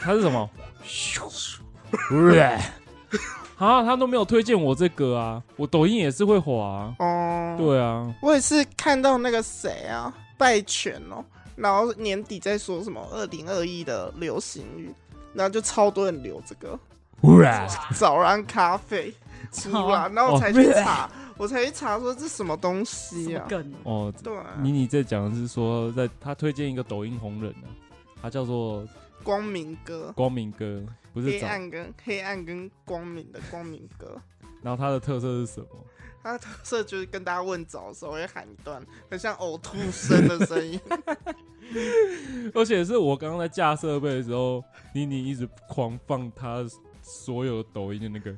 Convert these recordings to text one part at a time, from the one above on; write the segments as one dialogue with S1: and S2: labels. S1: 它是什么？ 啊，他都没有推荐我这个啊，我抖音也是会滑、啊，
S2: 哦，，
S1: 对啊，
S2: 我也是看到那个谁啊，戴荃哦，然后年底在说什么二零二一的流行语，然后就超多人留这个
S1: 啊
S2: 早安咖啡出
S1: 哦
S2: 来，然后我才去查，我才去查说这什么东
S3: 什
S2: 西
S3: 么
S2: 啊？
S3: 梗？
S1: 哦，
S2: 对啊，
S1: 妮妮在讲的是说，在他推荐一个抖音红人啊，他叫做
S2: 光明哥，
S1: 光明哥，不是
S2: 黑
S1: 早，
S2: 暗跟黑暗跟光明的光明哥。
S1: 然后他的特色是什么？
S2: 他的特色就是跟大家问早的时候会喊一段很像呕吐声的声 音，
S1: 而且是我刚刚在架设备的时候，妮妮一直狂放她所有抖音的那个，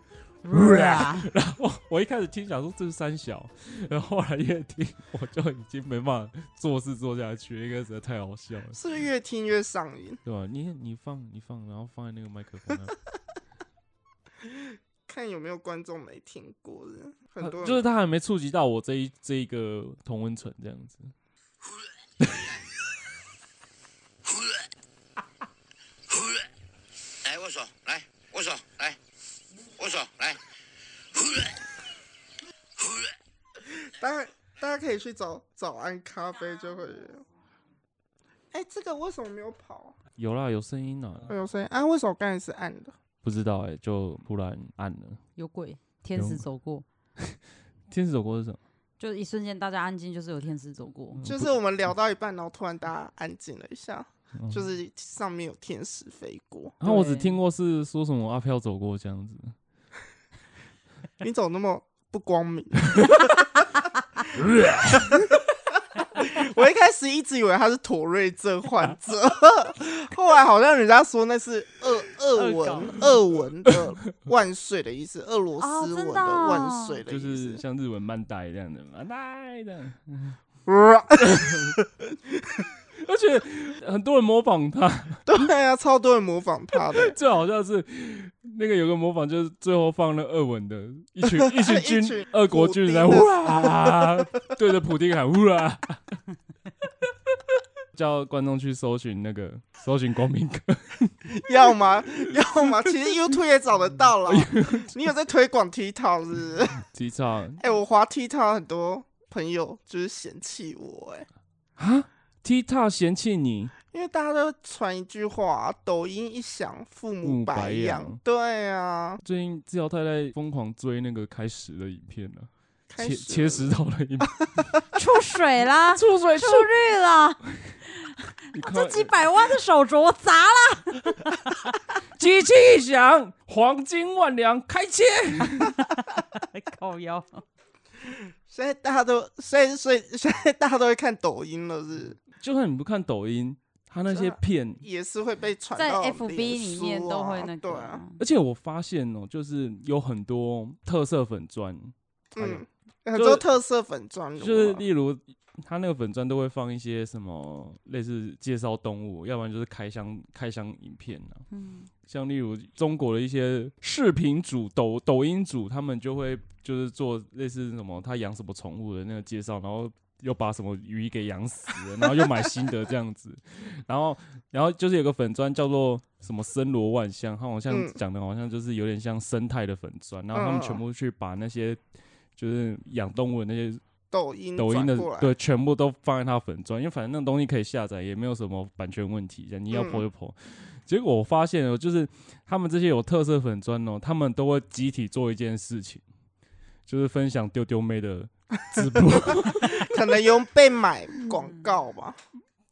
S1: 然后 我一开始听想说这是三小，然后后来越听我就已经没办法做事做下去，因为实在太好笑了，
S2: 是不是越听越上瘾？
S1: 对吧？你你放你放，然后放在那个麦克风那，
S2: 看有没有观众没听过的， 很多
S1: 呃
S2: 人
S1: 就是他还没触及到我这一这一个同温层这样子。
S4: 来握手，来握手，来握手，
S5: 哎
S4: 来。
S2: 大家大家可以去找早安咖啡就会有。哎、这个为什么没有跑、啊
S1: 有啦，有声音啦，
S2: 啊？哎呦，声音啊，为什么刚才是暗的？
S1: 不知道哎、就突然按了。
S3: 有鬼，天使走过，
S1: 天使走过是什么？
S3: 就一瞬间大家安静，就是有天使走过。
S2: 就是我们聊到一半，然后突然大家安静了一下，
S1: 嗯
S2: 就是上面有天使飞过。
S1: 然后我只
S3: 对
S1: 听过是说什么阿飘走过这样子。
S2: 你怎么那么不 光明？我一开始一直以为他是妥瑞症患者， 后来好像人家说那是俄俄文俄文的万岁的意思，俄罗
S3: 哦
S2: 斯
S3: 真
S2: 文
S3: 的哦
S2: 万岁的
S1: 就
S2: 意思
S1: 是。像日文慢呆这样的慢呆这 样，而且很多人模仿他，
S2: 对啊，超多人模仿他的，
S1: 最好笑是那个有个模仿就是最后放了俄文的一群一群
S2: 一
S1: 军
S2: 群
S1: 俄国军人在
S2: 普丁的
S1: 哇，对着普丁喊哇， 叫观众去搜寻那个搜寻光明 哥，
S2: 要吗？要吗？其实 YouTube 也找得到了。你有在推广 TikTok 是不是？
S1: 提倡
S2: 哎、我滑 TikTok 很多朋友就是嫌弃我、哎，
S1: 啊踢踏嫌弃你，
S2: 因为大家都传一句话、抖音一响，父
S1: 父母
S2: 母
S1: 白
S2: 白
S1: 养
S2: 养。对啊，
S1: 最近治疗太太疯狂追那个开始的影片了，
S2: 开
S1: 切
S2: 始
S1: 切
S2: 了
S1: 石头的影片，
S3: 出 水啦，啊出
S1: 出水出
S3: 绿啦，
S1: 你看
S3: 这几百万的手镯我 砸了。
S1: 机器一响，黄金万两开切。
S3: 靠腰，
S2: 现在大家都，现在所以现在大家都会看抖音了，是不是
S1: 就算你不看抖音，他那些片，
S2: 也是会被传
S3: 在
S2: 到
S3: FB
S2: 脸
S3: 里面
S2: 书
S3: 都
S2: 啊
S3: 会那
S2: 对
S3: 个
S2: 啊，
S3: 啊，
S1: 而且我发现哦、就是有很多特色粉砖，还有
S2: 嗯，很
S1: 哎就
S2: 多
S1: 是
S2: 特色粉妆
S1: 就是例如他那个粉砖都会放一些什么类似介绍动物，要不然就是开箱开箱影片啊。
S3: 嗯，
S1: 像例如中国的一些视频主、抖抖音主，他们就会就是做类似什么他养什么宠物的那个介绍，然后又把什么鱼给养死了，然后又买新的这样子，然后然后就是有个粉砖叫做什么森罗万象，它好像
S2: 嗯
S1: 讲的好像就是有点像生态的粉砖，然后他们全
S2: 嗯嗯嗯
S1: 部去把那些。就是养动物的那些
S2: 抖音
S1: 抖音的
S2: 转过，来，
S1: 对，全部都放在他粉砖，因为反正那个东西可以下载，也没有什么版权问题，这样你要
S2: 嗯
S1: po 就 po。结果我发现哦，就是他们这些有特色粉砖哦，他们都会集体做一件事情，就是分享丢丢妹的直 播，
S2: 可能有被 买
S3: 嗯
S2: 广告吧，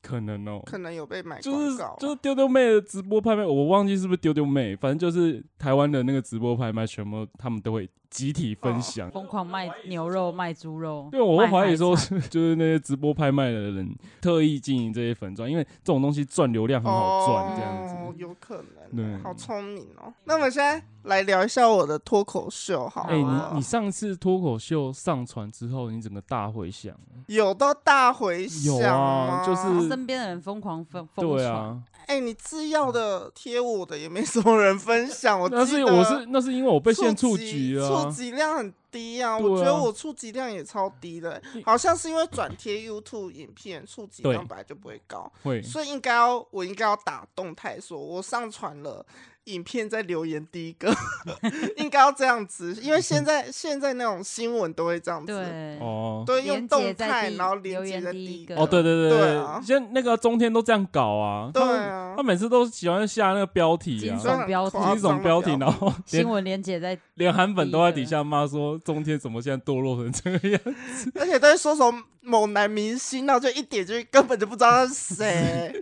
S1: 可能哦。
S2: 可能有被买
S1: 就
S2: 广
S1: 是
S2: 告啊，
S1: 就是丢丢妹的直播拍卖，我忘记是不是丢丢妹，反正就是台湾的那个直播拍卖，全部他们都会集体分
S2: 哦
S1: 享。
S3: 疯狂卖牛肉、卖猪肉，
S1: 对，我会
S3: 卖
S1: 怀疑
S3: 海
S1: 说
S3: 产
S1: 是 就是那些直播拍卖的人特意经营这些粉钻，因为这种东西赚流量很好赚，这样子。
S2: 啊哦、有可能
S1: 对
S2: 啊，好聪明哦。那我们现在来聊一下我的脱口秀好了，
S1: 哎、
S3: 啊
S1: 你你上次脱口秀上传之后，你整个大回响，
S2: 有到大回响
S1: 有啊
S2: 吗
S1: 就是
S3: 身边的人疯狂疯疯
S1: 对
S3: 传，
S1: 啊，
S2: 哎、你制药的贴我的也没什么人分享，我
S1: 那
S2: 记
S1: 是
S2: 得
S1: 我是那是因为我被限
S2: 触
S1: 触
S2: 及
S1: 及啊
S2: 触，及量很低啊，
S1: 对
S2: 我
S1: 啊
S2: 觉得我触及量也超低的欸、
S1: 你
S2: 好像是因为转贴 YouTube 影片，触及
S1: 对
S2: 量本来就不会高，
S1: 会
S2: 所以应该要我应该要打动态说，我上传了影片在留言第一 个，应该要这样子，因为现
S1: 嗯
S2: 在现在那种新闻都会这样子，
S3: 对，
S1: 哦
S2: 对，
S3: 连
S2: 用
S3: 结
S2: 动
S3: 在
S2: 态
S3: 第
S2: 然后
S3: 留
S2: 连接
S3: 言
S2: 在
S3: 第一
S2: 第一
S3: 个
S2: 个，
S1: 哦，对对
S2: 对啊
S1: 像那个中天都这样搞啊，
S2: 对
S1: 他们
S2: 啊
S1: 他，每次都喜欢下那个标题啊
S3: 惊，
S2: 真的
S3: 悚
S2: 很
S3: 标题
S2: 夸
S1: 惊悚
S2: 张
S1: 标
S2: 的
S1: 题，然后连
S3: 新闻连结在
S1: 连韩粉都在底
S3: 第一个
S1: 下骂说中天怎么现在堕落成这样，
S2: 而且都会说什么某男明星，然后就一点就根本就不知道他是谁，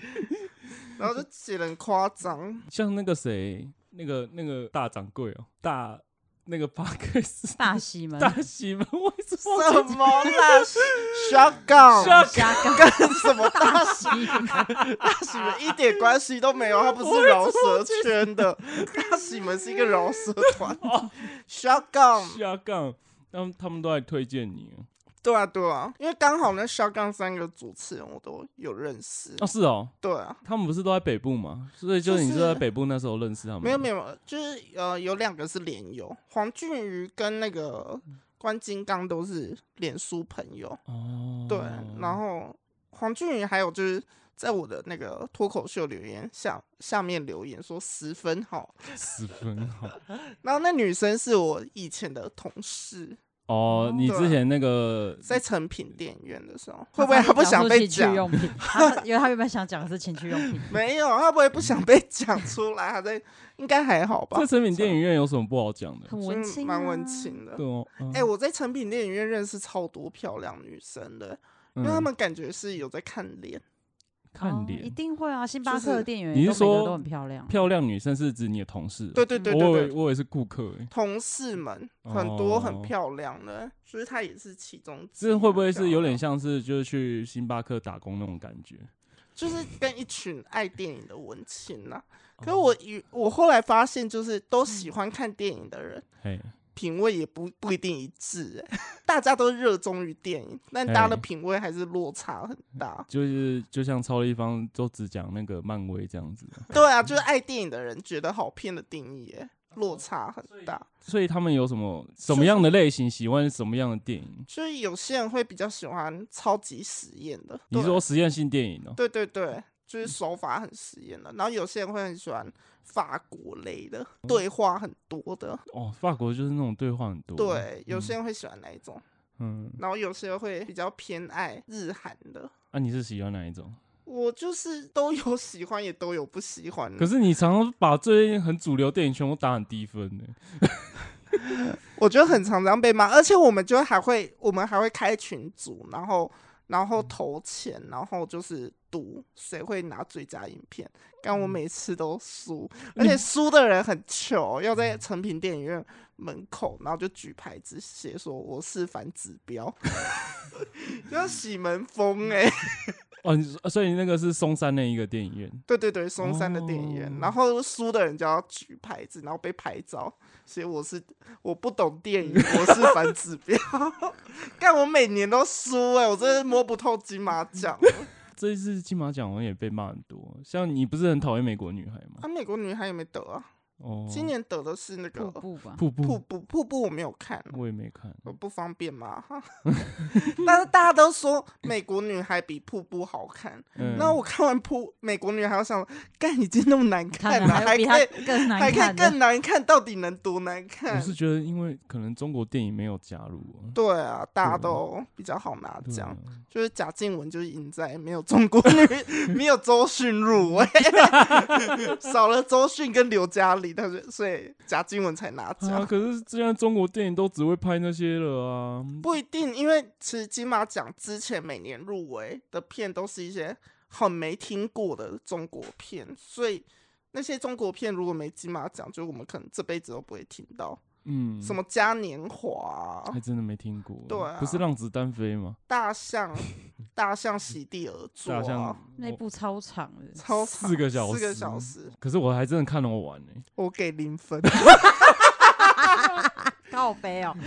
S2: 然后就写得很夸张。
S1: 像那个谁，那个那个大掌柜哦，大那个巴克 斯
S3: 大喜
S2: 嗯
S3: 门
S1: 大喜门，为什么
S2: 什么啦？Shotgun，
S1: 下
S3: 瞎搞，
S2: 跟什么大喜大喜门一点关系都没有，他不是饶舌圈的，大喜门是一个饶舌团。Shotgun，
S1: 下杠？他们他们都在推荐你啊
S2: 对啊对啊，因为刚好那 Shotgun 三个主持人我都有认识，
S1: 哦，是哦，
S2: 对啊，
S1: 他们不是都在北部吗？所以就是你是在北部那时候认识他们？
S2: 没有没有，就是呃，有两个是连友，黄俊瑜跟那个
S1: 嗯
S2: 关金刚都是脸书朋友，
S1: 哦，
S2: 对，然后黄俊瑜还有就是在我的那个脱口秀留言下下面留言说十分好，
S1: 十分 好
S2: 然后那女生是我以前的同事，
S1: 哦，你
S2: 对
S1: 之前那个
S2: 在成品电影院的 时候，会不会她不想被
S3: 情趣
S2: 讲？
S3: 用品？ 他因为他原本想讲的是情趣用品，
S2: 没有，她不会不想被 讲出来？她在应该还好吧
S1: 在？成品电影院有什么啊不好讲的？
S3: 很文
S2: 嗯
S3: 青、
S2: 蛮文。青的。
S1: 对哦，嗯
S2: 哎、我在成品电影院认识超多漂亮女生的，因为她
S1: 嗯
S2: 们感觉是有在看脸，
S1: 看
S3: 哦一
S1: 脸
S3: 定会啊！星巴
S2: 就是
S3: 克的店员
S1: 你
S3: 也
S1: 是
S3: 都每个
S1: 说
S3: 都很漂亮，
S1: 漂亮女生是指你的同事哦？
S2: 对对对
S1: 我以
S2: 对
S1: 为
S2: 对，
S1: 我以为是顾客哎。
S2: 同事们很多
S1: 哦
S2: 很漂亮的，所以她也是其中之一。
S1: 这会不会是有点像是就是去星巴克打工那种感觉？
S2: 就是跟一群爱电影的文青呐、可是我
S1: 哦
S2: 以我后来发现，就是都
S1: 嗯
S2: 喜欢看电影的人，
S1: 嘿，
S2: 品味也不不一定一致、欸。 大家都热衷于电影，但大家的
S1: 哎
S2: 品味还是落差很大。
S1: 就是就像超立方都只讲那个漫威这样子，
S2: 对啊，就是
S1: 嗯
S2: 爱电影的人觉得好片的定义、欸，落差很大。
S1: 所以他们有什么什么样的类型，喜欢什么样的电影？
S2: 就是有些人会比较喜欢超级实验的，
S1: 你
S2: 对
S1: 是说实验性电影哦、
S2: 对对对，就是手法很实验的。然后有些人会很喜欢法国类的，对话很多的。
S1: 哦，法国就是那种对话很多，，啊
S2: 对，有些人会喜欢那一种，
S1: 嗯，
S2: 然后有些人会比较偏爱日韩的。
S1: 那、啊你是喜欢哪一种？
S2: 我就是都有喜欢，也都有不喜欢的。
S1: 可是你常常把最近很主流电影全部打很低分呢、
S2: 我觉得很常常被骂，而且我们就还会，我们还会开群组，然后然后投钱，然后就是赌谁会拿最佳影片。但我每次都输，而且输的人很糗，要在成品电影院门口，然后就举牌子写说我是反指标， 要洗门风哎、
S1: 哦，你说所以那个是松山那一个电影院，
S2: 对对对，松山的电影院，
S1: 哦
S2: 然后输的人就要举牌子，然后被拍照，所以我是我不懂 电影，我是反指标。 但我每年都输哎、我真的摸不透金马 奖了。
S1: 这一次金马奖好像也被骂很多。像你不是很讨厌美国女孩吗
S2: 啊，？美国女孩也没得啊，
S1: 哦，
S2: 今年得的是那
S3: 瀑
S2: 个
S3: 布吧，
S1: 瀑布
S2: 瀑布，瀑布我没有看，
S1: 我也没看。啊
S2: 我不方便嘛。 哈但是大家都说美国女孩比瀑布好看，
S1: 嗯
S2: 那我看完瀑美国女孩，我想，干已经那么难
S3: 看
S2: 看
S3: 的
S2: 了，
S3: 还
S2: 还
S3: 有比他
S2: 可以。
S3: 更难
S2: 还可
S3: 看
S2: 以
S3: 的，
S2: 更难看，到底能多难看？
S1: 我是觉得，因为可能中国电影没有加入啊，
S2: 对啊，大家
S1: 对
S2: 都比较好拿
S1: 对
S2: 奖
S1: 啊，
S2: 就是贾静雯就是赢在没有中国 女，没有周迅入围，少了周迅跟刘嘉玲，但是所以贾静雯才拿
S1: 啊，
S2: 奖。
S1: 可是现在中国电影都只会拍那些了啊，
S2: 不一定，因为其实金马奖之前每年入围的片都是一些很没听过的中国片，所以那些中国片如果没金马奖，就我们可能这辈子都不会听到。
S1: 嗯，
S2: 什么嘉年华、啊
S1: 还真的没听过。
S2: 对啊
S1: 不是让子弹飞吗？
S2: 大象、 大象席地而坐、啊，
S1: 大象
S3: 那
S1: 我
S3: 部超长的，
S2: 超
S1: 四
S2: 长
S1: 个小
S2: 四个
S1: 时
S2: 小时，
S1: 可是我还真的看了完欸呢。
S2: 我给 零分。
S3: 告白哦，
S1: 嗯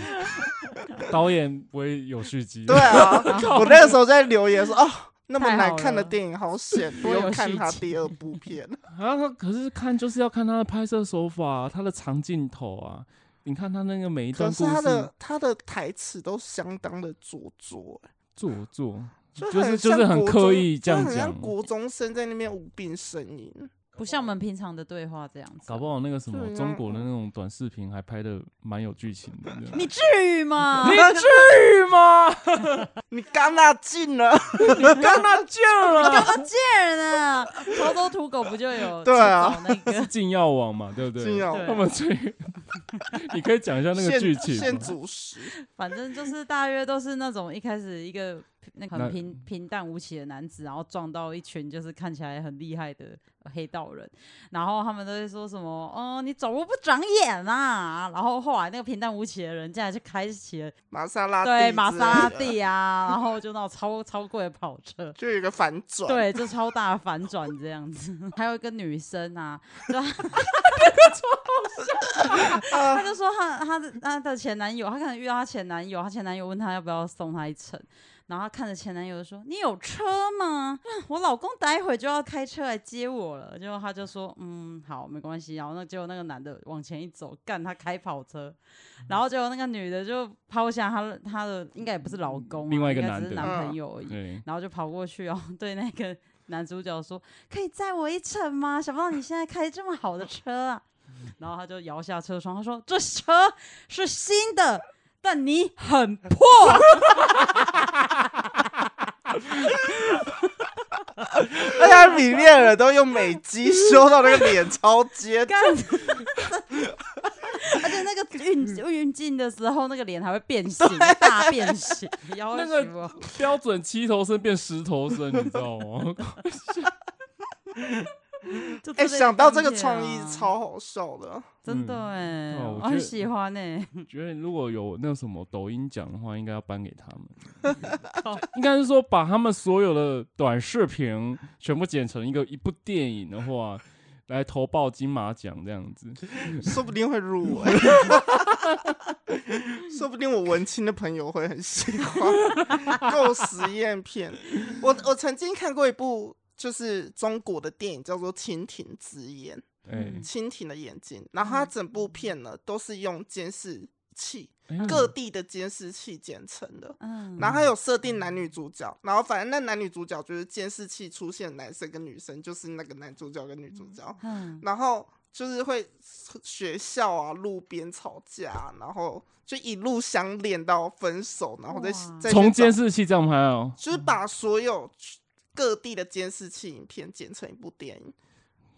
S1: 导演不会有续集，
S2: 啊对啊，我那个时候在留言说，哦，那么
S3: 太好
S2: 难看的
S3: 了
S2: 电影，好险不
S1: 有
S2: 用看
S1: 续
S2: 他
S1: 集
S2: 第二 部片。
S1: 啊，他可是看就是要看他的拍摄手法、啊他的长镜头啊。你看他那个每一
S2: 可
S1: 段
S2: 是
S1: 故
S2: 他
S1: 事
S2: 的他的台词都相当的做 作、欸
S1: 做作，
S2: 就
S1: 就是
S2: 很
S1: 就是
S2: 像
S1: 很
S2: 国
S1: 刻
S2: 中
S1: 意这样
S2: 就很
S1: 讲啊
S2: 像，国中生在那边无病呻吟。
S3: 不像我们平常的对话这样子。
S1: 搞不好那个什么
S2: 对啊
S1: 中国的那种短视频还拍的蛮有剧情的。
S3: 你至于 吗？
S1: 至于吗？
S2: 你刚那 进了，
S1: 你刚那见了，
S3: 不见了，潮州啊土狗不就有
S2: 对啊
S3: 去找那个
S1: 禁药网嘛，对不对？
S2: 进要
S3: 对
S1: 他们最， 你可以讲一下那个
S2: 现
S1: 剧情啊
S2: 现
S1: 吗。
S2: 主食，
S3: 反正就是大约都是那种一开始一个那个
S1: 那
S3: 很平平淡无奇的男子，然后撞到一群就是看起来很厉害的黑道人，然后他们都会说什么哦你走路不长眼啊，然后后来那个平淡无奇的人竟然就开启了
S2: 玛莎拉蒂
S3: 对
S2: 之
S3: 玛莎拉
S2: 类的，
S3: 蒂啊，然后就那种超超贵的跑车，
S2: 就有一个反转。，
S3: 对，就超大的反转这样子。还有一个女生啊，就她就说她她的她的前男友，她可能遇到她前男友，她前男友问她要不要送她一程，然后她看着前男友就说：“你有车吗？嗯我老公待会就要开车来接我了。”结果她就说：“嗯，好，没关系。”然后那结果那个男的往前一走，干他开跑车，然后结果那个女的就抛下她的她的应该也不是老公啊、
S1: 另外一个
S3: 应该只是
S1: 男的
S3: 男朋友而已。
S1: 对，
S3: 然后就跑过去哦，对那个男主角说：“可以载我一程吗？想不到你现在开这么好的车 啊！”然后他就摇下车窗，他说：“这车是新的，但你 很破。
S2: 而且他里面的人都用美肌修到那个脸超哎尖”，
S3: 干， 而且那个 运运镜的时候，那个脸还会变形，大变 形。要
S1: 那
S3: 死
S1: 个
S3: 我
S1: 标准七头身变十头身，你知道吗？
S3: 就
S2: 哎、
S3: 之类的
S2: 想到这
S3: 东
S2: 个
S3: 西
S2: 创意
S3: 啊
S2: 超好笑的，
S3: 真的哎、
S1: 哦我
S3: 我
S1: 觉得
S3: 很喜欢哎、
S1: 觉得如果有那什么抖音奖的话，应该要颁给他们。应该是说把他们所有的短视频全部剪成一个一部电影的话，来投报金马奖这样子。
S2: 说不定会入围。 说不定我文青的朋友会很喜欢，够实验片。我我曾经看过一部就是中国的电影，叫做《蜻蜓之眼》。
S1: 哎、
S2: 蜻蜓的眼睛，然后它整部片呢都是用监视器，
S1: 哎呀
S2: 各地的监视器剪成的。
S3: 嗯，
S2: 然后还有设定男女主角，然后反正那男女主角就是监视器出现男生跟女生，就是那个男主角跟女主角，
S3: 嗯
S2: 然后就是会学校啊、路边吵架啊，然后就一路相恋到分手，然后再
S3: 哇
S2: 再去
S1: 从监
S2: 找
S1: 视器这样拍哦、
S2: 就是把所有各地的监视器影片剪成一部电影，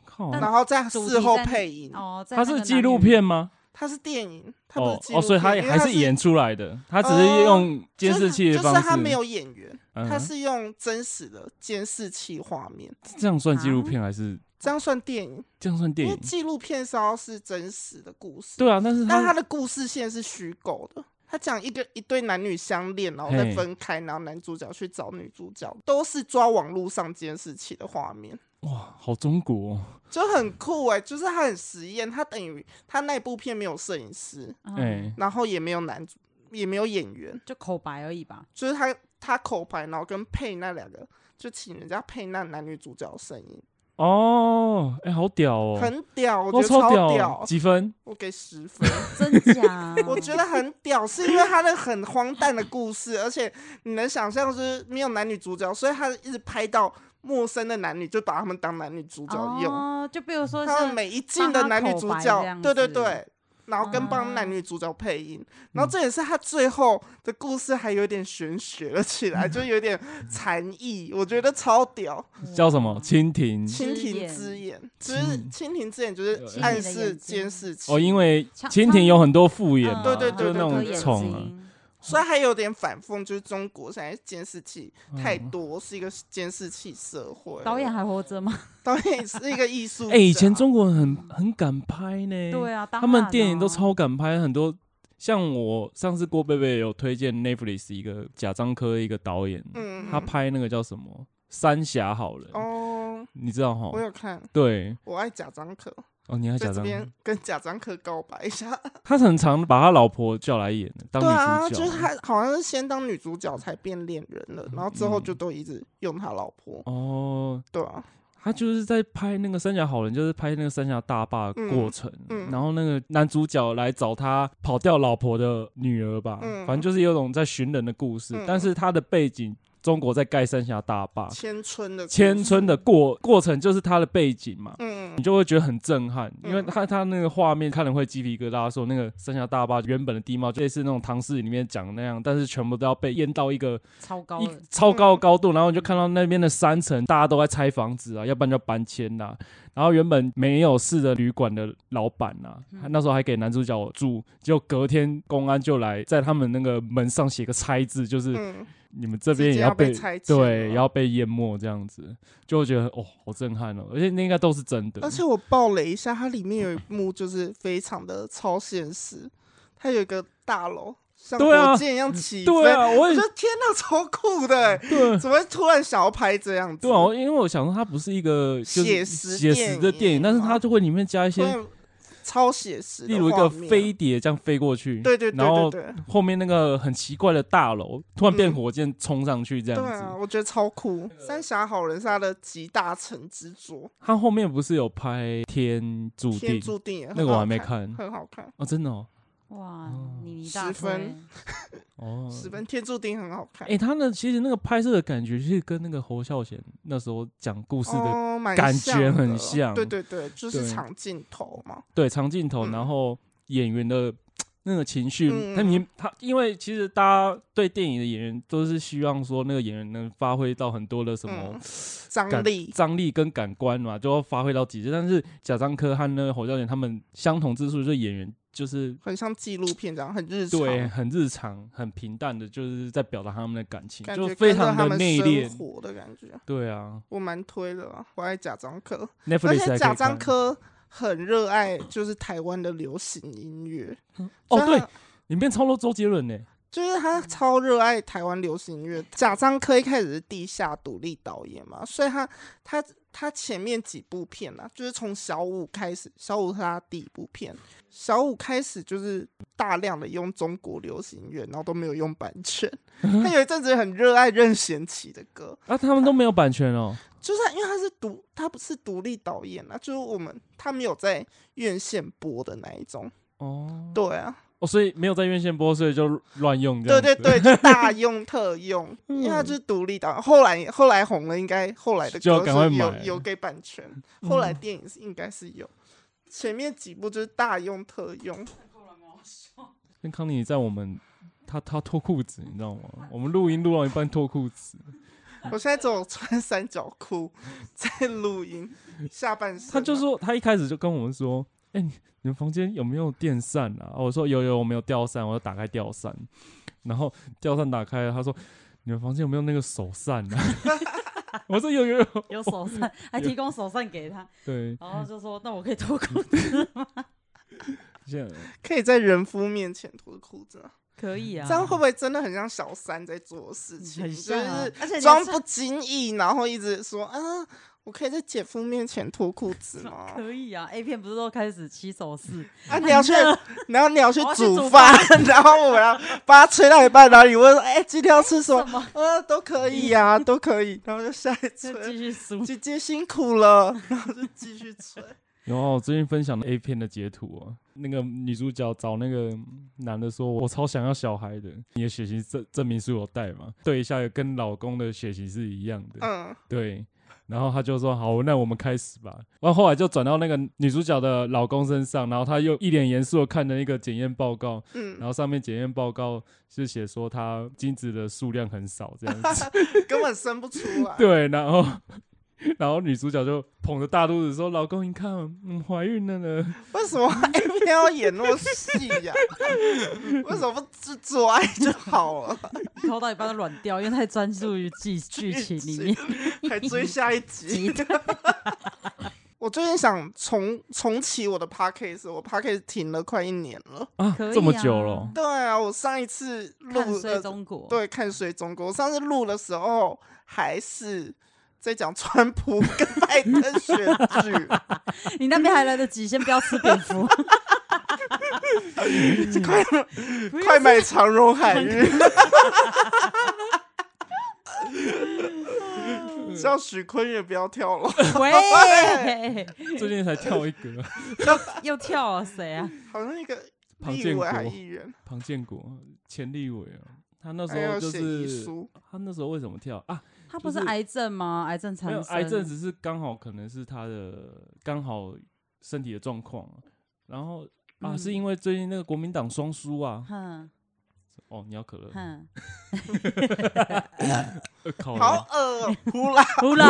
S1: 靠！
S2: 然后再
S3: 主
S2: 事
S3: 题
S2: 后
S3: 在
S2: 配音。
S3: 哦，在
S1: 它
S3: 那
S1: 是
S3: 个
S1: 纪
S3: 男
S1: 录
S3: 女
S1: 片吗？
S2: 它是电影，它不是
S1: 哦
S2: 纪录片、
S1: 哦，所以它
S2: 因为
S1: 还
S2: 它
S1: 是
S2: 是
S1: 演出来的，它只是
S2: 呃
S1: 用监视器的
S2: 就是
S1: 方
S2: 就
S1: 式。
S2: 是它没有演员，
S1: 嗯哼
S2: 它是用真实的监视器画面，
S1: 这样算纪录片还是
S2: 这样算电影，
S1: 这样算电
S2: 啊因为
S1: 影？
S2: 纪录片是要是真实的故事，
S1: 对啊，但是
S2: 但它
S1: 它
S2: 的故事线是虚构的。他讲一个一对男女相恋，然后再
S1: 嘿
S2: 分开，然后男主角去找女主角，都是抓网络上监视器的画面，
S1: 哇，好中国、哦。
S2: 就很酷哎、就是他很实验，他等于他那部片没有摄影师，
S3: 嗯
S1: 哎、
S2: 然后也没有男主，也没有演员，
S3: 就口白而已吧。
S2: 就是他他口白，然后跟配那两个，就请人家配那男女主角的声音，
S1: 哦，哎、好屌哦，
S2: 很屌，我觉
S1: 哦，
S2: 得超
S1: 屌哦，几分？
S2: 我给十分，
S3: 真假
S2: ？我觉得很屌，是因为他的很荒诞的故事，而且你能想象就是没有男女主角，所以他一直拍到陌生的男女，就把他们当男女主角用，
S3: 哦，就比如说
S2: 他们
S3: 像
S2: 每一镜的男女主
S3: 帮他口白这
S2: 角，
S3: 样
S2: 对对
S3: 子
S2: 对。然后跟帮
S3: 啊
S2: 男女主角配音，
S3: 嗯
S2: 然后这也是他最后的故事还有点玄学了起
S3: 嗯
S2: 来，就有点禅意，我觉得超屌。
S1: 叫什
S3: 嗯
S1: 么？蜻蜓。
S2: 嗯蜻
S3: 之
S2: 蜓
S3: 眼
S2: 之眼，就是
S1: 嗯
S2: 蜻蜓之眼，就
S1: 蜻
S2: 是
S1: 蜓
S2: 暗
S3: 的
S2: 示
S3: 眼
S2: 监
S3: 睛
S2: 视器
S1: 哦，，因为
S3: 苍
S1: 蜻蜓有很多复眼嘛，
S2: 嗯对对对
S1: 就是那
S2: 对
S1: 种
S2: 对
S1: 宠啊。
S2: 嗯所以还有点反讽，就是中国现在监视器太
S1: 嗯
S2: 多，是一个监视器社会。
S3: 导演还活着吗？
S2: 导演是一个艺术家，
S1: 哎、以前中国人很很敢拍呢，
S3: 对啊，
S1: 他们电影都超敢拍，很多像我上次郭贝贝有推荐 Netflix 一个贾樟柯一个导演，
S2: 嗯，
S1: 他拍那个叫什么《三峡好人》，
S2: 哦，
S1: 你知道
S2: 我
S1: 哈？
S2: 有看，
S1: 对，
S2: 我爱贾樟柯，
S1: 哦，你还
S2: 在
S1: 假
S2: 这
S1: 装
S2: 边跟贾樟柯告白一下。
S1: 他很常把他老婆叫来演，当
S2: 对啊，
S1: 女主
S2: 就
S1: 角。
S2: 是他好像是先当女主角才变恋人了，然后之后就
S1: 嗯
S2: 都一直用他老婆。
S1: 哦，
S2: 对啊，
S1: 他就是在拍那个三峡好人，就是拍那个三峡大坝的过程、
S2: 嗯嗯
S1: 然后那个男主角来找他跑掉老婆的女儿吧，
S2: 嗯
S1: 反正就是有种在寻人的故事、
S2: 嗯
S1: 但是他的背景，中国在盖三峡大坝，
S2: 千春的故
S1: 千
S2: 事
S1: 村的过过程就是他的背景嘛。
S2: 嗯
S1: 你就会觉得很震撼，因为
S2: 嗯
S1: 他他那个画面看了会鸡皮疙瘩。说那个三峡大坝原本的地貌，就类似那种唐诗里面讲的那样，但是全部都要被淹到一个
S3: 超高
S1: 一
S3: 的，
S1: 超高的高度，然后你就看到那边的三层，大家都在拆房子啊，要不然就搬迁啦、然后原本没有事的旅馆的老板呐、啊，他那时候还给男主角住，结果隔天公安就来在他们那个门上写个拆字，就是
S2: 嗯，
S1: 你们这
S2: 直
S1: 边也
S2: 接要被
S1: 被
S2: 拆迁
S1: 对，
S2: 了
S1: 也要被淹没这样子，就会觉得哦，好震撼哦，而且那应该都是真的
S2: 而。且我爆雷一下，它里面有一幕就是非常的超现实，它有一个大楼像
S1: 对啊
S2: 火箭一样起飞，
S1: 对啊，我
S2: 我
S1: 也
S2: 觉得天哪，超酷的欸、
S1: 对
S2: 怎么会突然想要拍这样子？
S1: 对啊，我因为我想说它不是一个就是
S2: 写实
S1: 写实的
S2: 电
S1: 电影，
S2: 影
S1: 但是
S2: 嘛
S1: 它就会里面加一些
S2: 会超写实的
S1: 例如一
S2: 画
S1: 个
S2: 面啊
S1: 飞，碟这样飞过去，
S2: 对对对
S1: 然后
S2: 对对
S1: 后面那个很奇怪的大楼突然变
S2: 嗯
S1: 火箭冲上去这
S2: 对
S1: 样
S2: 啊，
S1: 子。
S2: 我觉得超酷。三峡好人是他的集大成之作，
S1: 他后面不是有拍《天注定
S2: 天》注定也很
S1: 那个我
S2: 好
S1: 还没
S2: 看，
S1: 看
S2: 很好看，
S1: 哦，真的哦，
S3: 哇
S1: 哦，
S3: 你你
S2: 十
S3: 大推
S2: 分，
S1: 哦，
S2: 十分天注定很好看
S1: 哎、。他呢其实那个拍摄的感觉，是跟那个侯孝贤那时候讲故事的、
S2: 哦，蛮
S1: 感
S2: 像
S1: 觉很
S2: 的
S1: 像
S2: 对对对，就
S1: 对
S2: 是长镜头嘛。
S1: 对长镜头，
S2: 嗯
S1: 然后演员的那个情绪，
S2: 嗯
S1: 他明他因为其实大家对电影的演员都是希望说那个演员能发挥到很多的什么
S2: 嗯张
S1: 感
S2: 力，
S1: 张力跟感官嘛，就要发挥到极致。但是贾樟柯和那个侯孝贤他们相同之处，就是演员就是
S2: 很像纪录片这样，很日常，
S1: 对很日常、很平淡的，就是在表达他们的感情，
S2: 感
S1: 就
S2: 觉
S1: 非
S2: 跟着
S1: 常
S2: 他
S1: 的
S2: 们
S1: 内敛
S2: 生。活的感觉，
S1: 对啊
S2: 我蛮推的啊，我爱贾樟柯，而
S1: ，Netflix 还可
S2: 且
S1: 以
S2: 贾樟
S1: 看
S2: 柯很热爱就是台湾的流行音乐，
S1: 哦，
S2: 所以
S1: 对
S2: 他，
S1: 里面超多周杰伦呢。
S2: 就是他超热爱台湾流行音乐。贾樟柯一开始是地下独立导演嘛，所以他他他前面几部片啊，就是从小五开始，小五是他第一部片，小五开始就是大量的用中国流行音乐，然后都没有用版权。他有一阵子很热爱任贤齐的歌，
S1: 啊，他们都没有版权哦。
S2: 就是他因为他是独，他不是独立导演啊，就是我们他没有在院线播的那一种。
S1: 哦，
S2: 对啊，
S1: 哦，所以没有在院线播，所以就乱用这
S2: 对
S1: 样子。嗯
S2: 对对，就大用特 用，因为它就是独立导演。后来后来红了，应该后来的
S1: 就要
S2: 歌
S1: 赶快
S2: 是有
S1: 买嗯
S2: 有给版权，后来电影是应该是有。前面几部就是大用特用，
S1: 跟康妮在我们，他他脱裤子，你知道吗？我们录音录到一半脱裤子，
S2: 我现在只有穿三角裤 在录音，下半身啊。
S1: 他就说，他一开始就跟我们说：“哎、你你们房间有没有电扇啊？”我说：“有有，我们有吊扇，我要打开吊扇。”然后吊扇打开了，他说：“你们房间有没有那个手扇啊？” 我说：“有有 有。
S3: 有手扇，还提供手扇给他，”
S1: 对，
S3: 然后就说那我可以 脱裤子，
S1: 现在
S2: 可以在人夫面前脱裤子啊，
S3: 可以啊
S2: 这，样会不会真的很像小三在做的事情？
S3: 很像啊
S2: 就是
S3: 而且你
S2: 装
S3: 是
S2: 不经意，然后一直说啊，我可以在姐夫面前脱裤子吗？
S3: 可以啊，A 片不是都开始起手势，
S2: 啊，你 要去，然后你要去
S3: 我要去
S2: 煮
S3: 煮
S2: 饭， 然后我要把它吹到一半，然后你问说：“哎、今天要吃什么
S3: 什？”么嗯
S2: 呃，都可以呀、都可以。然后就下一
S3: 就
S2: 吹
S3: 继，续输，
S2: 姐姐辛苦了，然后就继续 吹。
S1: 然后我最近分享的 A 片的截图啊，那个女主角找那个男的说：“我超想要小孩的，你的血型证证明书有带吗？”对一下，跟老公的血型是一样的。
S2: 嗯，
S1: 对，然后他就说好，那我们开始吧。然后后来就转到那个女主角的老公身上，然后他又一脸严肃的看着一个检验报告，
S2: 嗯
S1: 然后上面检验报告是写说他精子的数量很少这样 子。
S2: 根本生不出来。
S1: 对，然后。 然后女主角就捧着大肚子说：“老公，你看，嗯，怀孕了呢。
S2: 为什么 A 片要演那么细呀、为什么不只做爱就好 了？
S3: 抠到一半都软掉，因为太专注于 剧剧情里面。
S2: 还追下一集。 我最近想重重启我的 podcast，我 podcast 停了快一年了。”
S1: 啊，
S3: 可以
S1: 这么久
S3: 啊
S1: 了，
S2: 对啊，我上一次录
S3: 看衰
S2: 的
S3: 中国，
S2: 对看水中国，我上次录的时候还是在讲川普跟 拜登选举，
S3: 你那边还来得及，先不要吃蝙 蝠，
S2: 快
S3: 不要
S2: 快买长荣海运。 叫许坤也不要跳楼，
S3: 喂，
S1: 最近才跳一 个
S3: 又跳了谁啊？
S2: 好像一个
S1: 庞
S2: 立
S1: 建
S2: 委还
S1: 国
S2: 议员，
S1: 庞建国前立委啊，他那时
S2: 还要
S1: 候就
S2: 写遗
S1: 是
S2: 书，
S1: 他那时候为什么跳啊？
S3: 他不是
S1: 就是
S3: 癌症吗？癌症
S1: 没有
S3: 产
S1: 癌
S3: 生，
S1: 症，只是刚好可能是他的刚好身体的状况啊，然后啊、
S3: 嗯
S1: 是因为最近那个国民党双输啊，
S3: 哼
S1: 哦你要可乐，
S3: 哼，
S1: 呃靠
S2: 好
S1: 腰，
S2: 恶哦，呼啦，
S3: 呼啦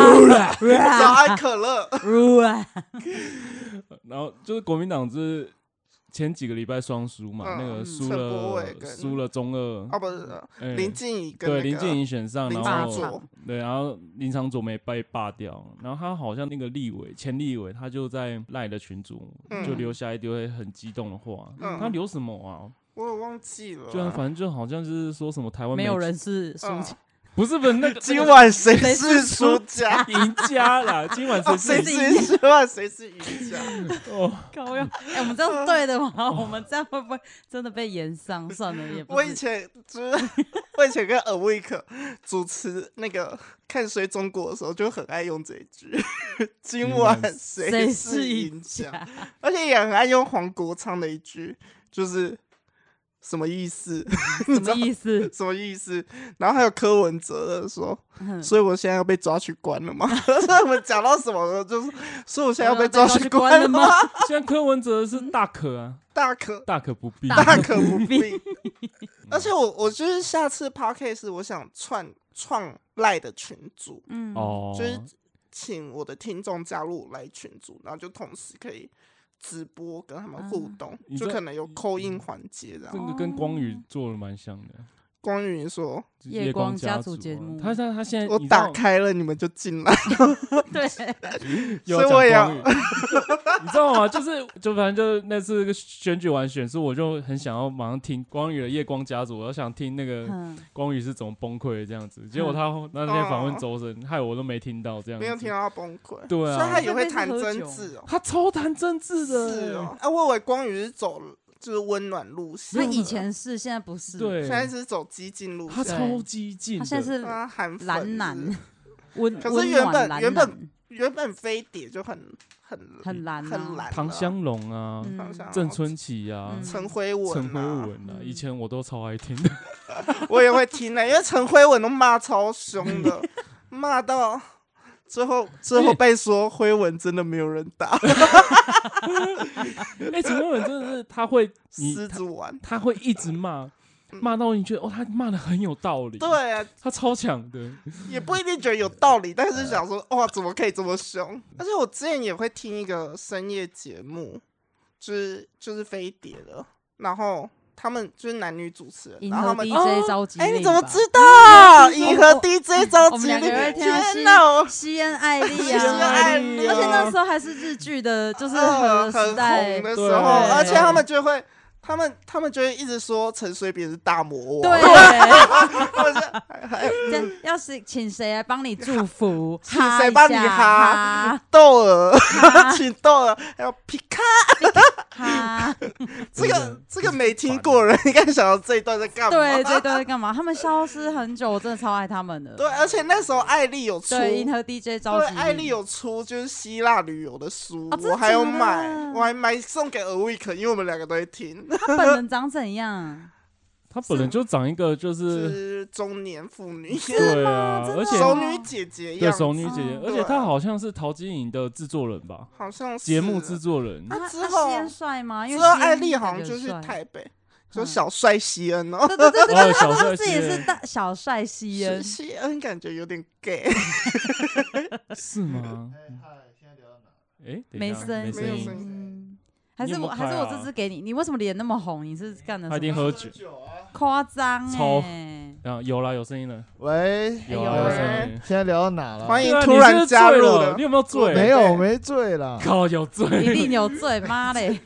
S3: 呼
S2: 早
S3: 啦
S2: 安可乐，
S3: 呼啦，
S1: 然后就是国民党就是前几个礼拜双输嘛，
S2: 嗯
S1: 那个
S3: 嗯
S1: 输
S2: 陈柏伟
S1: 了
S2: 跟
S1: 输了中二，
S2: 哦不是呃
S1: 哎
S2: 林静怡跟
S1: 对
S2: 那
S1: 林静
S2: 个
S1: 怡哦选上，
S2: 林
S1: 然
S2: 长
S1: 后
S2: 佐，
S1: 对，然后林长佐没被罢掉，然后他好像那个立委前立委，他就在赖的群组
S2: 嗯
S1: 就留下一堆很激动的话，
S2: 嗯
S1: 他留什么啊？
S2: 我也忘记了啊，
S1: 就反正就好像就是说什么台湾
S3: 没
S1: 没
S3: 有人是输
S2: 嗯
S3: 钱，
S1: 不是不 是那个
S2: 今晚谁
S3: 谁
S2: 是
S3: 是
S2: 输
S3: 输
S2: 家？
S1: 赢家啦，今晚
S2: 哦，
S1: 谁
S2: 谁
S1: 是
S2: 是输 家？谁是赢家？
S1: 哦？
S3: 高要，哎，我们这样是对的 吗？我们这样会不会真的被延上？算了，也不
S2: 我以
S3: 是
S2: 前就是我以前跟 A Week 主持那个看谁中国的时候，就很爱用这一句。今晚谁
S3: 谁
S2: 是
S3: 是
S2: 赢
S3: 赢
S2: 家
S3: 家？
S2: 而且也很爱用黄国昌的一句，就是什么意思？
S3: 什么意思？
S2: 什么意思？然后还有柯文哲的说，所以我现在要被抓去关了吗？ 所以我们讲到什么了？就是，所以我现在哦要被抓去关了吗？
S1: 现在柯文哲是大可啊，
S2: 大可
S1: 大可不必，
S2: 大可不必
S3: 必。
S2: 而且我我就是下次 podcast 我想创创赖的群组，
S3: 嗯，
S1: 哦，
S2: 就是请我的听众加入来群组，然后就同时可以直播跟他们互动，
S1: 嗯你
S2: 就
S1: 知道
S2: 可能有扣音环节这
S1: 这
S2: 样。
S1: 个跟光宇做的蛮像的。
S2: 光宇说
S1: 就是
S3: 夜
S1: 夜光
S3: 光家
S1: 族
S3: 族节
S1: 啊
S3: 目
S1: 他他他现在：“
S2: 我
S1: 你知
S2: 打
S1: 道
S2: 开了，你们就进来。
S3: 对，
S1: 又
S2: 所以我也
S1: 讲光宇 你知道吗？就是就反正就是那次选举完选书，我就很想要马上听光宇的《夜光家族》，我想听那个
S3: 嗯，
S1: 光宇是怎么崩溃的这样子。结果他那天访问周深，害我都没听到这”样子。
S2: 没有听到他崩溃，
S1: 嗯对啊
S2: 所以他也会谈
S3: 那边是
S2: 政
S3: 喝酒
S2: 治哦，
S1: 他超谈政治的，
S2: 是哦。啊，我以为光宇是走就是温暖路线
S3: 他
S2: 的，
S3: 以前是，现在不是，，
S1: 对
S2: 现，在是走激进路
S1: 他
S2: 线，
S1: 超激进的，
S3: 他现在是
S2: 啊，韩粉是
S3: 蓝男， 温
S2: 可是
S3: 温
S2: 原
S3: 暖
S2: 本
S3: 蓝
S2: 原本
S3: 男
S2: 原本飞碟就很很
S3: 很蓝
S2: 很
S3: 啊
S2: 蓝，
S1: 唐，香龙啊、
S3: 嗯
S2: 唐香，哦
S1: 郑春琪啊、
S3: 嗯
S2: 陈辉文，
S1: 陈辉，文啊，
S3: 嗯
S1: 以前我都超爱听的。
S2: 我也会听的，因为陈辉文都骂超凶的，骂到最后最后被说辉文真的没有人打，
S1: 哎，陈辉文真的是他会，你
S2: 狮子丸，
S1: 他会一直骂，骂到你觉得哦，他骂的很有道理，，
S2: 嗯对啊，
S1: 他超强的，
S2: 也不一定觉得有道理，但是想说哇，怎么可以这么凶？而且我之前也会听一个深夜节目，就是就是飞碟的，然后他们就是男女主持人，
S3: 银
S2: 然后他
S3: 河
S2: 们
S3: DJ 召集
S2: 哎、
S3: 令
S2: 你怎么
S3: 吧
S2: 知道？
S3: 集令
S2: 银河
S3: 我嗯
S2: DJ 召
S3: 我们
S2: 集
S3: 两个人会
S2: 令，
S3: 听到
S2: 天
S3: 西
S2: 哪！我
S3: 西恩艾丽
S2: 西恩
S3: 啊，
S2: 艾丽
S3: 而且
S2: 啊
S3: 那时候还是日剧的，就是
S2: 呃
S3: 很
S2: 很
S3: 时代
S2: 红，的时
S1: 对
S2: 候，而且他
S3: 对
S2: 们就会，他们他们就会一直说陈水扁是大魔王，
S3: 对，
S2: 或者是还还有
S3: 这要是请谁来帮你祝福，
S2: 请
S3: 哈
S2: 谁
S3: 一
S2: 帮你
S3: 下
S2: 哈豆儿，
S3: 啊
S2: 请豆儿，还有皮卡，
S3: 哈？哈
S2: 这
S1: 真的
S2: 个这个没听过的人应该想到这一段在干嘛？
S3: 对，这都在干嘛？他们消失很久，我真的超爱他们的。
S2: 对，而且那时候艾丽有出，
S3: 对，银
S2: 对，
S3: 河 DJ 召集令，
S2: 艾丽有出就是希腊旅游的书，
S3: 哦真的
S2: 我还有
S3: 假的
S2: 买，我还买送给 A Week，因为我们两个都会听，
S3: 他本人长怎样？
S1: 他本来就长一个就是是
S2: 中年妇女，
S1: 对嗯啊，
S3: 真的
S1: 而且
S3: 吗
S2: 熟女姐姐
S1: 对
S2: 样
S1: 熟女
S2: 子
S1: 姐姐，
S2: 对
S1: 而且他好像是陶晶莹的制作人吧，
S2: 好像是
S1: 节目制
S2: 之
S1: 作人
S2: 啊
S3: 他
S2: 之
S3: 他
S2: 后
S3: 西恩帅吗？因
S2: 之
S3: 为
S2: 后，
S3: 西
S2: 艾
S3: 恩
S2: 丽
S3: 感
S2: 好像
S3: 觉
S2: 就
S3: 很
S2: 去
S3: 帅
S2: 台北，就
S3: 嗯
S2: 小帅西恩哦，
S3: 对对对对
S1: 哦
S3: 对，
S1: 小
S3: 他
S1: 帅
S3: 说自己
S1: 西
S3: 是
S1: 恩
S3: 大小帅西恩，
S2: 西恩感觉有点 gay，
S1: 是 吗？哎，等一
S3: 没
S1: 下
S3: 声
S1: 没
S2: 没
S1: 声
S2: 有声
S1: 音
S2: 音，
S3: 嗯还
S1: 你有
S3: 是
S1: 没
S3: 我
S1: 有
S3: 还是
S1: 开
S3: 我
S1: 啊
S3: 这次给你，你为什么脸那么红？你是干了
S1: 他一
S3: 什
S1: 定
S3: 么？
S1: 喝酒
S5: 啊
S3: 夸张
S1: 超
S3: 哎！
S1: 啊，有啦，有声音了，
S5: 喂，
S1: 有
S3: 哎
S1: 啦，
S3: 呦
S1: 有
S3: 喂
S1: 声音。
S5: 现在聊到哪了？
S2: 欢迎
S1: 对啊
S2: 突
S1: 你
S2: 然
S1: 是不是
S2: 加
S1: 醉
S2: 入
S1: 了
S2: 的
S1: 你有没有
S2: 我
S1: 醉？
S5: 没有，没醉啦。
S1: 靠，有
S3: 一
S1: 醉！
S3: 定有罪，妈嘞！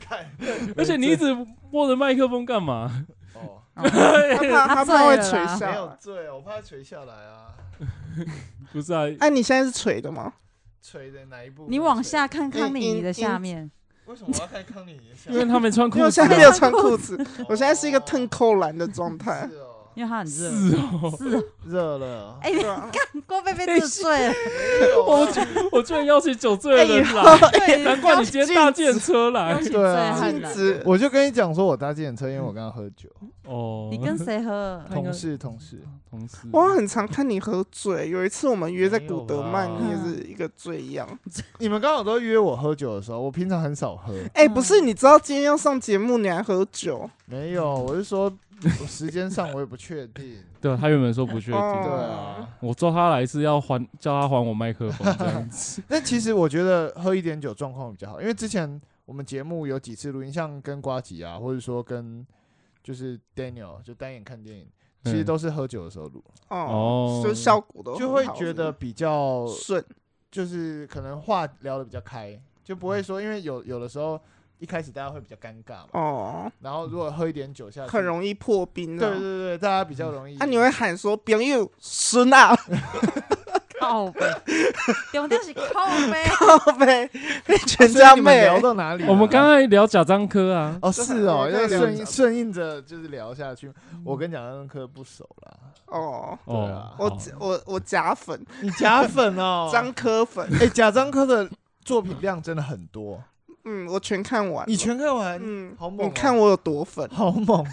S1: 而且你一直摸着麦克风干嘛？
S5: 哦，
S3: 嗯
S2: 他怕他怕
S3: 醉
S2: 会
S3: 了
S2: 垂
S3: 啦
S5: 没
S2: 下
S5: 有
S2: 来。
S5: 醉，我怕它垂下来啊，
S1: 不是啊，
S2: 哎，你现在是垂的吗？
S5: 垂的哪一部分垂？
S3: 你往下看
S2: 你
S3: 康妮妮
S2: 你
S3: 的下面，
S5: 为什么我要看康妮？
S1: 因为他没穿
S2: 因
S1: 裤
S2: 为我
S1: 子
S2: 现
S1: 啊，
S2: 在没有穿裤子，
S5: 哦
S2: 我现在是一个腾扣篮的状态。
S5: 是哦，
S3: 因为它很热。
S1: 是哦，
S3: 是哦，
S5: 热了。
S3: 哎，
S2: 对啊，
S3: 郭贝贝真的醉了，
S5: 我
S1: 我居然邀请酒醉的
S2: 哎
S1: 人来，
S3: 对，
S1: 哎难怪你今天搭电车
S3: 邀
S1: 来
S3: 请醉
S5: 对啊
S3: 汉
S2: 禁
S3: 来。
S2: 止
S5: 我就跟你讲说，我搭计程车，因为我刚刚喝酒。
S1: 哦。
S3: 你跟谁喝？
S1: 他应该
S5: 同事，同事，
S1: 同事？
S2: 我很常看你喝醉，有一次我们约在
S5: 没有
S2: 古德曼，
S5: 吧
S2: 你也是一个醉样。
S5: 你们刚好都约我喝酒的时候，我平常很少喝。
S2: 哎、不是，你知道今天要上节目，你还喝酒？
S5: 没 有，我是说，我时间上我也不确定。
S1: 对他原本说不确
S5: 对
S2: 哦
S1: 定，
S5: 啊，
S1: 我抓他来是要还叫他还我麦克风这样子。
S5: 但其实我觉得喝一点酒状况比较好，因为之前我们节目有几次录音，像跟瓜吉啊，或者说跟就是 Daniel 就单眼看电影，其实
S1: 嗯
S5: 都是喝酒的时候录，
S2: 哦
S1: 哦，
S2: 就效果都
S5: 就
S2: 很
S5: 会
S2: 好
S5: 觉得比较
S2: 顺。
S5: 就是可能话聊的比较开，就不会说因为有有的时候一开始大家会比较尴尬嘛，
S2: 嗯哦，
S5: 然后如果喝一点酒下去，
S2: 很容易破冰
S5: 对
S2: 的、
S5: 对对，大家比较容易。
S2: 啊，你会喊说“朋友孙啊
S3: 靠呗，重点是靠 呗。”，
S2: 呗，被
S5: 啊所
S2: 全
S5: 以
S2: 家
S5: 你们
S2: 妹
S5: 聊到哪里啊了？
S1: 我们刚才聊贾樟柯 啊，
S5: 哦，是哦，
S2: 对对
S5: 要
S2: 对
S5: 顺
S2: 对
S5: 应顺应着就是聊下去。我跟蒋恩科不熟啦，
S2: 哦。
S5: 对
S1: 哦
S5: 啊，
S2: 我
S1: 好
S2: 我我假粉，
S5: 你假粉哦，
S2: 张科粉，
S5: 哎，贾樟柯的作品量真的很多，
S2: 嗯，我全看完了。
S5: 你全看完，
S2: 嗯，
S5: 好猛哦，
S2: 你看我有多粉？
S5: 好猛，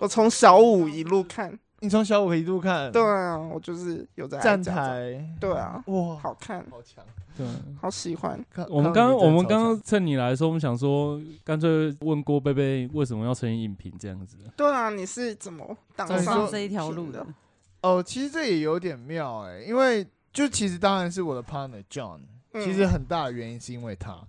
S2: 我从小五一路看，
S5: 你从小五一路看，
S2: 对，啊，我就是有在爱
S5: 站
S2: 家长，
S5: 台，
S2: 对啊，
S5: 哇，
S2: 好看，
S5: 好强。
S1: 对。
S2: 好喜欢。
S5: 看
S1: 我们
S5: 看
S1: 刚刚
S5: 到你真的
S1: 我们
S5: 超
S1: 刚
S5: 强
S1: 刚趁你来的时候，我们想说，干脆问郭贝贝为什么要成立影评这样子。
S2: 对啊，你是怎么挡
S5: 照
S2: 上
S3: 上这一条路
S2: 的
S3: 的？
S5: 哦，其实这也有点妙哎、因为就其实当然是我的 partner John，、
S2: 嗯
S5: 其实很大的原因是因为他，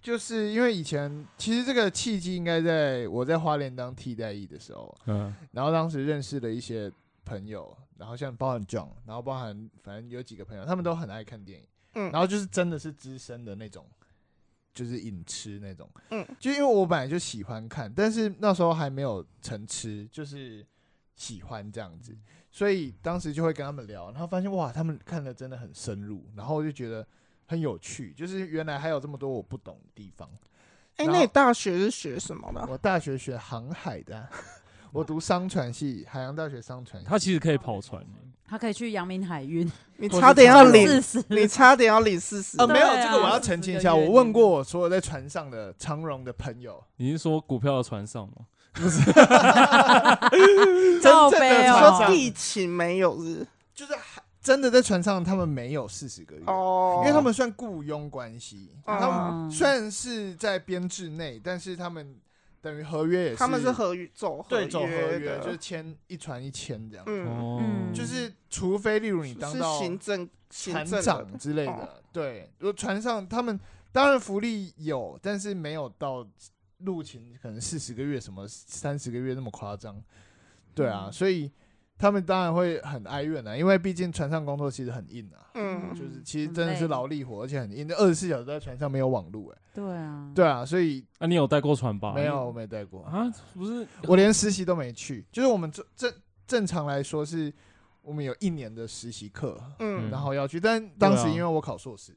S5: 就是因为以前其实这个契机应该在我在花莲当替代役的时候，
S1: 嗯，
S5: 然后当时认识了一些朋友，然后像包含 John，然后包含反正有几个朋友，他们都很爱看电影，
S2: 嗯
S5: 然后就是真的是资深的那种，就是影痴那种，
S2: 嗯，
S5: 就因为我本来就喜欢看，但是那时候还没有成痴，就是喜欢这样子，所以当时就会跟他们聊，然后发现哇，他们看的真的很深入，然后我就觉得很有趣，就是原来还有这么多我不懂的地方。
S2: 哎、
S5: 然
S2: 那你
S5: 后
S2: 大学是学什么的？
S5: 我大学学航海的啊，我读商船系，海洋大学商船系。
S1: 他其实可以跑船欸，
S3: 他可以去阳明海运，
S2: 你
S5: 我
S2: 差
S5: 是
S2: 点要
S5: 长
S2: 领，
S3: 四十
S2: 你差点要领四十
S5: 呃，
S3: 对
S5: 没有
S3: 啊
S5: 这个，我要
S3: 是
S5: 澄清一
S3: 这个
S5: 下。
S3: 原
S5: 我
S3: 因
S5: 问过我所有在船上的长荣的朋友，
S1: 你是说股票的船上吗？
S3: 靠
S5: 真正
S3: 呗
S5: 的
S2: 说
S5: 上
S3: 哦。
S2: 地勤没有日
S5: 就是海真的在船上，他们没有四十个月，
S2: 哦
S5: 因，为他们算雇佣关系，
S2: 哦
S5: 他
S3: 嗯
S5: 们虽然是在编制内，但是他们等于合约也是
S2: 他们是合约走合
S5: 对走合
S2: 约
S5: 约，
S2: 的，
S5: 就是签一船一签这样。
S2: 嗯，
S1: 哦，
S3: 嗯
S5: 就是除非例如你当
S2: 是
S5: 到
S2: 行政行
S5: 船
S2: 政的
S5: 长之类
S2: 哦
S5: 的，对，如果船上他们当然福利有，但是没有到入勤可能四十个月什么三十个月那么夸张，对啊，
S3: 嗯
S5: 所以他们当然会很哀怨啊，因为毕竟船上工作其实很硬啊，
S2: 嗯，
S5: 就是其实
S3: 很
S5: 真的是
S3: 累
S5: 劳力活，而且很硬，二十四小时都在船上没有网路、欸，
S3: 对啊，
S5: 对啊，所以
S1: 啊，你有带过船吧？
S5: 没有我没带过，
S1: 啊，不是
S5: 我连实习都没去，就是我们正正正常来说是我们有一年的实习课，
S2: 嗯
S5: 然后要去，但当
S1: 对
S5: 时
S1: 啊哦
S5: 因为我考硕士，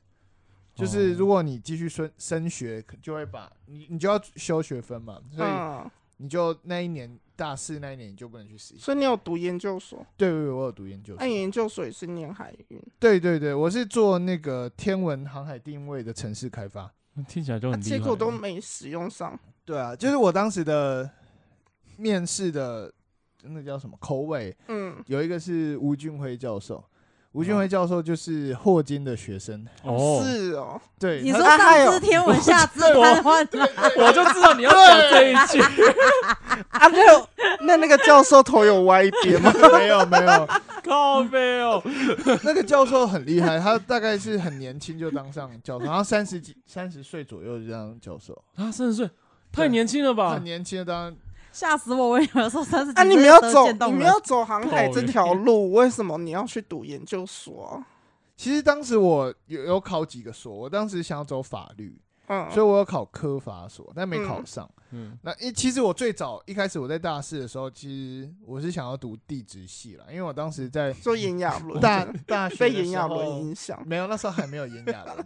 S5: 就是如果你继续升升学，可就会把你你就要修学分嘛，所以
S2: 嗯，
S5: 你就那一年大四那一年你就不能去实习。
S2: 所以你有读研究所，
S5: 对对对，我有读研究
S2: 那、
S5: 所。
S2: 研究所也是念海运，啊
S5: 对对对，我是做那个天文航海定位的城市开发。
S1: 听起来就
S2: 啊
S1: 很厉害。
S2: 结果都没使用上，
S5: 对啊，就是我当时的面试的那叫什么口味，
S2: 嗯，
S5: 有一个是吴俊辉教授。吴俊辉教授就是霍金的学生，
S1: 哦，
S2: 是哦，
S5: 对，
S3: 你
S5: 他
S3: 说
S2: 他还有
S3: 上知天文下知瘫痪，
S1: 我就知道你要讲这一句。
S2: 啊，那有 那那个教授头有歪一 边吗？
S5: 没有没有，
S1: 靠背哦，
S5: 那个教授很厉害，他大概是很年轻就当上教 授，然后三十几、三十岁左右就当教授，
S1: 他三十岁，太年轻了吧
S5: 很？年轻就当
S3: 吓死我！我有的时候三十
S2: 啊，
S3: 几
S2: 你
S3: 岁
S2: 们要
S3: 舌
S2: 走，
S3: 尖动
S2: 你们
S3: 了
S2: 要走航海这条路，为什么你要去读研究所啊、
S5: 其实当时我有有考几个所，我当时想要走法律，
S2: 嗯，
S5: 所以我有考科法所，但没考
S2: 嗯
S5: 上。
S1: 嗯
S5: 那一其实我最早一开始我在大四的时候，其实我是想要读地质系啦，因为我当时在
S2: 说炎亚纶，
S5: 大大学
S2: 嗯被
S5: 的时
S2: 炎亚纶
S5: 候
S2: 影响，
S5: 没有，那时候还没有炎亚纶。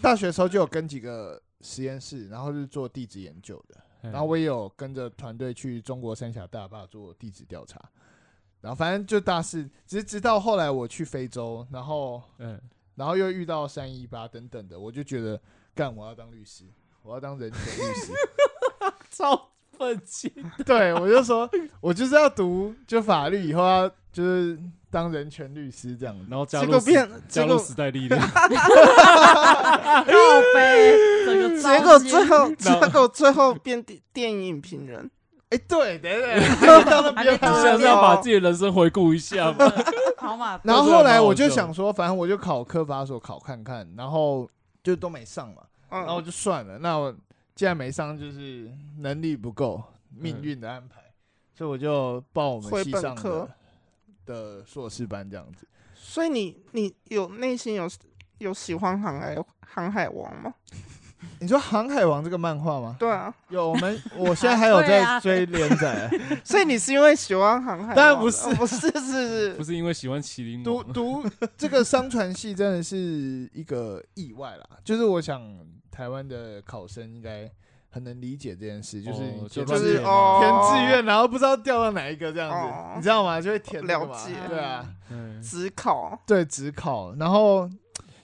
S5: 大学的时候就有跟几个实验室，然后是做地质研究的，
S1: 然
S5: 然后我也有跟着团队去中国三峡大坝做地质调查，然后反正就大四，只是直到后来我去非洲，然后
S1: 嗯，
S5: 然后又遇到三一八等等的，我就觉得干我要当律师，我要当人权律师，
S1: 超愤青，
S5: 对我就说我就是要读就法律以后要就是当人权律师这样子，
S1: 然后加
S2: 结
S1: 入
S2: 果变，
S1: 加
S2: 结
S1: 入
S2: 果
S1: 时代 力量，
S3: 告呗，整个
S2: 结
S3: 糟
S2: 果
S3: 心
S2: 最后，
S1: 那
S2: 结果最后变电电影影评人，
S5: 哎、对，等等， 还没到那
S3: 还
S5: 边
S3: 没
S1: 你
S3: 到
S1: 现在是要把自己的人生回顾一下 吗？
S3: 跑马灯
S5: 然后
S1: 这个
S5: 后来
S1: 蛮好
S5: 我就
S1: 笑
S5: 想说，反正我就考科法所考看看，然后就都没上嘛，
S2: 嗯，
S5: 然后我就算了，那我既然没上，就是能力不够，命
S1: 嗯
S5: 运的安排，所以我就报我
S2: 回
S5: 们系
S2: 本
S5: 上
S2: 科
S5: 的的硕士班这样子。
S2: 所以你你有内心有有喜欢航海航海王 吗？
S5: 你说《航海王》这个漫画吗？
S2: 对啊，
S5: 有，我们我现在还有
S3: 对啊
S5: 在追连载，
S2: 所以你是因为喜欢航海王的？
S5: 当然不是
S2: 哦不是，是
S1: 不
S2: 是
S1: 是因为喜欢麒麟
S5: 读
S1: 王，哦
S5: 读这个商船系真的是一个意外啦，就是我想台湾的考生应该很能理解这件事，就是
S1: 哦
S5: 你
S1: 就
S5: 填乱
S2: 是
S5: 填
S2: 哦
S5: 填志愿，然后不知道掉到哪一个这样
S2: 哦
S5: 子，你知道吗？就会填那个
S2: 了
S5: 嘛
S2: 解
S5: 对啊，
S1: 嗯
S2: 只考，
S5: 对，只考。然后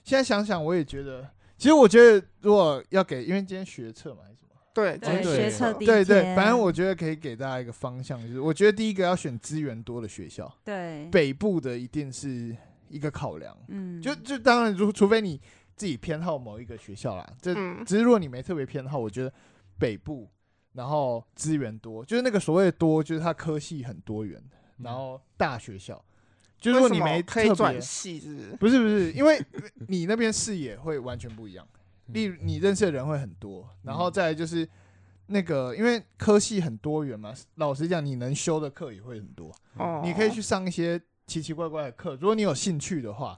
S5: 现在想想，我也觉得，其实我觉得如果要给，因为今天学测嘛，还是什么。
S2: 对
S1: 真
S3: 对
S1: 的耶，
S3: 学测第一
S5: 对对，
S3: 天
S5: 反正我觉得可以给大家一个方向，就是我觉得第一个要选资源多的学校，
S2: 嗯
S3: 对，
S5: 北部的一定是一个考量。
S3: 嗯，
S5: 就就当然，如除非你自己偏好某一个学校啦，这
S2: 嗯
S5: 只是如果你没特别偏好，我觉得北部然后资源多，就是那个所谓的多，就是它科系很多元，然后大学校，就
S2: 嗯为
S5: 如果
S2: 什
S5: 你
S2: 么
S5: 没
S2: 可以
S5: 特别嗯
S2: 转，系，是不是？
S5: 不是不是，因为你那边视野会完全不一样，例如你认识的人会很多，然后再来就是。那个，因为科系很多元嘛，老实讲，你能修的课也会很多，
S2: 哦，
S5: 你可以去。上一些奇奇怪怪的课，如果你有兴趣的话。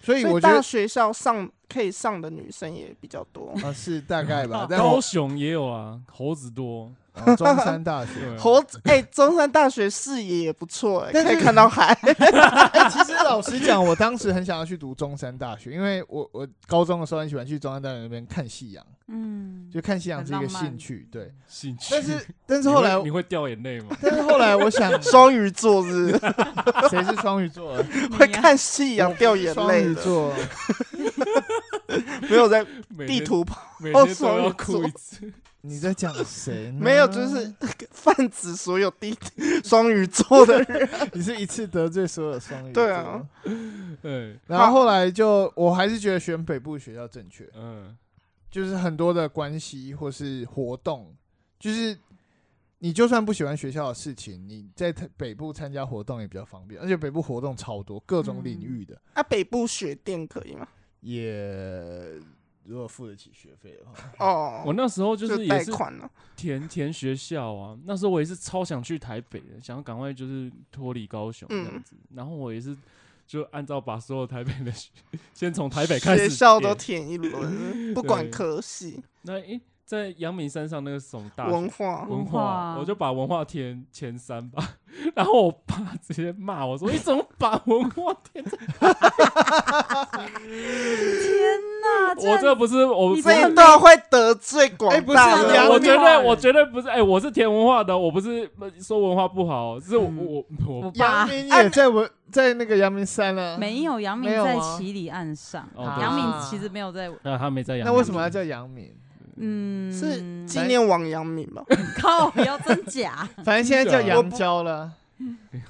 S5: 所以
S2: 所
S5: 我
S2: 以
S5: 觉得
S2: 大学校上可以上的女生也比较多，
S5: 啊，是大概吧但
S1: 高
S5: 我
S1: 雄也有啊，猴子多，
S5: 哦中山大
S1: 对
S5: 学，
S1: 啊
S2: 猴子哎，中山大学视野也不错哎，
S5: 但
S2: 可以
S5: 是
S2: 看到海。
S5: 哎，其实老实讲，我当时很想要去读中山大学，因为我我高中的时候很喜欢去中山大学那边看夕阳，
S3: 嗯，
S5: 就看夕阳是一
S3: 很
S5: 个
S3: 浪漫
S5: 兴趣，对。
S1: 兴趣。
S5: 但是但
S1: 你
S5: 是
S1: 会
S5: 后来，
S1: 你会掉眼泪吗？
S5: 但是后来我想，
S2: 双鱼座是不是
S5: 谁是双鱼座啊？
S2: 会
S3: 你啊
S2: 看夕阳掉眼
S5: 双
S2: 泪
S5: 鱼
S2: 的，
S5: 座，
S2: 没有在
S1: 每
S2: 地
S1: 天
S2: 图炮，
S1: 每天都
S2: 双
S1: 要
S2: 鱼
S1: 哭一
S2: 座
S1: 次，
S5: 你在讲谁呢？
S2: 没有就是 泛指所有地双鱼座的人。
S5: 你是一次得罪所有双鱼座。
S2: 对啊。
S1: 对，
S5: 然后后来就，我还是觉得选北部学校正确。
S1: 嗯，
S5: 就是很多的关系或是活动，就是你就算不喜欢学校的事情，你在台北部参加活动也比较方便，而且北部活动超多，各种领域的，
S2: 啊，北部学店可以吗？
S5: 也如果付得起学费的话，
S2: 哦，
S1: 我那时候就
S2: 就是
S1: 也
S2: 贷
S1: 是
S2: 款了。
S1: 填填学校啊，那时候我也是超想去台北的，想要赶快就是脱离高雄这样子。然后我也是就按照把所有台北的学 先从台北开始
S2: 学
S1: 填，
S2: 校都填一轮，不管
S1: 对
S2: 科系、
S1: 那诶、在阳明山上那个什么大学
S2: 文化，
S1: 文
S3: 文化
S1: 我就把文化填前三吧。 然后我爸直接骂我说：“你怎么把文化填在？
S3: 天哪，
S1: 我这不是我
S3: 你
S1: 不
S2: 这
S1: 是
S3: 真的
S2: 一段会得罪广
S5: 哎不是
S2: 大
S5: 这样
S2: 的。
S1: 我
S3: 阳
S1: 绝
S3: 明
S1: 对，
S3: 化
S1: 我绝对不是，哎、我是填文化的，我不是呃说文化不好，是我、
S3: 嗯
S1: 我我
S3: 我爸
S5: 阳明也在我在那个阳明山啊，
S3: 没有阳明
S5: 没有
S3: 在
S2: 啊
S5: 吗
S3: 七里岸上，
S1: 哦对
S3: 阳明
S5: 啊
S3: 其实没有在，
S1: 那、他没在阳
S5: 那为什么要叫阳明？
S3: 嗯，
S2: 是纪念王阳明吧？
S3: 靠，不要真假，
S5: 反正现在叫
S1: 真的啊
S5: 阳交了，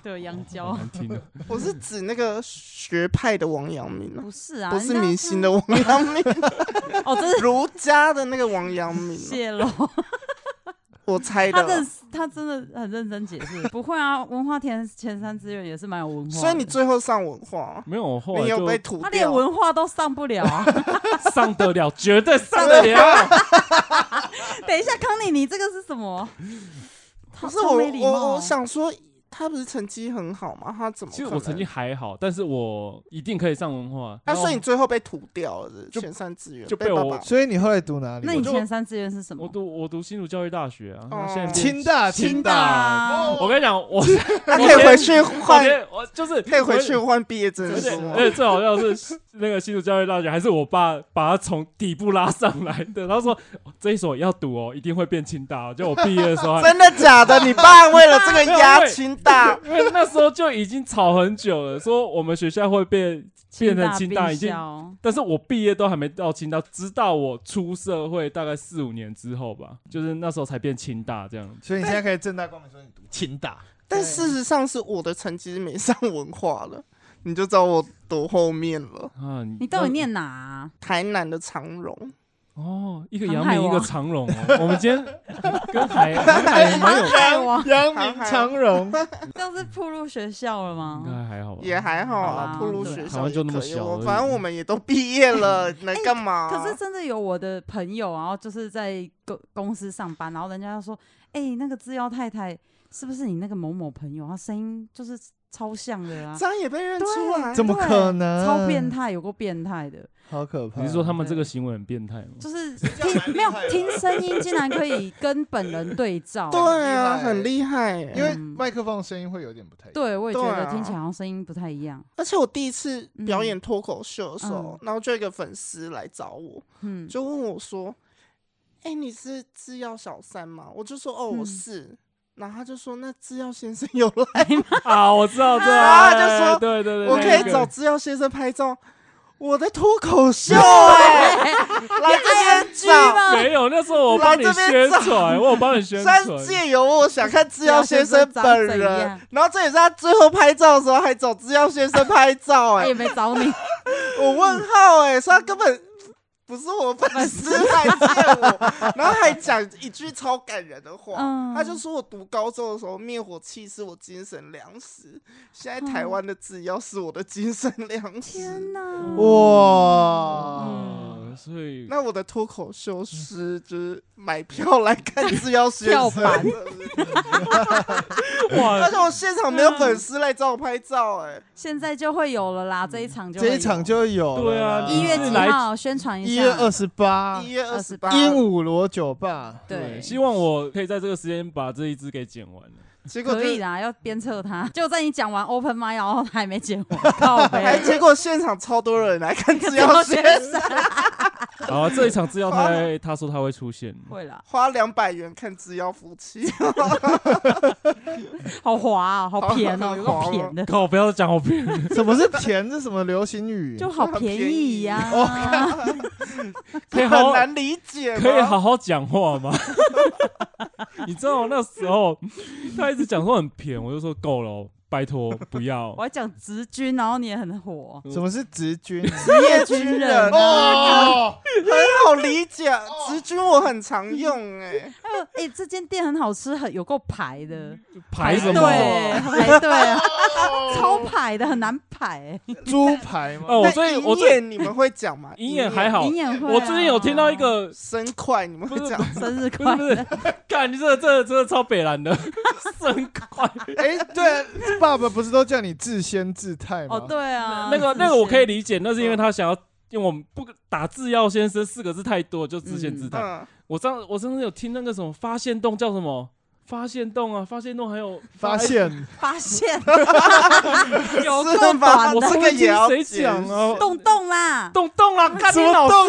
S3: 对，
S1: 哦
S3: 杨
S1: 好
S3: 娇
S1: 难听哦
S2: 我是指那个学派的王阳明啊，
S3: 不是啊，
S2: 不
S3: 人
S2: 是
S3: 家
S2: 明星的王阳明，
S3: 哦，真是
S2: 儒家的那个王阳明 啊。
S3: 泄露。
S2: 我猜的啊
S3: 他
S2: 啦
S3: 认。识他真的很认真解释，不会啊，文化填前三志愿也是蛮有文化的，
S2: 所以你最后上文化啊，
S1: 没有，我后来
S2: 你有
S1: 就
S2: 被涂
S3: 他连
S2: 掉。
S3: 文化都上不了啊。
S1: 上得了，绝对上 得
S2: 啊
S1: 了。
S3: 等一下，康妮，你这个是什么？
S2: 不
S3: 不啊
S2: 是我，我我想说，他不是成绩很好吗？他怎么？
S1: 啊其实我成绩，还好，但是我一定可以上文化。
S2: 他
S1: 然后
S2: 所以你最后被涂掉了，是
S1: 就
S2: 前三志愿
S1: 就
S2: 被
S1: 被
S2: 爸
S1: 我
S2: 爸
S5: 所以你后来读哪里？
S3: 那你
S1: 就
S3: 前三志愿是什
S1: 我
S3: 么？
S1: 读我读新竹教育大学啊，然后现在
S2: 哦
S1: 变
S5: 清大，
S3: 清大啊
S5: 大，
S1: 我跟你讲，我
S2: 他
S1: 我
S2: 可以
S1: 先
S2: 回去
S1: 我
S2: 换，
S1: 连我就是
S2: 可以回
S1: 我
S2: 去换毕业证
S1: 而且
S2: 书啊吗
S1: 而？且最好笑的是，那个新竹教育大学还是我爸把他从底部拉上来的。他说 哦这一所要读哦，一定会变清大哦。就我毕业的时候还，
S2: 真的假的？你 爸啊为了这个
S1: 没
S2: 压
S1: 有，
S2: 清大
S1: 因为那时候就已经吵很久了，说我们学校会变，变成清大
S3: 必
S1: 已经
S3: 校
S1: 但是我毕业都还没到清大，直到我出社会大概四五年之后吧，就是那时候才变清大这样。
S5: 所以你现在可以正大光明说你读清大，
S2: 但事实上是我的成绩没上文化了，你就知道我多后面了。
S1: 啊，
S3: 你到底念哪啊？
S2: 台南的长荣，
S1: 哦，一个
S3: 航
S1: 阳
S3: 海
S1: 明，一个
S3: 王
S1: 长荣哦。我们今天跟海航海蛮有，
S3: 海王
S2: 明
S5: 阳明
S2: 长
S5: 长荣，
S3: 这样是步入学校了
S1: 应该
S3: 吗？
S1: 还哦好吧？
S2: 也还好
S3: 好
S2: 啦，
S3: 啊
S2: 步入
S3: 对
S2: 学
S1: 台
S2: 校
S1: 湾
S2: 也
S1: 就那么
S2: 可以
S1: 小
S2: 我
S1: 而已
S2: 反正我们也都毕 业了，能干嘛？
S3: 可是真的有我的朋友，然后就是在公公司上班，然后人家就说：“哎、那个制药太太是不是你那个某某朋友？她声音就是超像的啊，
S2: 这样也被认出来，
S5: 怎么可能？
S3: 超变，态，有够变态的，
S5: 好可怕！
S1: 你是说他们这个行为很变态吗？
S3: 就是听没有听声音，竟然可以跟本人对照。
S2: 对啊，
S5: 很厉害
S2: 很厉害耶。
S5: 因为
S3: 嗯
S5: 麦克风声音会有点不太一样。
S3: 对，我也觉
S2: 对
S3: 得
S2: 啊
S3: 听起来好像声音不太一样。
S2: 而且我第一次表演脱口秀的时候，
S3: 嗯
S2: 然后就有一个粉丝来找我，
S3: 嗯，
S2: 就问我说：“哎、你是制药小三吗？”我就说：“哦，
S3: 嗯
S2: 我是。然后他就说：“那制药先生有来吗
S1: 啊，我知道，知道，哎
S2: 啊就说
S1: 对对对，
S2: 我可
S1: 那
S2: 以
S1: 个
S2: 找制药先生拍照。”我在脱口秀哎、 来这边
S3: NG
S2: 找，
S3: 吗？
S1: 没有，那时候我帮你
S2: 来这边
S1: 宣
S2: 找
S1: 传，我有帮你宣传
S2: 算，是借由我想看制药先生本
S3: 制药先生长怎样
S2: 人，然后这也是他最后拍照的时候还找制药先生拍照哎、
S3: 他也没找你，
S2: 我问号哎、欸，说他根本不是我粉丝来见我，然后还讲一句超感人的话，
S3: 嗯
S2: 他就说我读高中的时候，灭火器是我精神粮食，现在台湾的制药是我的精神粮食。
S3: 天哪！
S5: 嗯哇，
S1: 嗯所以
S2: 那我的脱口秀是就是买票来看制药先生
S3: 跳板
S2: 的，
S1: 哇
S2: 但，是我现场没有粉丝来找我拍照哎、
S3: 现在就会有了啦，这一场就会
S5: 这一场
S3: 有
S5: 就有了
S1: 对啊
S5: 啦
S3: 一月
S1: 你
S3: 几
S1: 是来
S3: 号宣嗯传一下？
S5: 一月二十八
S3: 嗯
S2: 1，一月二十
S3: 啊
S2: 八，
S5: 鹦鹉螺酒 吧，
S3: 对，
S1: 希望我可以在这个时间把这一支给剪完了。
S2: 结果
S3: 可以
S2: 就
S3: 啦，要鞭策他。 就在你讲完 open m i 然后他还没剪 完，靠
S2: 还
S3: 背。
S2: 结果现场超多人来看制药 先生。
S3: 生
S1: 好啊，这一场制药他他说他会出现，
S3: 会啦，
S2: 花两百元看制药夫妻，
S3: 好滑啊，好便哦，有
S2: 好滑哦
S3: 个 便的，
S1: 靠，不要讲我骗人，
S5: 什么是甜？这什么流行语？
S3: 就好便宜 呀。
S1: 可以
S2: 很
S1: 好
S2: 难理解吗。
S1: 可以好好讲话吗？ 你知道我那时候他一直讲说很便，我就说够了哦，拜托不 要
S3: 我。还讲直军，然后你也很火，
S5: 什么是直军？
S2: 职业军人哦
S5: 哦，
S2: 很好理解，直军我很常用哎、
S3: 还有哎，这间店很好吃，很有够排的，
S1: 排什么？
S3: 对，排 队啊，超排的，很难排。
S5: 猪排
S1: 哦
S5: 吗？
S1: 我
S2: 那
S1: 最
S2: 银
S1: 我最
S2: 眼你们会讲吗？
S1: 鹰眼还好，
S3: 你也会啊，
S1: 我最近有听到一个
S2: 生快你们会讲？
S3: 生 日
S1: 不是
S3: 快
S1: 不
S3: 乐
S1: 是，干你这个这个真的超北蓝的，生快。
S5: 哎，对，爸爸不是都叫你自先自泰吗？
S3: 哦，对啊，
S1: 那个那个我可以
S3: 理
S1: 理解，那是因为他想要，因为我们不打制药先生四个字太多，就自限自带。
S2: 嗯，
S1: 我上我上次有听那个什么发现洞叫什么？发现洞啊，发现洞还有
S5: 发现
S3: 发现有
S2: 是
S3: 够
S2: 吧？
S3: 短
S2: 我
S3: 的，
S2: 这个也要
S1: 谁讲啊
S2: 解释
S3: 洞 洞啦，
S1: 洞洞啦，看你
S2: 什么
S1: 老
S2: 动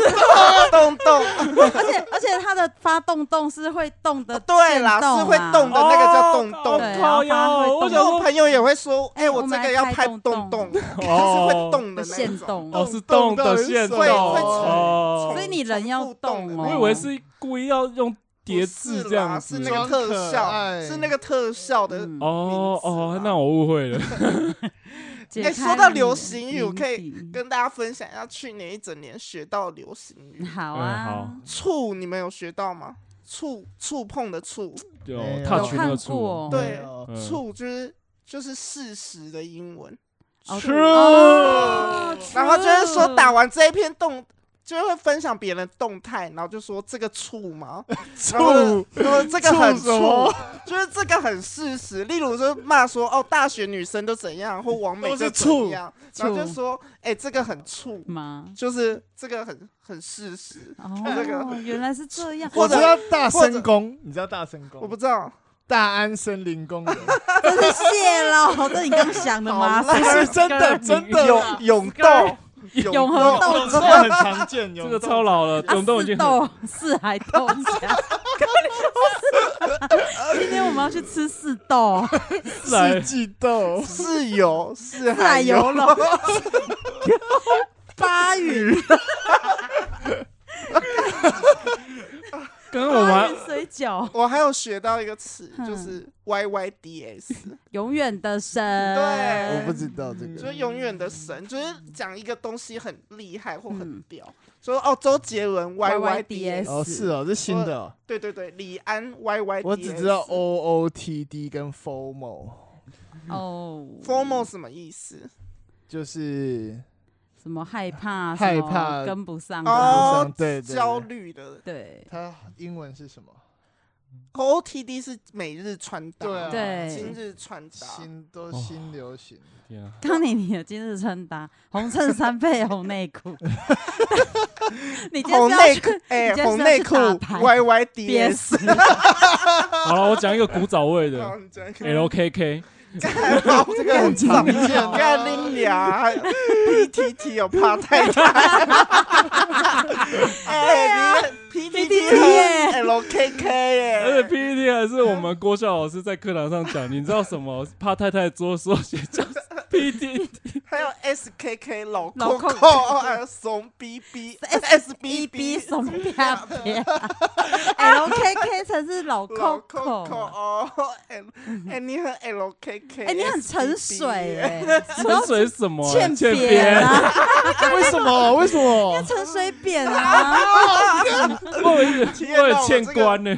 S2: 动动动？
S3: 而且而且它的发动洞是会动的，
S2: 对 啦，
S3: 动啊
S2: 是会动的那个叫动
S1: 哦
S2: 动。
S3: 对
S1: 靠
S3: 然后
S1: 腰，
S3: 发挥
S1: 我
S3: 动
S1: 想
S2: 我
S1: 说
S2: 朋友也会说，哎，
S3: 哎
S2: 我
S3: 我
S2: 这
S3: 们
S2: 个
S3: 来
S2: 要
S3: 拍
S2: 拍
S3: 动
S2: 动动，
S3: 动
S2: 就是会
S1: 哦
S2: 动的那
S3: 线
S2: 种。
S3: 动。
S1: 哦是洞的线动
S5: 会
S2: 会
S1: 哦，
S3: 所以你人要动哦
S1: 我以为是故意要用叠字这样子
S2: 不是啦是那个
S5: 装可
S2: 特效，
S5: 爱
S2: 是那个特效的。
S3: 嗯
S1: 哦哦
S2: 名字，啦
S1: 那我误会了，
S3: 解
S2: 哎
S3: 开
S2: 说到
S3: 你
S2: 流
S3: 的
S2: 行语我
S3: 谜
S2: 可以
S3: 底
S2: 跟大家分享一下去年一整年学到的流行语，
S1: 嗯
S3: 好
S1: 好
S3: 啊，
S2: 触你们有学到吗？触触碰的触，
S1: 就
S5: 没有
S1: 哦踏
S5: 有
S1: 去
S5: 群
S1: 那
S3: 看
S1: 个处，
S3: 过，
S2: 对
S5: 哦
S1: 嗯
S2: 触就是就是事实的英文，
S3: 哦
S1: 吃
S3: 哦
S2: 然后就是说打完这一篇动。就会分享别人的动态，然后就说这个醋吗？
S5: 醋
S2: 然后就说这个很
S5: 醋什么
S2: 醋，就是这个很事实。例如说骂说哦，大学女生都怎样，或王美
S5: 都是醋
S2: 怎样，然后就说哎、这个很醋，
S3: 吗？
S2: 就是这个很很事实。这个
S3: 哦，原来是这样，
S2: 或
S5: 我
S2: 者
S5: 知道大深宫， 你知道大深宫？
S2: 我不知道，
S5: 大安森林公园，
S3: 这是蟹老，这你刚想的吗？
S2: 好
S5: 是真的真的啊
S2: 永永豆，
S3: 永和豆
S5: 这个很常见，
S1: 这个超老了，
S3: 啊
S1: 永豆已经
S3: 四
S1: 很
S3: 豆四海豆浆。今天我们要去吃四豆，
S1: 自然
S5: 四季豆，
S2: 是有是
S3: 自海
S5: 啊
S2: 还
S3: 游龙，
S2: 哎
S3: 八云
S1: 刚刚我们
S3: 八
S1: 还
S3: 云水饺，
S2: 我还有学到一个词，
S3: 嗯
S2: 就是 Y Y D
S5: 嗯
S2: S，
S3: 永远的神。嗯
S2: 对
S5: 我不知道这
S2: 就
S5: 个
S2: 是永远的神，就是讲一个东西很厉害或很屌，说哦，周杰伦 Y Y D
S3: YYDS
S2: S，
S5: 哦，是哦，这新的哦，
S2: 对对对，李安 Y Y，
S5: 我只知道 O O T D 跟 FOMO，
S2: 嗯
S3: 哦
S2: formal 什么意思？
S5: 就是
S3: 什么害怕，
S5: 害
S3: 什么
S5: 怕
S3: 跟不上
S2: 哦
S3: 啊，
S5: 对对对
S2: 焦虑的
S3: 对
S5: 它英文是什么？
S2: O T D 是每日穿搭，
S5: 对啊
S3: 对
S2: 今日穿搭，
S5: 新都新流行，
S1: 天啊，
S3: 康妮，你的今日穿搭红衬衫配红内 裤，你今天
S2: 红
S3: 是要
S2: 内
S3: 去
S2: 裤，哎
S3: 你今，天
S2: 红
S3: 是要
S2: 内
S3: 去
S2: 裤
S3: 打牌
S2: Y Y D
S3: BS
S2: S，
S1: 好了，我讲一个古早味
S2: 哦
S1: 的 LKK，
S2: 干 好这 个很
S5: 常见啊
S2: 干你 俩 P T T 有怕太太，
S3: 啊
S2: 哎，你 P T T
S3: PTT 耶哎
S2: L K K
S1: 而且
S2: 耶，
S1: PPT 还是我们郭笑老师在课堂上讲，你知道什么？怕太太做缩写叫 PPT，
S2: 还有 S K K 老
S3: 老
S2: 扣
S3: 扣
S2: 扣，哦还有怂 B B S B
S3: B
S2: B
S3: 怂啪 啪，LKK 才是
S2: 老
S3: 老
S2: 扣扣
S3: Coco。嗯
S2: 哦，哎哎你很 L K K，
S3: 哎，你很沉水哎，你
S1: 沉
S3: 都
S1: 水什么啊？
S3: 欠
S1: 欠
S3: 扁
S1: 扁，
S3: 啊，
S5: 哎为什么？为什么？
S3: 沉水扁啊，
S1: 我也我也欠关呢，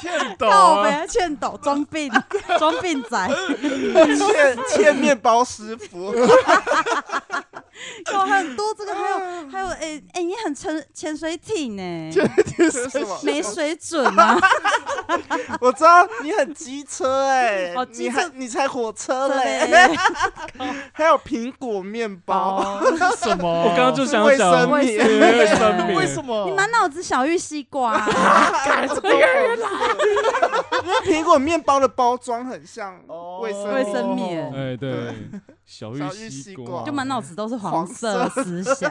S5: 欠抖
S3: 倒
S5: 啊！
S3: 霉欠斗装病装病仔，
S2: 欠欠面包师傅，
S3: 哇，还很多这个 还有还有哎哎，你很沉潜水艇呢，
S2: 这是什么？
S3: 没水准啊。
S2: 我知道你很机车哎、
S3: 哦机
S2: 你
S3: 车
S2: 还你才火车嘞，
S3: 对，
S2: 还有苹果面包，
S3: 哦
S5: 这是什么？
S1: 我刚刚就想
S2: 卫
S1: 讲
S2: 生
S3: 卫
S2: 棉，
S3: 生
S1: 卫生棉，
S5: 为什么？
S3: 你满脑子小玉西瓜 啊，
S2: 这个人来，因为苹果面包的包装很像
S5: 哦
S2: 卫生
S3: 卫
S2: 棉
S3: 生棉
S5: 呃
S1: 哎，对，小
S2: 小
S1: 玉西
S2: 玉西
S1: 瓜
S2: 瓜
S3: 就满脑子都是黄色思 想，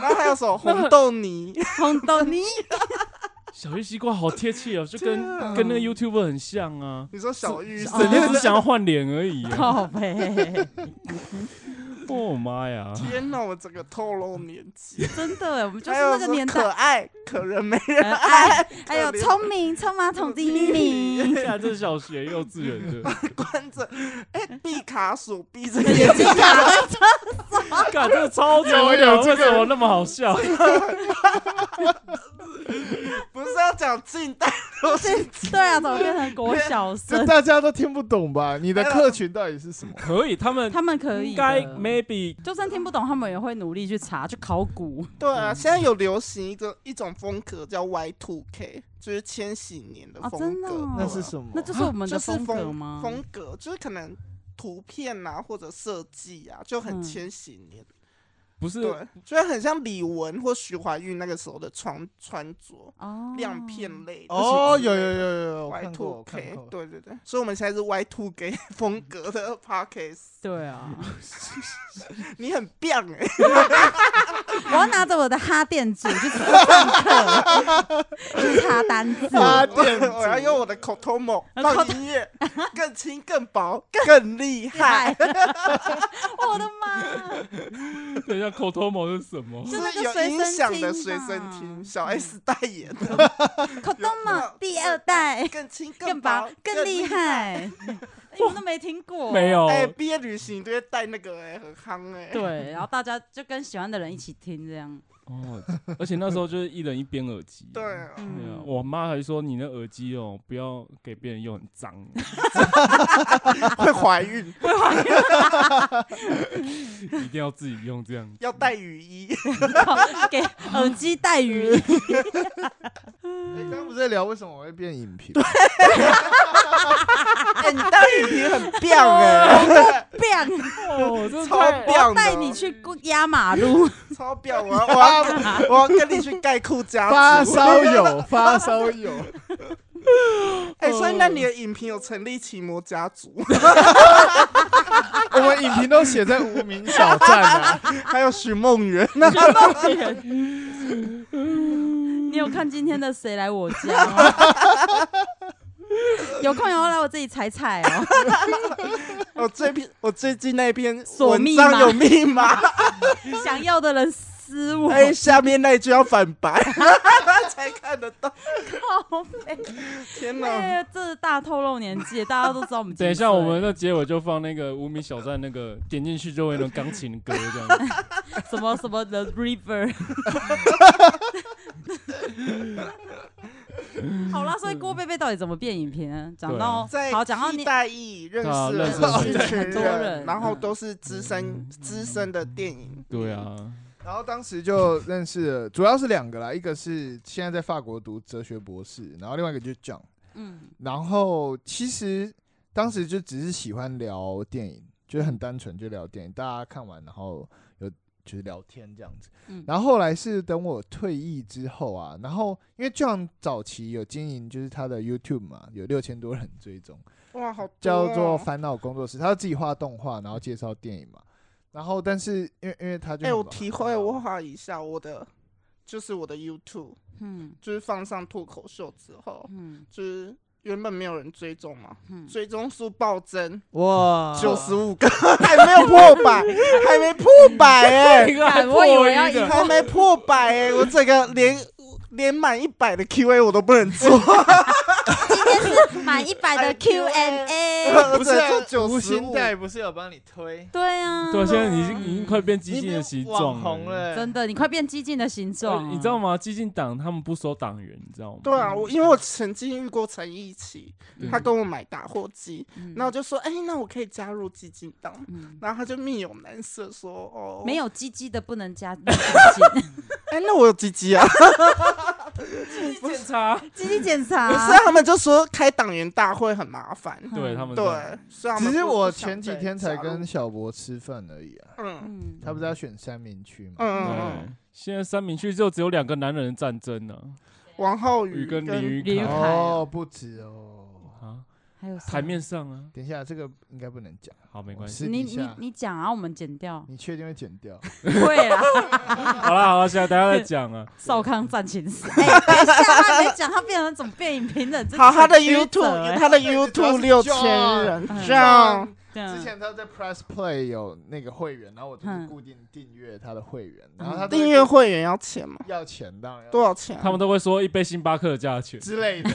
S2: 然后还有什么红豆 泥，
S3: 红豆泥，
S1: 小玉西瓜好贴切哦，就跟跟那个 YouTuber 很像啊，
S2: 你说小玉
S3: 哦
S1: 整天只想要换脸而已啊。
S3: 靠呗，
S1: 我妈呀！
S2: 天哪，我整个透露年纪，
S3: 真的耶，我们就是
S2: 还有
S3: 那
S2: 什
S3: 个
S2: 么
S3: 年
S2: 可
S3: 代。
S2: 爱可人美人，
S3: 很爱，还有
S2: 可怜
S3: 聪明，冲马桶第一 名，
S1: 现在啊这是小学、幼稚园的，
S2: 关着 哎毕卡索闭着眼睛，
S1: 看这个超级无聊，为什么那么好笑？
S2: 不是要讲近代流行
S3: 对啊，怎么变成国小
S5: 这
S3: 生？
S5: 大家都听不懂吧？你的客群到底是什么？
S1: 可以，他们
S3: 他们可以
S1: 应该
S3: 的
S1: maybe
S3: 就算听不懂，他们也会努力去查，去考古。
S2: 对啊，现在有流行一个一种风格叫 Y Two K，就是千禧年的
S3: 哦
S2: 风
S3: 真
S2: 格。
S3: 的哦
S5: 那是什么？
S3: 那就是我们
S2: 就
S3: 的
S2: 是
S3: 风格吗？
S2: 风格就是可能图片啊或者设计啊，就很
S3: 嗯
S2: 千禧年。
S1: 不是
S2: 对，就是很像李玟或徐怀钰那个时候的穿穿着，
S3: 哦，
S2: 亮片类的
S5: 哦，有有有有有，我
S2: Y
S5: 看过，我
S2: Two
S5: 看
S2: K，
S5: 过。
S2: 对对对，所以我们现在是 Y Two K 风格 的 Parkes，
S3: 对啊，
S2: 你很棒哎、
S3: 我要拿着我的哈电组去上课，去查单字。
S5: 哈电
S2: 我
S5: 子
S2: 我要用我的 Kotomo
S3: 呃
S2: 放
S3: Kotomo
S2: 音 乐，更轻更薄更厉害
S3: 嗨，，哎 我的妈！
S1: 等一下口头毛是什么？
S2: 就
S3: 就那
S2: 是
S3: 个
S2: 有
S3: 随
S2: 音
S3: 身
S2: 响的
S3: 听
S2: 随身
S3: 吧
S2: 听，小 S 代言的，
S3: 口东嘛，第二代
S2: 更轻
S3: 更
S2: 薄
S3: 薄更厉。害，你们都没听过，
S1: 没。有，
S2: 哎，毕业旅行都会带那个哎，很夯哎。
S3: 哦对，然后大家就跟喜欢的人一起听这样。
S1: 哦，而且那时候就是一人一边耳机，
S2: 对
S1: 对
S2: 啊，
S1: 啊，
S3: 嗯，
S1: 我妈还说你的耳机哦，不要给别人用，很脏。
S2: 会怀孕，
S1: 一定要自己用这样。
S2: 要带雨衣。
S3: 给耳机带鱼。
S5: 哎刚刚不是在聊为什么我会变影评？
S3: 啊
S2: 哎，你带雨衣很棒哎，
S1: 哦，真
S2: 超
S3: 我
S2: 棒
S3: 要
S2: 的。
S3: 带你去过压马路，
S2: 超棒！我要我要我要跟你去盖库家
S5: 发
S2: 族。
S5: 烧 友，发烧友，
S2: 哎、所以那你的影评有成立奇魔家族，
S5: 我们影评都写在无名小站 啊。
S2: 还有许梦圆，
S3: 你有看今天的《谁来我家》 吗？有空也要来我这里踩踩 哦。
S2: 我这篇我最近那篇
S3: 锁
S2: 文
S3: 密
S2: 章
S3: 码
S2: 有密码，
S3: 想要的人撕我，
S2: 哎、下面那一句要反白才看得到。
S3: 靠背
S2: 天哪！
S3: 哎，这是大透露年纪，大家都知道我们几岁。
S1: 等一下，我们的结尾就放那个无名小站，那个点进去就会有那种钢琴歌这样。
S3: 什么什么 The River。好啦，所以郭贝贝到底怎么变影片？讲到
S1: 啊
S2: 在
S3: 好，讲到
S2: 替
S3: 你
S2: 代役认
S1: 对啊
S2: 识
S1: 认识
S2: 了
S1: 很
S2: 一
S1: 多
S2: 群
S3: 很多人
S2: 然后都是资深资深的电影，
S1: 对啊，
S5: 然后当时就认识了，主要是两个啦，一个是现在在法国读哲学博士，然后另外一个就是 John。
S3: 嗯，
S5: 然后其实当时就只是喜欢聊电影，就是很单纯就聊电影，大家看完然后有就是聊天这样子。
S3: 嗯
S5: 然后后来是等我退役之后啊，然后因为 John 早期有经营就是他的 YouTube 嘛，有六千多人追踪。
S2: 哇，好多哦、
S5: 叫做烦恼工作室，他自己画动画，然后介绍电影嘛。然后，但是因为因为他就
S2: 哎、
S5: 很
S2: 我
S5: 忙
S2: 体会我画一下我的，就是我的 YouTube，
S3: 嗯
S2: 就是放上脱口秀之后，
S3: 嗯
S2: 就是原本没有人追踪嘛，
S3: 嗯，啊
S2: 追踪数暴增
S5: 哇
S2: 九十五个， 还没有破 百，还没破百哎、
S3: 干我以为要赢
S2: 还没破百哎、我整个连连满一百的 Q&A 我都不能做，
S3: 满一
S5: 哎
S3: 百的 Q&A，
S2: 我只能做
S6: 无
S2: 95
S6: 心贷不是有帮你推？
S3: 对啊，
S1: 对啊，现在你已经已经快变激
S6: 你
S1: 进
S6: 变
S1: 的形状
S6: 网红。了，
S3: 真的，你快变激进的形
S1: 呃
S3: 状啊了，
S1: 你知道吗？激进党他们不收党员，你知道吗？
S2: 对啊，我因为我曾经遇过陈奕奇，
S1: 对
S2: 他跟我买打火机，
S3: 嗯？
S2: 然后我就说，哎、那我可以加入基金党吗，
S3: 嗯
S2: 然后他就面有难色说，哦，
S3: 没有鸡鸡的不能加鸡
S2: 哎、那我有鸡鸡啊。
S1: 检查，
S3: 鸡，鸡鸡检
S2: 不是
S3: 查
S2: 啊，他们就说开党员大会很麻烦。
S3: 嗯
S1: 对他们这样
S2: 对，所以他们
S5: 只是
S2: 不
S5: 我
S2: 不想
S5: 前几
S2: 再
S5: 天才
S2: 加入
S5: 跟小博吃饭而已啊，
S2: 嗯
S3: 嗯，
S5: 他不是要选三明区
S3: 哦
S5: 嘛？
S2: 嗯嗯
S1: 对，现在三明区就只有两个男人的战争呢，
S2: 王浩宇
S1: 宇跟
S2: 跟
S1: 林
S3: 林
S1: 宇
S3: 宇
S1: 凯
S3: 凯
S5: 哦，不止哦。
S1: 啊，
S3: 还有谁
S1: 台面上啊，
S5: 等一下，这个应该不能讲，哦
S1: 好没关系。
S5: 私
S3: 你
S5: 底
S3: 你
S5: 下。
S3: 你讲啊，我们剪掉
S5: 你确定会剪 掉？
S3: 会啦，
S1: 好啦好啦，现在大家在讲啊，
S3: 少康战情 史。哎，等一下他没讲，他变成怎么变影评人？
S2: 好，他的
S3: 这是缺德
S2: YouTube
S3: 哎
S2: 他的
S5: 主要
S2: YouTube
S5: 是啊
S2: 六
S5: John
S2: 千人
S3: 嗯
S2: 这样，
S3: 对啊
S5: 之前他在 Press Play 有那个会员，然后我就是
S3: 嗯
S5: 固定订阅他的会员，然后他都会
S2: 订阅会员要钱吗？
S5: 要钱，当然要
S2: 多少钱啊？
S1: 他们都会说一杯星巴克的价钱，
S5: 之类的，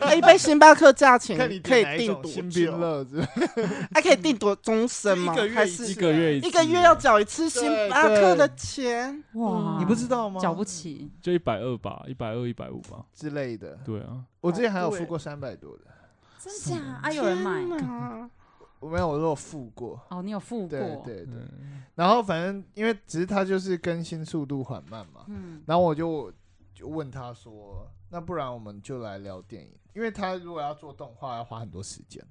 S2: 哎一杯星巴克价钱
S5: 看你
S2: 可以
S5: 点哪一
S2: 订
S5: 种
S2: 多
S5: 新冰
S2: 久？
S5: 乐之类的
S2: 还可以订多终身吗？
S5: 一个月
S2: 还
S5: 一
S1: 一
S5: 啊
S2: 是
S1: 个月一次
S2: 一个月要缴一次星巴克的钱？
S3: 哇，
S5: 你不知道吗
S3: 缴不起，
S1: 就一百二吧，一百二一百五吧，
S5: 之类的。
S1: 对啊，
S5: 我之前还有付
S2: 对
S5: 过三百多的，
S3: 真假？啊，
S2: 哎
S3: 有人买
S2: 天哪
S5: 我没有，我都有付过。
S3: 哦，你有付过？
S5: 对对对，
S1: 嗯，
S5: 然后反正因为只是他就是更新速度缓慢嘛，
S3: 嗯
S5: 然后我就就问他说，那不然我们就来聊电影，因为他如果要做动画要花很多时间，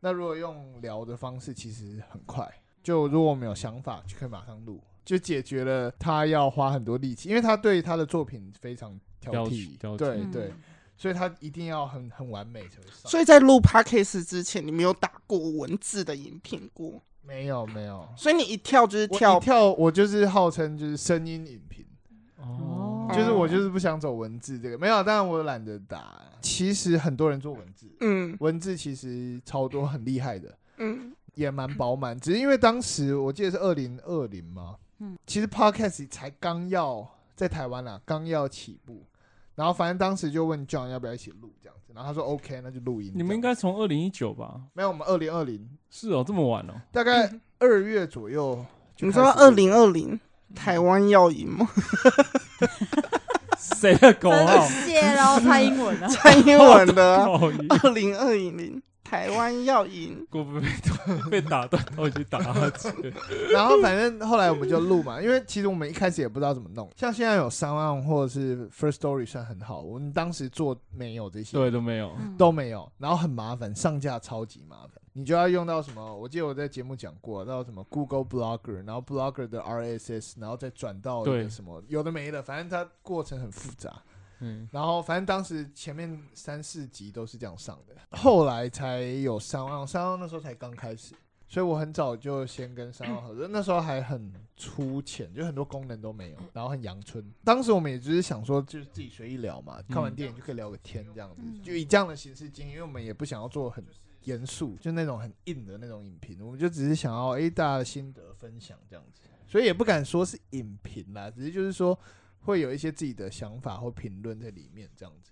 S5: 那如果用聊的方式其实很快，就如果我们有想法就可以马上录，就解决了他要花很多力气，因为他对他的作品非常挑
S1: 挑
S5: 剔，
S1: 挑剔
S5: 对
S3: 嗯
S5: 对，所以他一定要很很完美才会上。
S2: 所以在录 podcast 之前，你没有打过文字的影片过，
S5: 没有没有，
S2: 所以你一跳就是
S5: 我一
S2: 跳
S5: 跳，我就是号称就是声音影评，
S1: 哦，
S3: 哦
S5: 就是我就是不想走文字这个，没有，当然我懒得打。其实很多人做文字，
S2: 嗯
S5: 文字其实超多很厉害的，
S2: 嗯，
S5: 也蛮饱满。只是因为当时我记得是二零二零嘛，
S3: 嗯
S5: 其实 podcast 才刚要在台湾啦，刚要起步，然后反正当时就问 John 要不要一起录这样子，然后他说 OK，那就录音。
S1: 你们应
S5: 这样
S1: 该从二零一九吧？
S5: 没有，我们二零二零
S1: 是哦，这么晚 哦。
S5: 大概二月左右就
S2: 你
S5: 开始嗯
S2: 知
S5: 录。
S2: 道二零二零台湾要赢 吗？，
S1: 谁的啊口
S3: 真
S1: 号？
S3: 谢然后蔡英文啊
S2: 蔡英文的
S1: 靠你
S2: 二零二零，台湾要赢。
S1: 郭被被打断，我已经打哈 欠。
S5: 然后反正后来我们就录嘛，因为其实我们一开始也不知道怎么弄。像现在有三万或者是 First Story 算很好，我们当时做没有这些，
S1: 对，都没有。
S5: 都没有，然后很麻烦，上架超级麻烦，你就要用到什么？我记得我在节目讲过，到什么 Google Blogger，然后 Blogger 的 RSS，然后再转到一
S1: 对
S5: 个什么有的没的，反正它过程很复杂。
S1: 嗯，
S5: 然后反正当时前面三四集都是这样上的，后来才有哦三万，三万那时候才刚开始，所以我很早就先跟三万合作，那时候还很粗浅，就很多功能都没有，然后很阳春。当时我们也只是想说，就是自己随意聊嘛，看完电影就可以聊个天这样子，
S3: 嗯
S5: 就以这样的形式经营，因为我们也不想要做很。严肃，就那种很硬的那种影评，我们就只是想要诶大家的心得分享这样子，所以也不敢说是影评啦，只是就是说会有一些自己的想法或评论在里面这样子。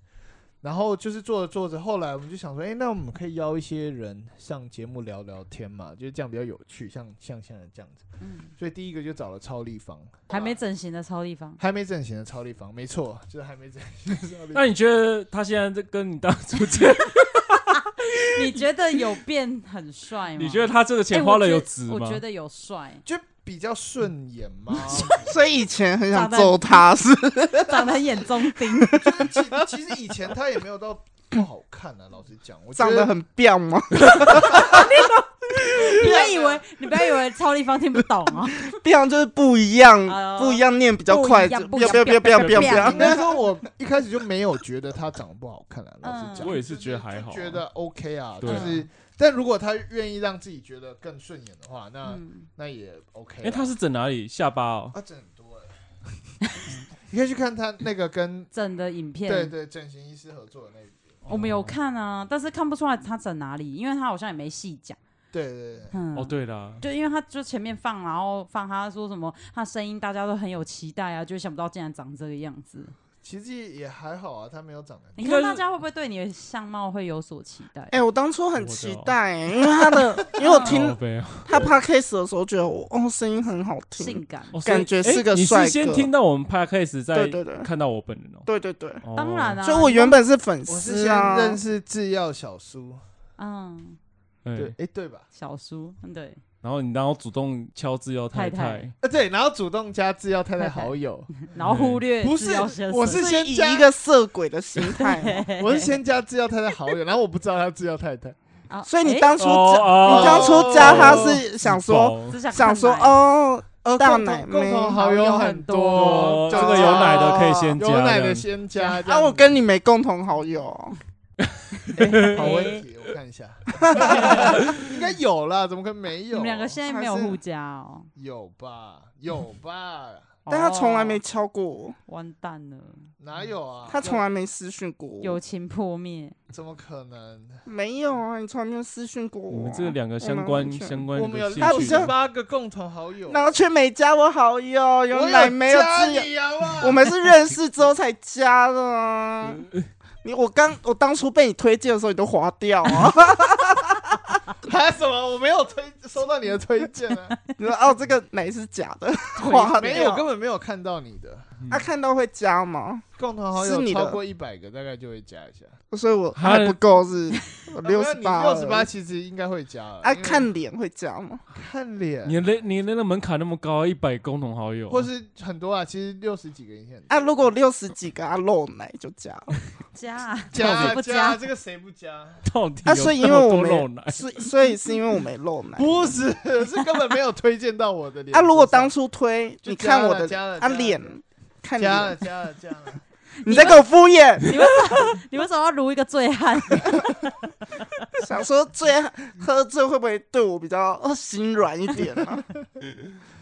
S5: 然后就是做着做着，后来我们就想说，哎，那我们可以邀一些人上节目聊聊天嘛，就是这样比较有趣，像像现在这样子。
S3: 嗯
S5: 所以第一个就找了超立方，
S3: 还没整形的超地方，
S5: 还没整形的超立方，没错，就是还没整形的超立
S1: 嗯那
S5: 方。
S1: 你觉得他现在这跟你当初这，
S3: 你觉得有变很帅 吗？
S1: 你觉得他这个
S3: 哎
S1: 钱
S3: 我
S1: 花了
S3: 觉
S1: 有
S3: 得
S1: 值
S3: 我
S1: 吗？
S3: 觉得 有帅，
S5: 就比较顺眼嘛，
S2: 所以以前很想揍他，是
S3: 长得很眼中 钉，
S5: 就是其其实以前他也没有到不好看啊，老实讲，我觉
S2: 长得很彪 吗？
S3: 你不要以为你不要以为超立方听不懂 啊，
S2: 彪就是不一样
S3: 哦，
S2: 不一样念比较快，
S3: 不一
S2: 彪
S3: 样不一
S2: 彪
S3: 样
S2: 彪彪彪彪
S3: 彪
S5: 应该说，我一开始就没有觉得他长得不好看啊，老实讲，
S1: 我也是觉得还好啊
S5: 就觉得 OK 啊，就
S1: 对
S5: 是，但如果他愿意让自己觉得更顺眼的话，那
S3: 嗯，
S5: 那也 OK 啊。
S1: 哎，他是整哪里？下巴哦。
S5: 他整很多欸 你可以去看他那个跟
S3: 整的影片，
S5: 对对整形医师合作的那一集，
S3: 我们有看啊，但是看不出来他整哪里，因为他好像也没细讲，
S5: 对对对，
S3: 嗯，
S1: 哦，对啦，
S3: 就因为他就前面放，然后放他说什么，他声音大家都很有期待啊，就想不到竟然长这个样子。
S5: 其实也还好啊，他没有
S2: 哎
S5: 长得
S3: 你
S1: 应该
S3: 看
S1: 是
S3: 大家会不会对你的相貌会有所期待？
S2: 哎、我当初很期待、欸因为他的，因为我听
S1: 靠背哦
S2: 他 podcast 的时候，觉得我哦声音很好
S3: 性
S2: 听，
S3: 感，
S1: 哦所以
S2: 感觉是
S1: 哎
S2: 个
S1: 你
S2: 帅
S1: 是先
S2: 哥
S1: 听到我们 podcast 再
S2: 对对对
S1: 看到我本人哦。
S2: 对对对，
S1: 哦
S3: 当然，啊，
S2: 所以我原本是粉
S5: 我是
S2: 丝
S5: 先
S2: 啊，
S5: 认识制药小苏，
S3: 嗯，
S5: 对
S1: 对，。
S5: 哎对吧？
S3: 小叔，嗯，对，
S1: 然后你然后主动敲制药太太
S3: 太太，
S5: 啊对，然后主动加制药太太
S3: 太太
S5: 好友，
S3: 然后忽略
S5: 不是
S3: 治疗先生
S5: 我是
S2: 是
S5: 先
S2: 以
S5: 加
S2: 一个色鬼的心态，
S3: 对
S5: 我是先加制药太太好友，然后我不知道他制药太 太，
S3: 啊
S2: 所以你
S3: 哎
S2: 当初加、
S1: 哦
S2: 你当初加他是想说、
S1: 哦
S3: 只想
S2: 想说
S3: 看奶
S2: 哦哦大
S5: 共同
S2: 奶
S5: 共
S2: 妹，
S5: 同好友很
S1: 哦
S5: 多，
S1: 这
S5: 就
S1: 个有奶的可以先加，
S5: 有奶
S1: 这
S5: 的
S1: 样
S5: 先加。这
S2: 啊
S5: 样
S2: 我跟你没共同好友，
S5: 子好问题，我看一 下，应该有啦，怎么可能没
S3: 你
S5: 有？
S3: 们两个现在没有互加哦，
S5: 有吧？有吧？
S2: 但他从来没
S3: 哦
S2: 敲过我，
S3: 完蛋了，
S5: 哪有啊？
S2: 他从来没私讯过我，
S3: 友情破灭，
S5: 怎么可能？
S2: 没有啊？你从来没有私讯过
S1: 你
S2: 我、啊，
S1: 们这两个相
S2: 我
S1: 关
S2: 们完全
S1: 相关
S5: 我哎们有
S1: 的
S2: 啊
S1: 兴
S2: 我
S5: 六
S1: 趣
S2: 知
S5: 十
S2: 道
S1: 的，
S5: 八个共同好友，
S2: 然后却没加我好友，
S5: 我
S2: 有奶没有
S5: 加
S2: 自由。
S5: 你啊好不好
S2: 我们是认识之后才加的、啊。
S5: 嗯
S2: 你我刚我当初被你推荐的时候，你都划掉 啊！
S5: 还什么？我没有推收到你的推荐 啊，
S2: 你说哦，这个奶是假的，划掉
S5: 没有，根本没有看到你的
S2: 他、啊、看到会加吗？
S5: 共同好
S2: 是
S5: 友
S2: 你的
S5: 超过一百个，大概就会加一下。啊
S2: 所以我
S1: 他
S2: 还不够是六十八，
S5: 六十八嗯其实应该会加了。
S2: 啊，
S5: 因为
S2: 看脸会加吗？
S5: 看脸，
S1: 你的你的那个门槛那么高，一百共同好友，
S5: 或是很多啊，其实六十几个人很
S2: 啊，如果六十几个啊漏奶就加了，
S3: 加啊
S5: 加
S3: 不
S5: 加
S3: 加
S5: 这个谁不加？
S1: 到底
S2: 啊，
S1: 有
S2: 所以因
S1: 这
S2: 为
S1: 么
S2: 我
S1: 多肉
S2: 没
S1: 奶，
S2: 所以所以是因为我没漏奶。
S5: 不是，是根本没有推荐到我的脸
S2: 啊，
S5: 书上。
S2: 如果当初推
S5: 就
S2: 你
S5: 加
S2: 看我
S5: 了
S2: 的
S5: 加了
S2: 啊
S5: 加了
S2: 脸，看
S5: 加了
S2: 脸，
S5: 加了加了，
S2: 你在给我敷衍，
S3: 你为什么你为什么要如一个醉汉？
S2: 想说醉喝醉会不会对我比较呃心软一点呢、啊？会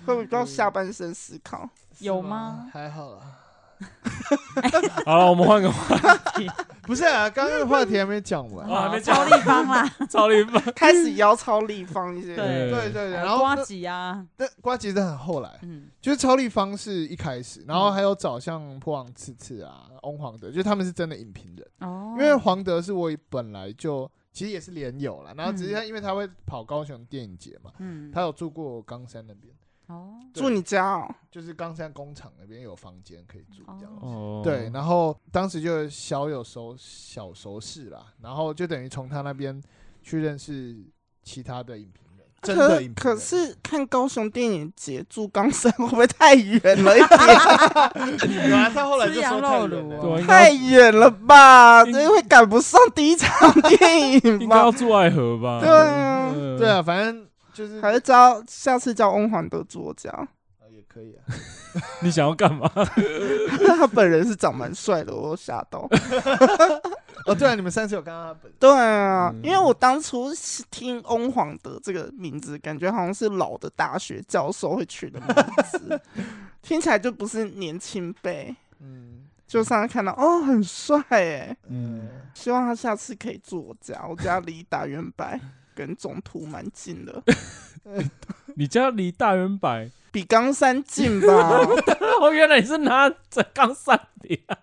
S2: 不会比较下半身思考？
S3: 有
S5: 是
S3: 吗？
S5: 还好啦，
S1: 好了，我们换个话，
S5: 不是啊，刚刚的话题还没讲完。
S1: 哇还没
S3: 哦超
S1: 讲
S3: 立方啦，
S1: 超立方。
S2: 开始摇超立方一些，
S3: 对
S5: 对
S3: 哎
S5: 对对，然后
S3: 瓜
S5: 那
S3: 子啊，
S5: 那瓜吉是很后来，
S3: 嗯，
S5: 就是超立方是一开始，然后还有找像破王次次啊、翁黄德，就他们是真的影评人，
S3: 哦，
S5: 因为黄德是我本来就其实也是连友啦，然后只是
S3: 嗯
S5: 他因为他会跑高雄电影节嘛，
S3: 嗯，
S5: 他有住过冈山那边，
S3: 哦，
S5: 对
S2: 住你家哦，
S5: 就是冈山工厂那边有房间可以住这样。
S1: 哦，
S3: 哦
S5: 对，，然后当时就小有熟小熟识啦，然后就等于从他那边去认识其他的影评人，真的
S2: 可
S5: 影评
S2: 可
S5: 人。
S2: 是看高雄电影节住冈山会不会太远 了一点？
S6: 有啊，他后来就
S3: 吃
S6: 说太
S3: 羊
S6: 远
S3: 肉哦
S6: 了
S3: 炉。
S1: 对啊，应该
S2: 太远了吧？
S1: 应
S2: 这会赶不上第一场电影
S1: 应该要
S2: 吧？
S1: 住爱河吧？
S2: 对啊
S1: 嗯
S5: 对，啊，反正就是
S2: 还是叫下次叫翁环德住我家，
S5: 呃也可以啊。
S1: 你想要干嘛？
S2: 他本人是长蛮帅的，我吓到。
S5: 哦，对啊，你们上次有看到他本
S2: 对啊，
S1: 嗯
S2: 因为我当初是听翁黄德这个名字，感觉好像是老的大学教授会取的名 字，听起来就不是年轻辈。
S5: 嗯
S2: 就上次看到，哦，很帅哎！
S1: 嗯
S5: 嗯，
S2: 希望他下次可以住我家，我家离大圆白跟中途蛮近的，
S1: 你家离大圆百，
S2: 比冈山近吧，
S1: 哦，原来你是拿在冈山的啊，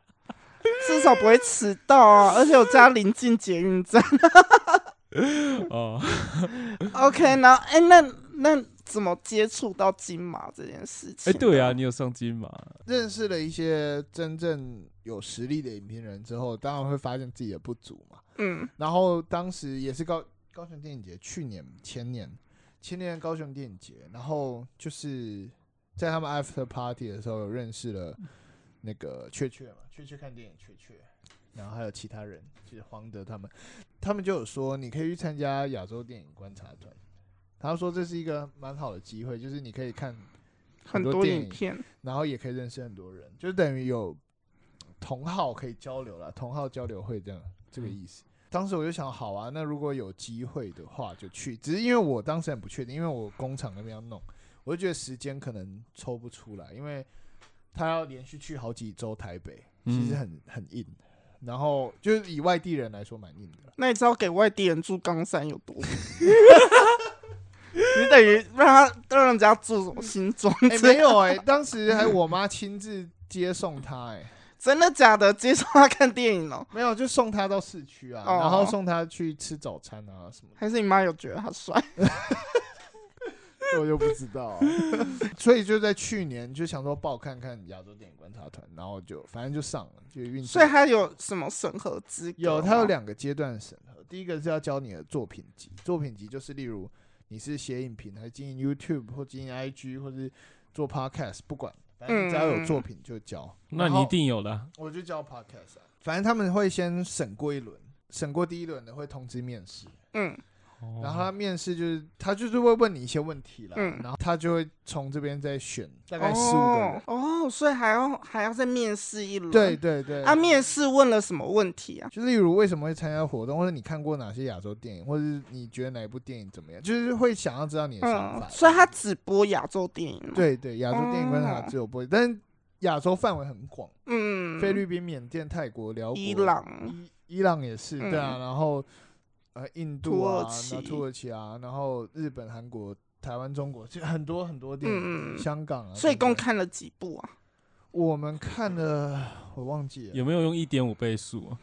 S2: 至少不会迟到啊！而且我家临近捷运 站。
S1: 哦，
S2: OK，然后哎、那那怎么接触到金马这件事情？
S1: 哎，对啊，，你有上金马，
S5: 认识了一些真正有实力的影评人之后，当然会发现自己的不足嘛。
S2: 嗯，
S5: 然后当时也是高高雄电影节，去年前年前年高雄电影节，然后就是在他们 after party 的时候有认识了那个雀雀嘛，雀雀看电影雀雀，然后还有其他人，就是黄德他们，他们就有说你可以去参加亚洲电影观察团，他说这是一个蛮好的机会，就是你可以看
S2: 很
S5: 多
S2: 多
S5: 电
S2: 影
S5: 影
S2: 片。
S5: 然后也可以认识很多人，就等于有同好可以交流了，同好交流会这样这个意思。当时我就想，好啊，那如果有机会的话就去，只是因为我当时很不确定，因为我工厂那边要弄，我就觉得时间可能抽不出来，因为他要连续去好几周台北，其实
S1: 嗯
S5: 很很硬。然后就是以外地人来说蛮硬 的啦，
S2: 那你知道给外地人住冈山有 多？你等于让他让人家住什么新庄？
S5: 哎、没有哎、当时还我妈亲自接送他哎、
S2: 真的假的？接受他看电影哦？
S5: 没有就送他到市区啊，
S2: 哦
S5: 然后送他去吃早餐啊什么的。
S2: 还是你妈有觉得他帅？
S5: 我就不知道、啊 所以就在去年就想说报看看亚洲电影观察团，然后就反正就上了，就运气。
S2: 所以他有什么审核资格？
S5: 嗯有它有，两个阶段审核，第一个是要教你的作品集，作品集就是例如你是写影评，还是经营 YouTube 或经营 IG，或是做 Podcast，不管，反正你只要有
S2: 嗯
S5: 作品就教。
S1: 那
S5: 然
S1: 你
S5: 后
S1: 一定有的啊，
S5: 我就教 Podcast，、啊、反正他们会先审过一轮，审过第一轮的会通知面试。
S2: 嗯，
S1: 哦
S5: 然后他面试就是他就是会问你一些问题啦，
S2: 嗯
S5: 然后他就会从这边再选大
S2: 大
S5: 概十五个人。
S2: 哦，所以还要还要再面试一轮。
S5: 对，对对，
S2: 啊，面试问了什么问题啊？
S5: 就例如为什么会参加活动，或者你看过哪些亚洲电影，或者是你觉得哪一部电影怎么样，就是会想要知道你的想法。
S2: 嗯，所以他只播亚洲电影吗，
S5: 对对，亚洲电影观察
S2: 哦
S5: 只有播，但是亚洲范围很广，
S2: 嗯，
S5: 菲律宾、缅甸、泰国、辽国、
S2: 伊、朗，
S5: 伊伊朗也是，对啊，
S2: 嗯
S5: 然后呃印
S2: 土
S5: 度
S2: 耳
S5: 啊，然后
S2: 其
S5: 土耳其啊，然后日本、韩国、台湾、中国，就很多很多电影，
S2: 嗯嗯，
S5: 香港啊，
S2: 所以一
S5: 等
S2: 共
S5: 等
S2: 看了几部啊？
S5: 我们看了，我忘记了，
S1: 有没有用一点五倍速 啊？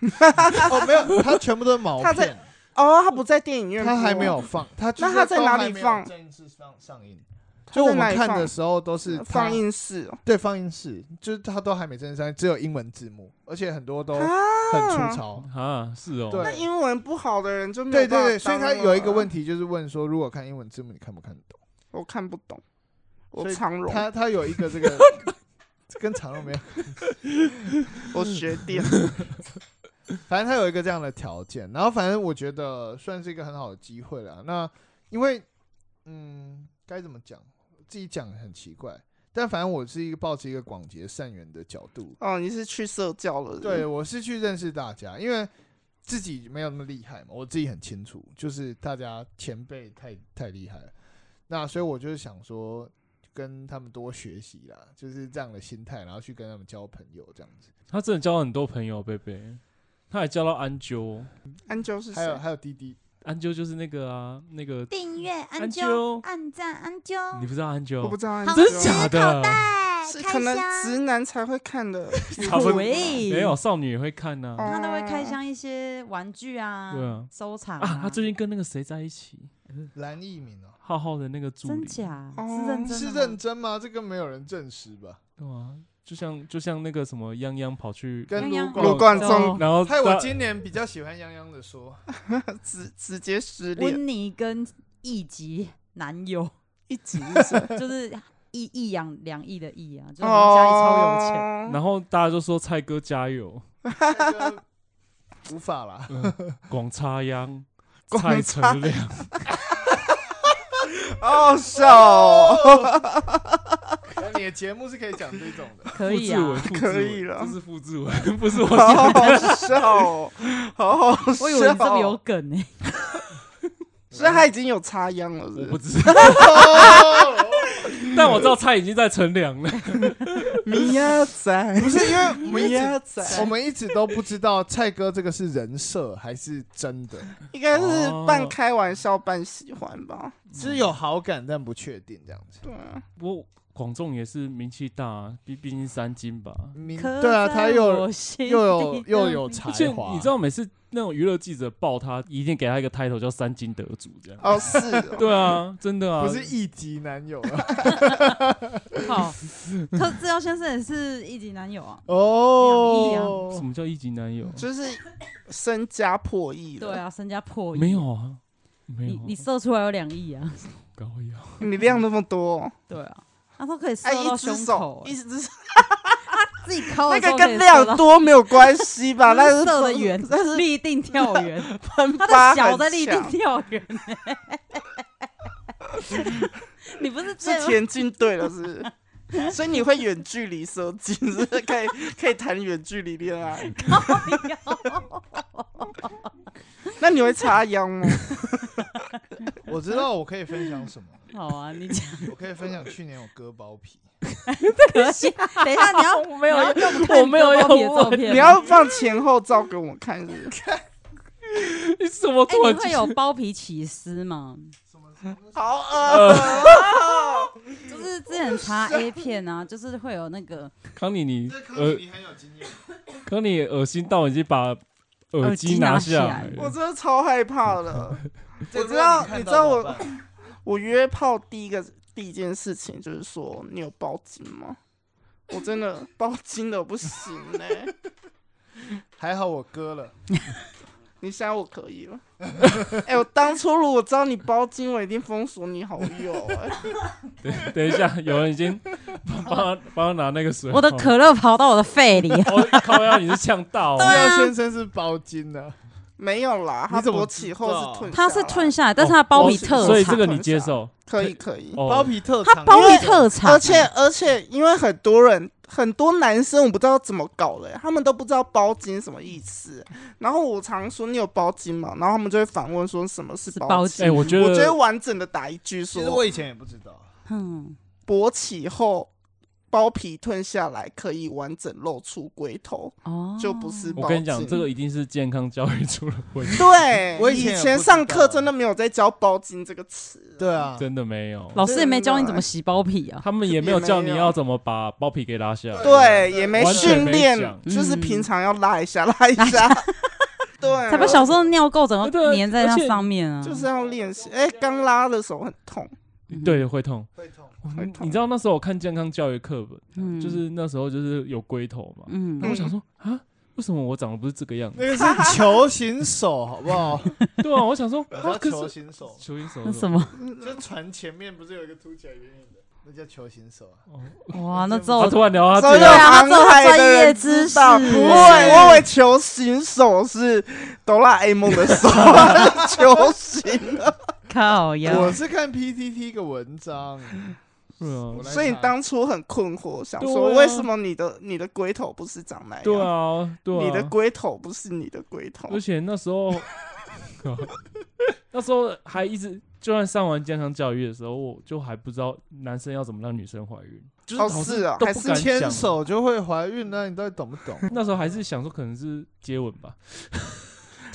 S5: 哦，没有，它全部都是毛
S2: 他在
S5: 片。
S2: 哦，他不在电影院播，
S5: 他还没有放，他就是
S2: 那他在
S5: 都
S2: 哪
S5: 还
S2: 里
S5: 没有
S2: 放
S5: 正式上上映，
S2: 他
S5: 就
S2: 在
S5: 我
S2: 哪
S5: 们
S2: 里
S5: 看
S2: 放
S5: 的时候都是他
S2: 放，映室哦。
S5: 对，放映室，就是他都还没正式上映，只有英文字幕，而且很多都
S2: 啊
S5: 很粗糙。
S1: 啊，是哦，
S5: 哦对
S2: 那英文不好的人就没
S5: 对
S2: 有办法
S5: 对对，所以
S2: 当
S5: 他有一个
S2: 了
S5: 问题就是问说，如果看英文字幕，你看不看得懂？
S2: 我看不懂，我
S5: 所以
S2: 常荣，
S5: 他他有一个 这个跟常荣没有，
S2: 我学电，
S5: 反正他有一个这样的条件，然后反正我觉得算是一个很好的机会了。那因为嗯，该怎么讲，自己讲很奇怪，但反正我是一个抱持一个广结善缘的角度，
S2: 哦，你是去社交了是不是
S5: 对，我是去认识大家，因为自己没有那么厉害嘛，我自己很清楚，就是大家前辈太太厉害了，那所以我就是想说，跟他们多学习啦，就是这样的心态，然后去跟他们交朋友这样子。
S1: 他真的交了很多朋友，贝贝，他还交到安啾，
S2: 安啾是
S5: 还有
S2: 谁？
S5: 还有滴滴，
S1: 安啾就是那个啊，那个
S7: 订阅
S1: 安
S7: 安
S1: 啾
S7: 啾，按赞安
S1: 你
S7: 啾，
S1: 不知道安啾
S2: 我不，知道安
S7: 好
S2: 啾，
S1: 真的假的？
S7: 哎，
S2: 是
S7: 开
S2: 可能
S7: 箱，
S2: 直男才会看 的。哦
S1: 差不多
S3: 喂，
S1: 没有，少女也会看啊呐、
S3: 他都会开箱一些玩具啊，
S1: 对啊
S3: 收藏
S1: 啊。他最近跟那个谁在一起，
S5: 蓝奕敏哦，
S1: 浩浩的那个助
S3: 真
S1: 理，
S3: 假
S2: 哦
S3: 是认真的吗
S5: 是认真吗？这个没有人证实 吧？
S1: 对啊，就像就像那个什么泱泱跑去，
S5: 跟
S3: 泱
S5: 卢
S3: 泱
S2: 卢冠中
S3: 哦
S1: 然后
S5: 害我
S1: 大
S5: 今年比较喜欢泱泱的说，
S2: 直直接失恋，
S3: 温妮跟一级男友，
S2: 一集是 哦谁
S3: 就是一亿养两亿的亿啊，就是他们家里超有钱。
S2: 钱。
S1: 然后大家就说蔡哥加油，
S5: 那个无法啦，
S1: 广插秧，
S2: 广
S1: 蔡
S2: 插
S1: 成亮，
S2: 好好笑哦，
S5: 那你的节目是可以讲这种 的。
S3: 可以
S1: 傅志
S3: 啊
S1: 伟，，傅
S2: 可
S1: 志
S2: 以
S1: 伟，
S2: 了
S1: 这是傅志伟， 不是我讲
S2: 好
S1: 的。
S2: 好笑哦，好好笑。
S3: 我以为你这么有，梗呢、
S2: 所以他已经有插秧了，
S1: 我
S2: 是
S1: 不
S2: 不是？
S1: 知道，但我知道蔡已经在乘凉了。
S2: 米亚仔，
S5: 不是因为我们一
S2: 米
S5: 直
S2: 亚仔，
S5: 我们一直都不知道蔡哥这个是人设还是真的，
S3: 嗯
S2: 应该是半开玩笑半喜欢吧？
S5: 是有好感但不确定这样子。
S2: 对啊，
S1: 我广仲也是名气大、啊，毕毕竟三金吧。
S5: 明
S3: 刻
S5: 对啊，
S3: 在
S5: 他
S3: 我
S5: 又
S3: 心
S5: 又有
S3: 底的
S5: 又有
S3: 名
S5: 才
S1: 而且
S5: 华，啊
S1: 你知道，每次那种娱乐记者报他，一定给他一个 title 叫三金得主这样。
S2: 哦是哦，
S1: 对啊，真的啊，
S5: 不是一级男友 啊
S3: 好，柯志耀先生也是一级男友啊。
S5: 哦
S1: 什，么叫一级男友？
S2: 就是身家破亿了。
S3: 对，啊，身家破亿，
S1: 没有啊，没有
S3: 你
S1: 啊，
S3: 你射出来有两亿啊，
S1: 高 腰，
S2: 你量那么多，
S3: 对啊，他说可以射
S2: 哎，一
S3: 到
S2: 只
S3: 胸
S2: 手
S3: 口，、欸
S2: 一只手，
S3: 自己抠
S2: 那
S3: 的时
S2: 个
S3: 候可以
S2: 跟
S3: 射
S2: 量
S3: 到，
S2: 多没有关系吧？那是
S3: 哦射的远，
S2: 那是
S3: 立 定跳远，
S2: 喷
S3: 他
S2: 发
S3: 的小
S2: 很
S3: 的立定
S2: 强
S3: 跳远、你不是这
S2: 是田径队了，是不是？所以你会远距离射精， 是不是可以可以谈远距离恋 爱？
S3: 哦
S2: 那你会插秧吗？
S5: 我知道我可以分享什么，
S3: 好啊？你讲
S5: 我可以分享去年我割包皮，
S3: 可惜，等一下你要没有要 给我们看
S1: 我没有
S3: 你割包皮
S1: 要问
S3: 的啊照片吗，
S2: 你要放前后照给我看，是不是？
S1: 你什么
S3: 哎、
S1: 突然
S3: 你会有包皮起司吗？
S2: 好
S3: 呃
S2: 恶
S3: 就是之前查 A 片啊，就是会有那个
S1: 康妮，你呃，
S5: 你很有经验，
S1: 康妮恶心到已经把耳机下来
S3: 耳机
S2: 我
S1: 了。
S2: 真的超害怕 的。我知道，你知道我我约炮第一个第一件事情就是说，你有包巾吗？我真 的包巾的不行欸嘞、
S5: 还好我割了，
S2: 你想我可以了？哎、我当初如果知道你包金，我一定封锁你好友、哎，
S1: 等等一下，有人已经 帮帮他帮他拿那个水，
S3: 我的可乐跑到我的肺里，
S1: 哦，靠腰，你是呛到哦
S5: 制
S3: 啊
S5: 药先生是包金的，
S2: 没有啦，他
S5: 你怎么
S2: 勃起后是吞，
S3: 他是吞，下来，但是他包皮特
S1: 哦所以
S3: 长
S1: 这，个你接受
S2: 可以可以。
S1: 哦，
S5: 包皮特
S3: 他
S5: 长，
S3: 包
S2: 因为
S3: 皮特啊长，
S2: 而且而且，因为很多人很多男生我不知道怎么搞的、欸他们都不知道包金什么意思。然后我常说你有包金吗？然后他们就会反问说什么是
S3: 是
S2: 包
S3: 包
S2: 金。
S1: 哎，我觉
S2: 我觉得
S1: 得
S2: 完整的打一句
S5: 其实我
S2: 说，
S5: 以前也不知道，
S3: 嗯，
S2: 勃起后包皮吞下来可以完整露出龟头，
S3: 哦，
S2: 就不是包
S1: 我跟你讲，
S2: 茎
S1: 这个一定是健康教育出了问 题，
S2: 对，
S5: 我以
S2: 以
S5: 前也不知
S2: 上课
S5: 道
S2: 真的没有在教包茎这个词。
S5: 对啊，
S1: 真的没有。
S3: 老师也没教你怎么洗包皮啊，
S1: 他们也没有教你
S2: 也没有
S1: 要怎么把包皮给拉下来，
S2: 对，也没
S1: 完全
S2: 训
S1: 没
S2: 练
S1: 讲，
S2: 就是
S3: 嗯
S2: 平常要拉一下，拉一 下。对啊，
S3: 才把小时候的尿垢整
S1: 对啊
S3: 个粘在
S1: 而
S3: 那
S1: 且
S3: 上面啊，嗯
S2: 就是要练习。哎，刚拉的手很痛，
S1: 对，会痛。
S5: 会痛，
S2: 会
S1: 你
S2: 痛
S1: 你知道那时候我看健康教育课本，
S3: 嗯
S1: 就是那时候就是有龟头嘛，
S3: 嗯
S1: 那 我想说啊，为什么我长得不是这个样子？
S5: 那
S2: 嗯
S5: 个是球形手，好不好？
S1: 对啊，我想说
S5: 我
S1: 啊，
S5: 叫
S1: 可
S5: 球
S1: 是
S5: 形手，
S1: 球衣手
S3: 那
S1: 是
S3: 什
S1: 么？
S3: 么
S5: 就船前面不是有一个凸起来圆圆的，那叫球形手啊。
S3: 哇，那之
S1: 他
S3: 后
S1: 突然聊他
S2: 所
S1: 这
S2: 有
S1: 个，
S3: 啊他
S2: 航
S3: 这种
S2: 海
S3: 专
S2: 的人
S3: 业
S2: 知
S3: 知
S2: 道，不
S3: 识
S2: 会，我以为球形手是哆啦 A 梦的手， 球形的。
S3: 靠呀，
S5: 我是看 PTT 一个文章，
S1: 对啊
S5: 我来
S2: 所以你
S5: 查
S2: 当初很困惑，想
S1: 对
S2: 说
S1: 啊
S2: 为什么你的你的龟头不是长那样？
S1: 对啊，对啊，
S2: 你的龟头不是你的龟头
S1: 而。且那时候，那时候还一直，就算上完健康教育的时候，我就还不知道男生要怎么让女生怀孕，就是
S2: 哦
S1: 老
S2: 是
S1: 师
S2: 啊
S1: 都
S5: 还
S1: 不
S5: 是
S1: 敢
S5: 牵
S1: 讲。
S5: 手就会怀孕呢？你到底懂不懂？
S1: 那时候还是想说可能是接吻吧，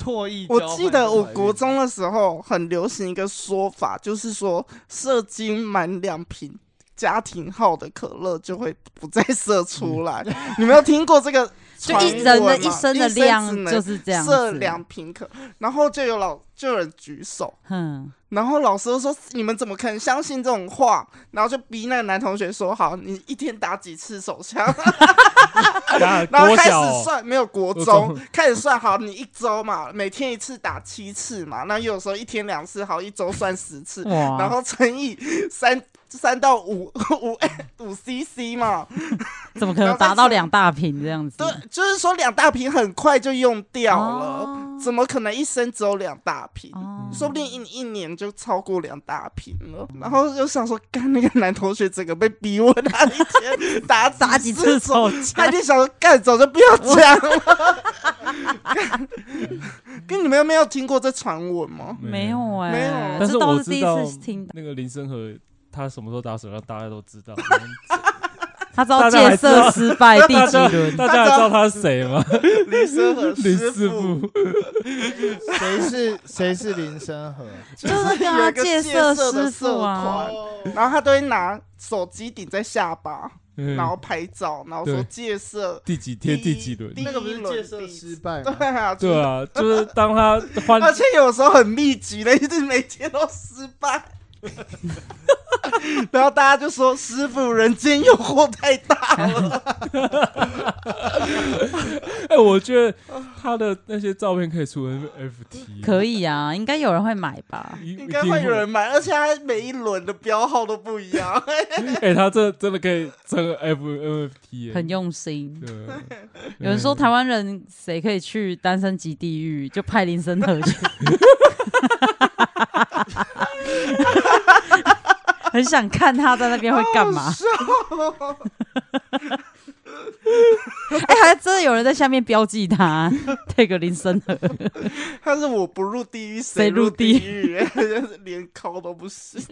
S5: 唾 液
S2: 我记得我国中的时候很流行一个说法，就是说射精满两瓶家庭号的可乐就会不再射出来。 你没有听过这个
S3: 嗯 就
S2: 传
S3: 一
S2: 闻吗？
S3: 人的一生的量
S2: 一生只能
S3: 就是这样子，
S2: 射两瓶可，然后就有老就有人举手，
S3: 嗯，
S2: 然后老师就说你们怎么可能相信这种话？然后就逼那个男同学说好，你一天打几次手枪？
S1: 啊
S2: 然后
S1: 国
S2: 开
S1: 小
S2: 始
S1: 哦
S2: 算，没有国
S1: 国
S2: 中
S1: 中
S2: 开始算好，你一周嘛，每天一次打七次嘛，那有时候一天两次，好，一周算十次，
S3: 哇
S2: 然后乘以三三到五五哎五 CC 嘛，
S3: 怎么可能达到两大瓶这样子？
S2: 对，就是说两大瓶很快就用掉了，嗯
S3: 哦
S2: 怎么可能一生只有两大瓶？
S3: 哦
S2: 说不定一一年就超过两大瓶了，然后就想说，干那个男同学整个被逼问他一天 打
S3: 打几次
S2: 手
S3: 手
S2: 他
S3: 枪
S2: 一，定想说，干早就不要讲了。 干跟你们有没有听过这传闻吗？
S3: 没有哎、
S2: 没有啊
S1: 但
S3: 这
S1: 是
S3: 倒
S1: 我
S3: 是第
S1: 知
S3: 一
S1: 道
S3: 次听到，
S1: 那个林森和他什么时候打手枪，大家都 知道。
S3: 他知道
S1: 大家还
S3: 戒
S1: 知道
S3: 色失败 第
S1: 大
S3: 几
S1: 家
S3: 轮，
S1: 大家还知道他是谁吗？
S2: 林森和
S1: 林
S2: 师
S1: 师
S2: 傅，
S1: 傅，
S5: 谁是谁是林森 和？
S3: 就是跟
S2: 有
S3: 他
S2: 一个
S3: 戒
S2: 色
S3: 啊师
S2: 的社
S3: 傅啊
S2: 团，，然后他都会拿手机顶在下巴，
S1: 嗯
S2: 然后拍照，然后说
S1: 对
S2: 戒色。
S1: 第几天
S2: 第一
S1: 第几轮？
S2: 第一
S5: 那个不是
S2: 轮
S5: 戒色
S2: 第一
S5: 失败吗？
S2: 对啊，
S1: 对啊，就是当 他换
S2: 而且有时候很密集的，一直每天都失败。然后大家就说：“师傅，人间诱惑太大了。
S1: 哎、我觉得他的那些照片可以出 NFT，
S3: 可
S1: 以，
S3: 以啊，应该有人会买吧？
S1: 一”
S2: 应该会有。人买，而且他每一轮的标号都不一样。
S1: 一定 会哎、他这真的可以这个 F NFT，、欸、
S3: 很用心。
S1: 对啊
S3: 有人说台湾人谁可以去单身级地狱，就派林森和去。 很想看他在那边会干嘛？
S2: 哦
S3: 哎、还真的有人在下面标记他，take 林森和。
S2: 他是我不入地狱，
S3: 谁入
S2: 入
S3: 地
S2: 狱？ 就是连考都不行。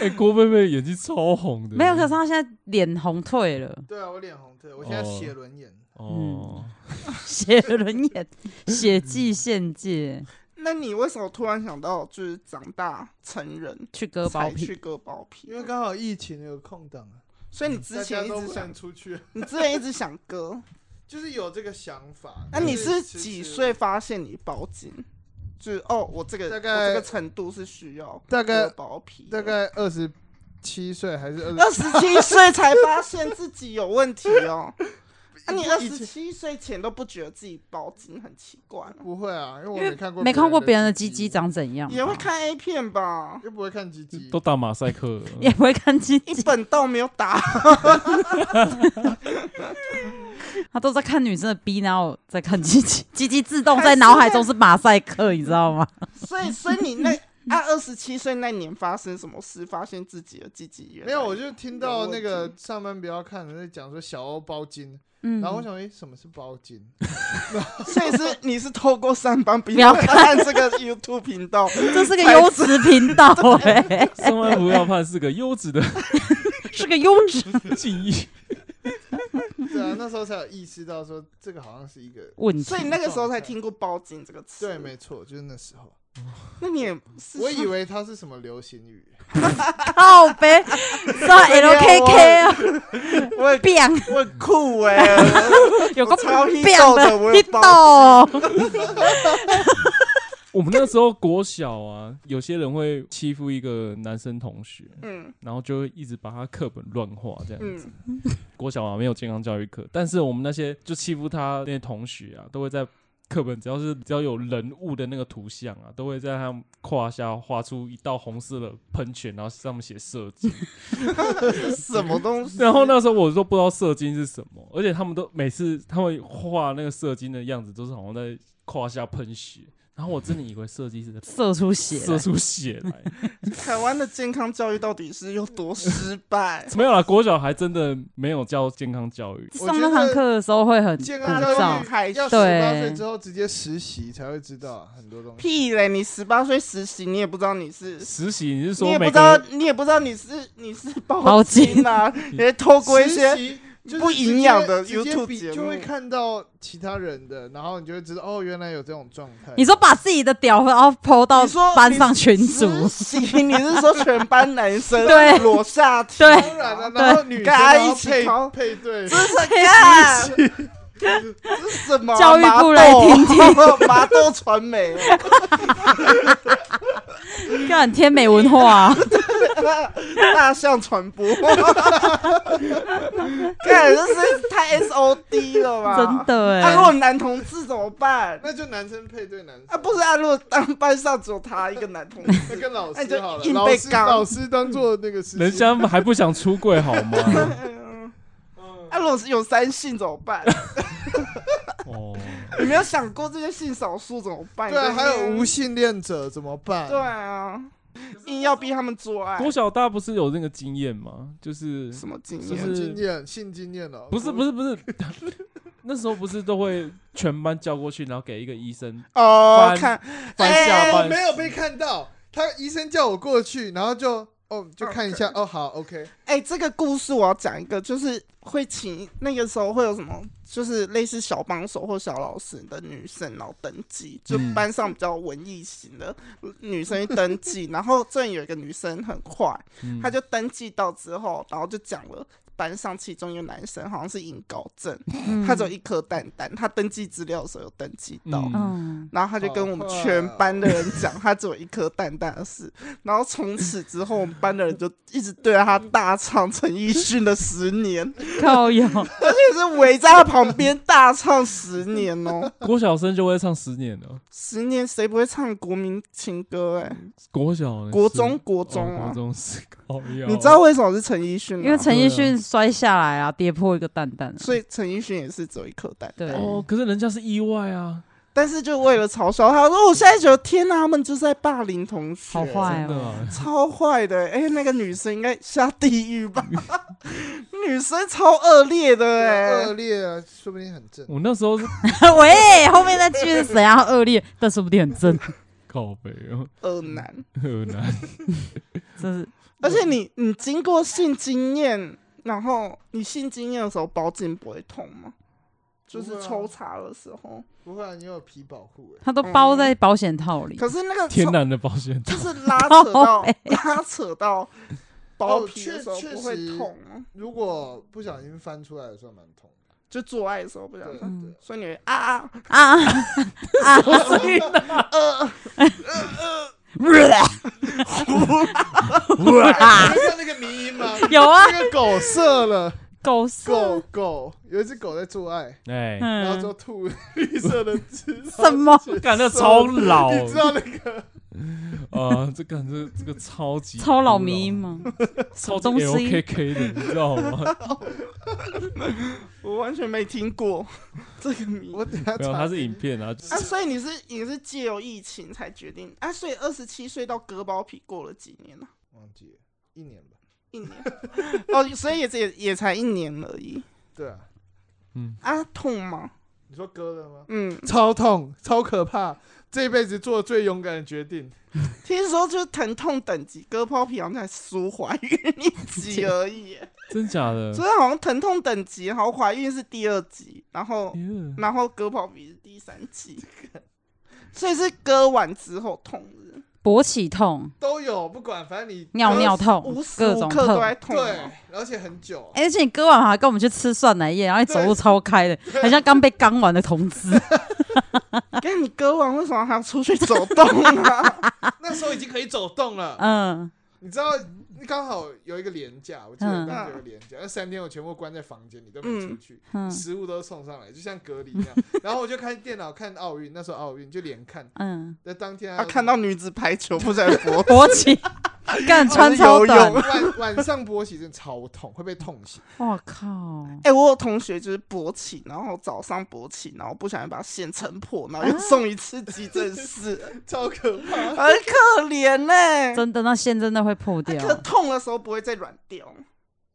S1: 哎、郭菲菲演技超红的，
S3: 没有，可是他现在脸红退了，
S5: 对啊，我脸红对，我
S1: 现在血
S5: 轮眼。
S1: 哦，
S3: 嗯血轮 眼，血迹现界，
S2: 那你为什么突然想到就是长大成人
S3: 去割包
S2: 才
S3: 皮
S2: 去。割包皮？
S5: 因为刚好疫情有空档啊，
S2: 所以你之前
S5: 大
S2: 一
S5: 家都
S2: 直
S5: 不
S2: 想
S5: 想，出去，啊
S2: 你之前一直想割。
S5: 就是有这个想法。
S2: 那你是
S5: 但其实
S2: 几岁？发现你包茎？就是哦，我这个
S5: 大
S2: 我这
S5: 概
S2: 个程度是需要
S5: 大概
S2: 割包皮
S5: 大
S2: 的，
S5: 概二十七岁还是二
S2: 二十七岁才发现自己有问题 哦。那、你二
S5: 以
S2: 十
S5: 前
S2: 七岁前都不觉得自己包茎很奇怪哦、
S5: 不会啊，因为我没看过，
S3: 没看过别人的鸡鸡，长怎样吧，
S2: 也会看 A 片 吧？
S5: 又不会看鸡鸡
S1: 都。打马赛克 了，
S3: 也不会看鸡
S2: 一
S3: 鸡，
S2: 本道没有打，
S3: 他都在看女生的逼，然后在看鸡鸡，鸡鸡自动在脑海中是马赛克，你知道吗？
S2: 所以所以你 那啊二十七岁那年发生什么事？发现自己的鸡鸡原来
S5: 没有，我就听
S2: 有
S5: 到
S2: 问
S5: 那个上班不要看的在讲说小欧包金，
S3: 嗯，
S5: 然后我想，诶，什么是包金？
S2: 所以是你是透过上 班不
S3: 不要
S2: 要看这个 YouTube 频 道，
S3: 这是个优质频道哎、
S1: 上班不要判是个优质的
S3: 是个优质
S1: 敬意，
S5: 对啊，那时候才有意识到说这个好像是一 个。
S3: 问题
S2: 所。以那个时候才听过包茎这个词。
S5: 对，没错，就是那时候，
S2: 那你也是
S5: 我以为它是什么流行语，
S3: 靠 呗，是啊 LKK 啊，
S2: 我很
S3: 变
S2: 我很酷哎、欸，
S3: 有个
S2: 我超批
S3: 变
S2: 斗的我有
S3: 批
S2: 包
S3: 斗，
S1: 我们那时候国小啊，有些人会欺负一个男生同学，
S2: 嗯
S1: 然后就会一直把他课本乱画这样子。
S2: 嗯，
S1: 国小啊没有健康教育课，但是我们那些就欺负他那些同学啊，都会在课本只要是只要有人物的那个图像啊，都会在他们胯下画出一道红色的喷泉，然后上面写射 精。
S2: 什么东西？
S1: 然后那时候我都不知道射精是什么，而且他们都每次他们画那个射精的样子，都是好像在胯下喷血。然后我真的以为设计 师在
S3: 射出血
S1: 射
S3: 来，
S1: 出血来，
S2: 台湾的健康教育到底是有多失败？
S1: 没有啦，国小还真的没有教健康教育，
S3: 上那堂课的时候会很
S5: 健
S3: 鼓
S5: 康
S2: 大家都
S3: 噪
S5: 教
S2: 很。开
S5: 要
S2: 心
S5: 十八岁
S3: 对
S5: 之后直接实习才会知道很多东西。
S2: 屁嘞！你十八岁实习，你也不知道你是，
S1: 实习你是
S2: 你
S1: 说
S2: 也不
S1: 每
S2: 知道
S1: 个，
S2: 你也不知道你是你是
S3: 包
S2: 包
S3: 金
S2: 金啊，你会透过一
S5: 实
S2: 些
S5: 习就是
S2: 不营养的
S5: 直接直接
S2: YouTube
S5: 比
S2: 节目
S5: 就会看到其他人的，然后你就会知道哦，原来有这种状态。
S3: 你说把自己的屌然后抛到
S2: 你说
S3: 班上群组，
S2: 实习，你是说全班男生
S3: 对
S2: 裸下体？
S3: 对
S5: 当然了、然后女生
S2: 跟他
S5: 然后
S2: 一起
S5: 配
S2: 考
S5: 配对，
S2: 这是 干这是什么啊？
S3: 教育部来听
S2: 听，麻豆传媒。
S3: 干天美文化、 啊，
S2: 大象传 播，看这是太 S O D 了吧？
S3: 真。的
S2: 啊，
S3: 哎、
S2: 如果男同志怎么办？
S5: 那就男生配对男生
S2: 啊，不是啊，如果当班上只有他一个男同志，
S5: 那 跟老
S2: 哎
S5: 师
S2: 就
S5: 好了，
S2: 硬
S5: 老
S2: 被
S5: 师
S2: 刚
S5: 老师当做那个司
S1: 人
S5: 机
S1: 家还不想出柜好 吗？
S3: 嗯
S2: 啊，如果是有三性怎么办？
S1: 哦，
S2: 你没有想过这些性少数怎么办？
S5: 对啊，
S2: 你在
S5: 还
S2: 那
S5: 有
S2: 边
S5: 无性恋者怎么办？
S2: 对啊，硬要逼他们做爱
S1: 郭，小大不是有那个经验吗？就是
S2: 什么经
S1: 就
S5: 什
S2: 验？
S1: 是
S5: 么经验？性经验哦，
S1: 不是不是不是， 那时候不是都会全班叫过去，然后给一个医生
S2: 哦
S1: 翻，
S2: 看
S1: 翻下
S5: 我
S2: 哎
S1: 半
S5: 哎没有被看到。他医生叫我过去，然后就哦，就看一下哦，好，OK，
S2: 哎、这个故事我要讲一个，就是会请那个时候会有什么，就是类似小帮手或小老师的女生，然后登记，就
S1: 嗯
S2: 班上比较文艺型的女生去登记。然后这里有一个女生很坏，
S1: 嗯
S2: 她就登记到之后，然后就讲了。班上其中一个男生好像是隐睾症，
S3: 嗯
S2: 他只有一颗蛋蛋，他登记资料的时候有登记到，
S1: 嗯
S3: 嗯，
S2: 然后他就跟我们全班的人讲，他只有一颗蛋蛋的事。然后从此之后，我们班的人就一直对他大唱陈奕迅的《十年》，
S3: 靠腰，
S2: 也是围在他旁边大唱《十年》哦，
S1: 郭小生就会唱十年哦了，
S2: 《十年》谁不会唱国民情歌、欸？哎，
S1: 国小
S2: 国中，国
S1: 国
S2: 中
S1: 哦国
S2: 啊，
S1: 中是高一，啊
S2: 你知道为什么是陈奕迅吗？
S3: 因为陈奕迅摔下来啊，跌破一个蛋蛋啊，
S2: 所以陈奕迅也是只有一颗蛋
S3: 对
S2: 蛋，
S1: 哦，可是人家是意外啊，
S2: 但是就为了嘲笑他，说我现在觉得天哪、他们就是在霸凌同学，
S3: 好坏
S1: 真的
S3: 哦，
S1: 啊，
S2: 超坏的、欸，哎、那个女生应该下地狱吧？ 女生超恶劣的、欸，
S5: 恶劣啊，说不定很正。
S1: 我那时候是
S3: 喂，后面那句是谁啊？恶劣，但说不定很正，
S1: 靠北哦，
S2: 恶男。
S1: 很难，
S3: 真是
S2: 而且你你经过性经验，然后你性经验的时候，包茎不会痛吗？就
S5: 不
S2: 是
S5: 会啊
S2: 抽查的时候，
S5: 不会啊，你有皮保护哎，
S3: 他都包在保险套
S5: 啊
S3: 里，
S2: 可是那个
S1: 天
S2: 抽
S1: 然的保险套
S2: 就，是拉扯到
S3: 靠背
S2: 拉扯到包
S5: 哎哦
S2: 皮的
S5: 确
S2: 时候
S5: 确
S2: 不会
S5: 实
S2: 痛啊，
S5: 如果不小心翻出来的时候蛮痛的。
S2: 就做爱的时候不想
S5: 对
S2: 痛。
S5: 对，
S2: 所以你会啊啊，
S3: 啊啊！
S5: 你有看那个迷音吗？
S3: 有啊，
S5: 那个狗 射了，
S3: 狗是
S5: 狗狗有一只狗在做爱，
S1: 哎，
S5: 然后
S3: 嗯
S5: 就吐 绿色的汁，
S3: 什么？
S1: 干那超老，
S5: 你知道那个
S1: 啊，这干这这个超级啊
S3: 超老迷吗？
S1: 超级
S3: 东西
S1: LKK 的，你知道吗？
S2: 我完全没听过 这个名
S5: 我等下
S1: 没有，
S5: 查
S1: 它是影片啊，
S2: 啊，所以你是你是借由疫情才决定啊，所以二十七岁到割包皮过了几年呢、啊
S5: 忘记了一年吧？
S2: 一年 哦，所以也也也才一年而已
S5: 对啊，
S1: 嗯，
S2: 啊，痛吗？
S5: 你说割了吗？
S2: 嗯，
S5: 超痛，超可怕，这辈子做最勇敢的决定。
S2: 听说就是疼痛等级，割包皮好像才输怀孕一 级而已耶，
S1: 真假
S3: 嗯
S1: 的？
S2: 所以好像疼痛等级，然后怀孕是第二级，然后
S1: Yeah
S2: 然后割包皮是第三级，所以是割完之后痛是
S3: 勃起痛、
S5: 都有，不管，反正你
S3: 尿尿
S2: 不是，无
S3: 痛，
S2: 时
S3: 哦各
S2: 无
S3: 种
S2: 刻都
S3: 痛。哎
S2: 在痛哦、
S5: 对，而且很久。
S3: 而且你割完还跟我们去吃酸奶液，然后你走路超开的，很像刚被刚完的同志。
S2: 跟你割完为什么还要出去走动啊？
S5: 那时候已经可以走动了，
S3: 嗯，
S5: 你知道，刚好有一个廉价，我记得
S3: 嗯
S5: 当时有个廉价，那三天我全部关在房间里都没出去，
S3: 嗯
S5: 食物都送上来，就像隔离一样。然后我就看电脑看奥运，那时候奥运就连看，
S3: 嗯，
S5: 在当天还
S2: 啊，
S5: 有嗯
S2: 看到女子排球不在播
S3: 勃起干穿超短，
S5: 晚晚上勃起真的超痛，会被痛醒。
S3: 我靠！
S2: 哎、我有同学就是勃起，然后早上勃起，然后不小心把它线撑破，然后
S5: 啊
S2: 又送一次急诊室，
S5: 超可怕。
S2: 很可怜呢、欸。
S3: 真的那线真的会破掉
S2: 它，啊可痛的时候不会再软掉，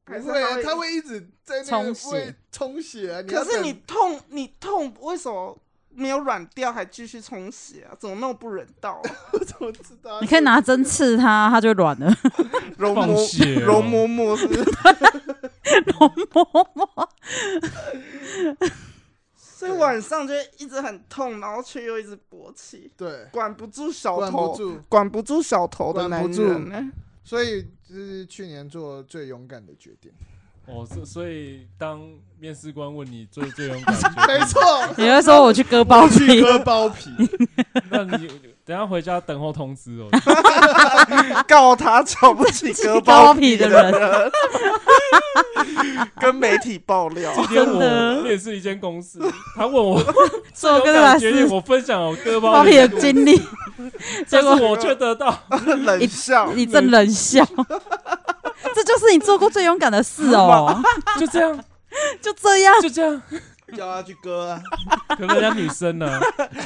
S2: 还是
S5: 哦会，啊
S2: 它
S5: 他。会一直在那个
S3: 充
S5: 不会
S3: 血
S5: 充血啊！要
S2: 可是
S5: 等
S2: 你痛，你痛为什么没有软掉还继续充血啊？怎么那么不人道、啊？
S5: 我怎么知道？
S3: 你可以拿针刺它，它就软了。
S2: 容
S1: 放
S2: 嬷
S1: 血哦
S2: 容嬷嬷是不 是
S3: 容嬷嬷，
S2: 所以晚上就会一直很痛，然后却又一直勃起，
S5: 对，
S2: 管不住小
S5: 管不
S2: 头，
S5: 住。
S2: 管不住小头的
S5: 管
S2: 男
S5: 不住
S2: 人呢、
S5: 所以就是去年做最勇敢的决定，
S1: 哦，所所以当面试官问你最最勇敢的决定，
S5: 没错，
S3: 你会说我去割包
S5: 去
S3: 皮？
S5: 割包皮，
S1: 那你等一下回家等候通知哦。
S2: 告他瞧不起割
S3: 割
S2: 包
S3: 包
S2: 皮
S3: 皮
S2: 的
S3: 的
S2: 人， 跟媒体爆料。
S1: 今天
S3: 真的
S1: 我面试一间公司，他问我
S3: 所以我
S1: 勇
S3: 跟他
S1: 敢
S3: 老
S1: 决定，
S3: 师
S1: 我分享我割包
S3: 包
S1: 皮
S3: 皮的经历，结
S1: 但
S3: 果
S1: 是我却得到。
S2: 冷笑，
S3: 一阵冷笑。 这就是你做过最勇敢的事哦，
S1: 就这样，
S3: 就这样。
S1: 就这样。
S5: 叫他去割啊，
S1: 可能人家女生啊呢，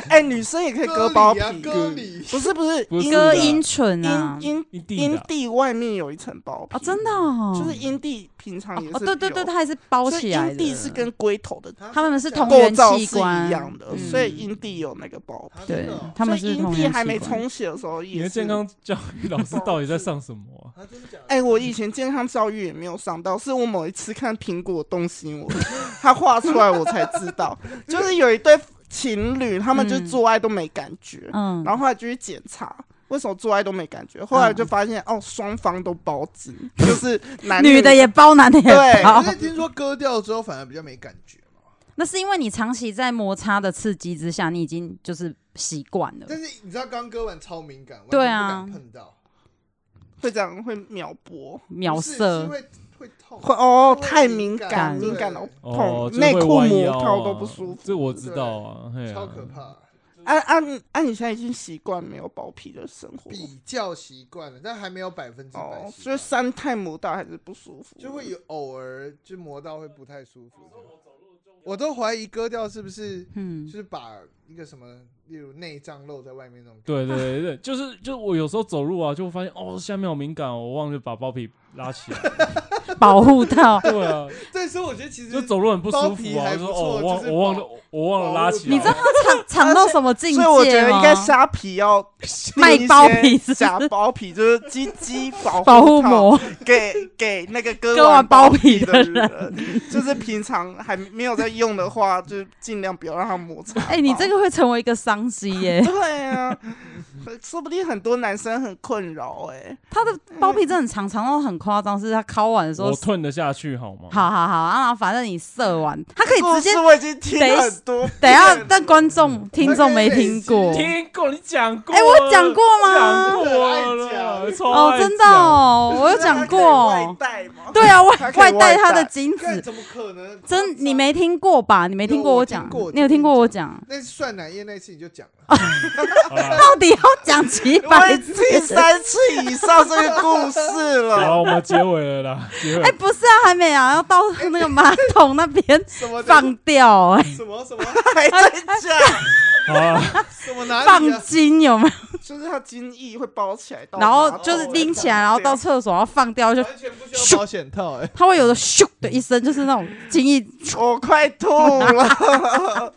S2: 哎、女生也可以 割包皮，
S5: 割礼啊割礼。
S2: 不是不是，
S1: 不是
S2: 阴
S3: 割
S1: 割
S3: 阴唇啊
S2: 阴，阴
S1: 你弟
S2: 阴
S1: 的啊
S2: 蒂外面有一层包皮，
S3: 哦，真的哦，
S2: 就是阴蒂平常也是
S3: 哦，对对对，
S2: 有
S3: 它还是包
S2: 所以
S3: 起来的。
S2: 阴蒂是跟龟头的
S3: 他们是同
S2: 构
S3: 源
S2: 造
S3: 器
S2: 是
S3: 官
S2: 一样的，
S3: 嗯
S2: 所以阴蒂有那个包皮。
S5: 他
S3: 对
S5: 真的哦，
S3: 他们
S2: 所以
S3: 是
S2: 阴
S3: 同
S2: 蒂
S3: 源器
S2: 还没
S3: 官
S2: 充血的时候
S1: 你
S2: 也
S1: 的
S2: 是
S1: 健。康教育老师到底在上什么啊？
S5: 他真的假的？
S2: 哎、我以前健康教育也没有上到，是我某一次看苹果动心我， 他画出来我才知道，就是有一对情侣，他们就
S3: 嗯
S2: 做爱都没感觉，
S3: 嗯，
S2: 然后后来就去检查。为什么做爱都没感觉？后来就发现、哦，双方都包 紧，就是男
S3: 女的也包，男的也
S2: 对
S3: 包
S5: 可。是听说割掉之后反而比较没感觉嘛，
S3: 那是因为你长期在摩擦的刺激之下，你已经就是习惯了。
S5: 但是你知道刚割完超敏感，完全
S3: 对啊
S5: 不敢碰到，
S2: 会这样会秒搏，
S3: 秒
S5: 不是是
S3: 射
S5: 因，为会痛，
S2: 会哦
S5: 会
S2: 太敏
S5: 敏
S2: 感，
S3: 感
S2: 敏感到
S5: 对
S1: 哦
S2: 痛，，
S1: 就是
S2: 内
S1: 会
S2: 裤
S1: 弯
S2: 磨
S1: 腰
S2: 到
S1: 啊
S2: 都不舒服。
S1: 这我知道啊，嘿啊
S5: 超可怕。
S2: 啊啊你啊！你现在已经习惯没有包皮的生活
S5: 比较习惯了，但还没有百分之百
S2: 哦，
S5: 习
S2: 所以
S5: 惯，
S2: 三太磨到还是不舒服，
S5: 就会有偶尔就磨到会不太舒服。我都怀疑割掉是不是就
S3: 嗯，
S5: 是把一个什么，例如内脏露在外面那种。
S1: 对对对对，就是就是我有时候走路啊，就会发现哦下面好敏感哦，我忘了把包皮拉起来。。
S3: 保护套
S1: 对 啊，
S5: 对，所以我觉得其实
S1: 就走路很不舒
S5: 包皮
S1: 服啊。
S5: 还
S1: 我
S5: 不
S1: 说
S5: 错
S1: 哦，我
S5: 就
S1: 忘
S5: 是
S1: 我忘
S5: 保
S1: 了我忘了拉起来。
S3: 你知道它长长到什么境界
S2: 所以
S3: 吗？
S2: 我觉得应该虾皮要
S3: 卖
S2: 订一
S3: 包
S2: 些
S3: 皮是不是
S2: 假包皮，就是鸡鸡保
S3: 保护
S2: 套
S3: 膜，
S2: 给给那个割
S3: 割完
S2: 包
S3: 包皮
S2: 的
S3: 的
S2: 人，就是平常还没有在用的话，就尽量不要让它摩擦。
S3: 哎，你这
S2: 个
S3: 个会成为一个伤 机 耶。
S2: 对啊，说不定很多男生很困扰哎。
S3: 它的包皮真的很长，长到很夸张，是它敲完的时候
S1: 我，吞得下去好吗？
S3: 好好好，啊，然后反正你射完，它可以
S2: 故
S3: 哎直接
S2: 事。哎我已经听
S3: 等一
S2: 很多遍了，
S3: 等一下，但观众听众没听过。
S1: 听过你讲过，
S3: 哎、我讲过
S1: 讲
S3: 吗？
S1: 过
S5: 爱
S1: 了，
S5: 讲
S1: 超
S3: 哦，
S1: 爱
S3: 真的
S1: 讲，
S3: 哦，我有讲过。
S2: 带吗？
S3: 对啊，外
S2: 他可以
S3: 外带
S2: 外带
S3: 他的精
S5: 干
S3: 子，
S5: 怎么可能？
S3: 真你没听过吧？你没听过
S5: 有我
S3: 讲
S5: 听过，
S3: 你有听过我讲？
S5: 那涮奶液那次你就讲了，
S1: 好啦
S3: 到底要讲几
S2: 我
S3: 百
S2: 已
S3: 次
S2: 经？听三次以上这个故事
S1: 好 啦，
S2: 了。
S1: 我们结尾了啦， 结尾
S3: 哎、。不是啊，还没啊，要到那个马桶那边
S5: 什么
S3: 放掉、哎，
S5: 什么什么
S2: 还在
S1: 好
S2: 讲，
S1: 啊啦，
S5: 什么哪里
S3: 放
S5: 啊？
S3: 精有没有？
S2: 就是他精液会包起来，到
S3: 然后
S2: 马桶
S3: 就是拎起来，然后到厕所，然后放掉，就
S5: 完全不需要保险套哎，
S3: 它会有的咻的一声，就是那种精液。
S2: 我快吐
S3: 啊
S2: 了。
S3: 好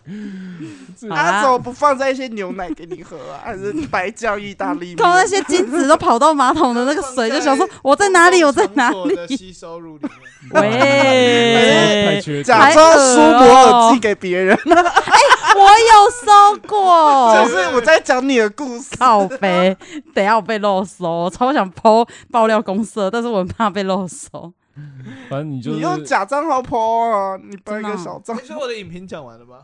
S2: 他
S3: 啦
S2: 怎么不放在一些牛奶给你喝啊？还是白酱意大利面？
S3: 通那些精子都跑到马桶的那个水，就想说我在哪里，我在 哪里。
S5: 里？吸收入里面。
S1: 太
S3: 喂，
S1: 缺德
S2: 假
S1: 了，
S2: 装舒摩尔寄给别人，
S3: 我有收
S2: 就
S3: 过，
S2: 是我在讲你的故事。
S3: 靠肥，等一下我被漏收，我超想剖爆料公社，但是我很怕被漏收。
S1: 反正你就
S2: 你
S1: 是
S2: 用假账号 po 啊，你办一
S3: 真
S2: 个
S3: 的哦
S2: 小账
S5: 你。说我的影评讲完了吗？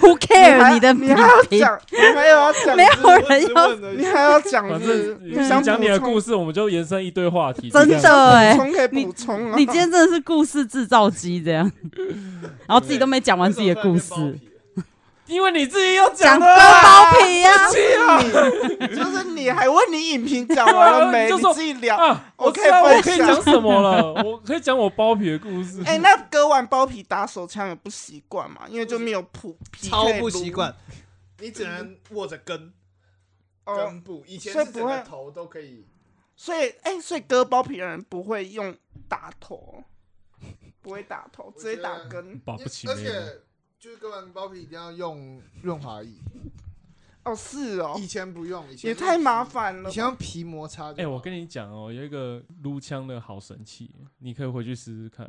S3: Who
S2: 还
S3: care 你的
S2: 你还要
S3: 批评？
S2: 讲，你还要讲
S3: 没有人
S5: 我只问而已
S2: 你还要讲
S1: 反
S2: 是
S1: 正
S2: 你想
S1: 讲你的故
S2: 事，
S1: 事，我们就延伸一堆话题。
S3: 真
S1: 就这样，
S3: 的哎、
S2: 补充可以补充啊。
S3: 你今天真 的是故事制造机这样，然后自己都没讲完自己的故事。
S1: 因为你自己又
S3: 讲
S1: 讲
S3: 割
S1: 的
S3: 包皮
S2: 啊
S3: 呀、
S2: 你就是你还问你影评讲完了没？
S1: 对啊 就
S2: 你
S1: 说
S2: 自己聊。
S1: 啊，
S2: 我
S1: 我
S2: 可以
S1: 知道
S2: 分
S1: 我可以
S2: 享
S1: 讲什么了，我可以讲我包皮的故事。
S2: 哎，那割完包皮打手枪也不习惯嘛，因为就没有普
S6: 超不习惯。，
S5: 你只能握着根嗯
S2: 哦，
S5: 部，以
S2: 所以不会
S5: 头都可以。
S2: 所以哎，所以割包皮的人不会用打头，不会打头，直接打根。
S1: 保不齐
S5: 而
S1: 没有。
S5: 且就是割完包皮一定要用润滑液，
S2: 哦，是哦
S5: 以，前不用，以前
S2: 也
S5: 用
S2: 太麻
S5: 皮，
S2: 烦了
S5: 以前用
S2: 吧。
S5: 皮摩擦就好。
S1: 哎、我跟你讲哦，有一个撸枪的好神器，你可以回去试试看。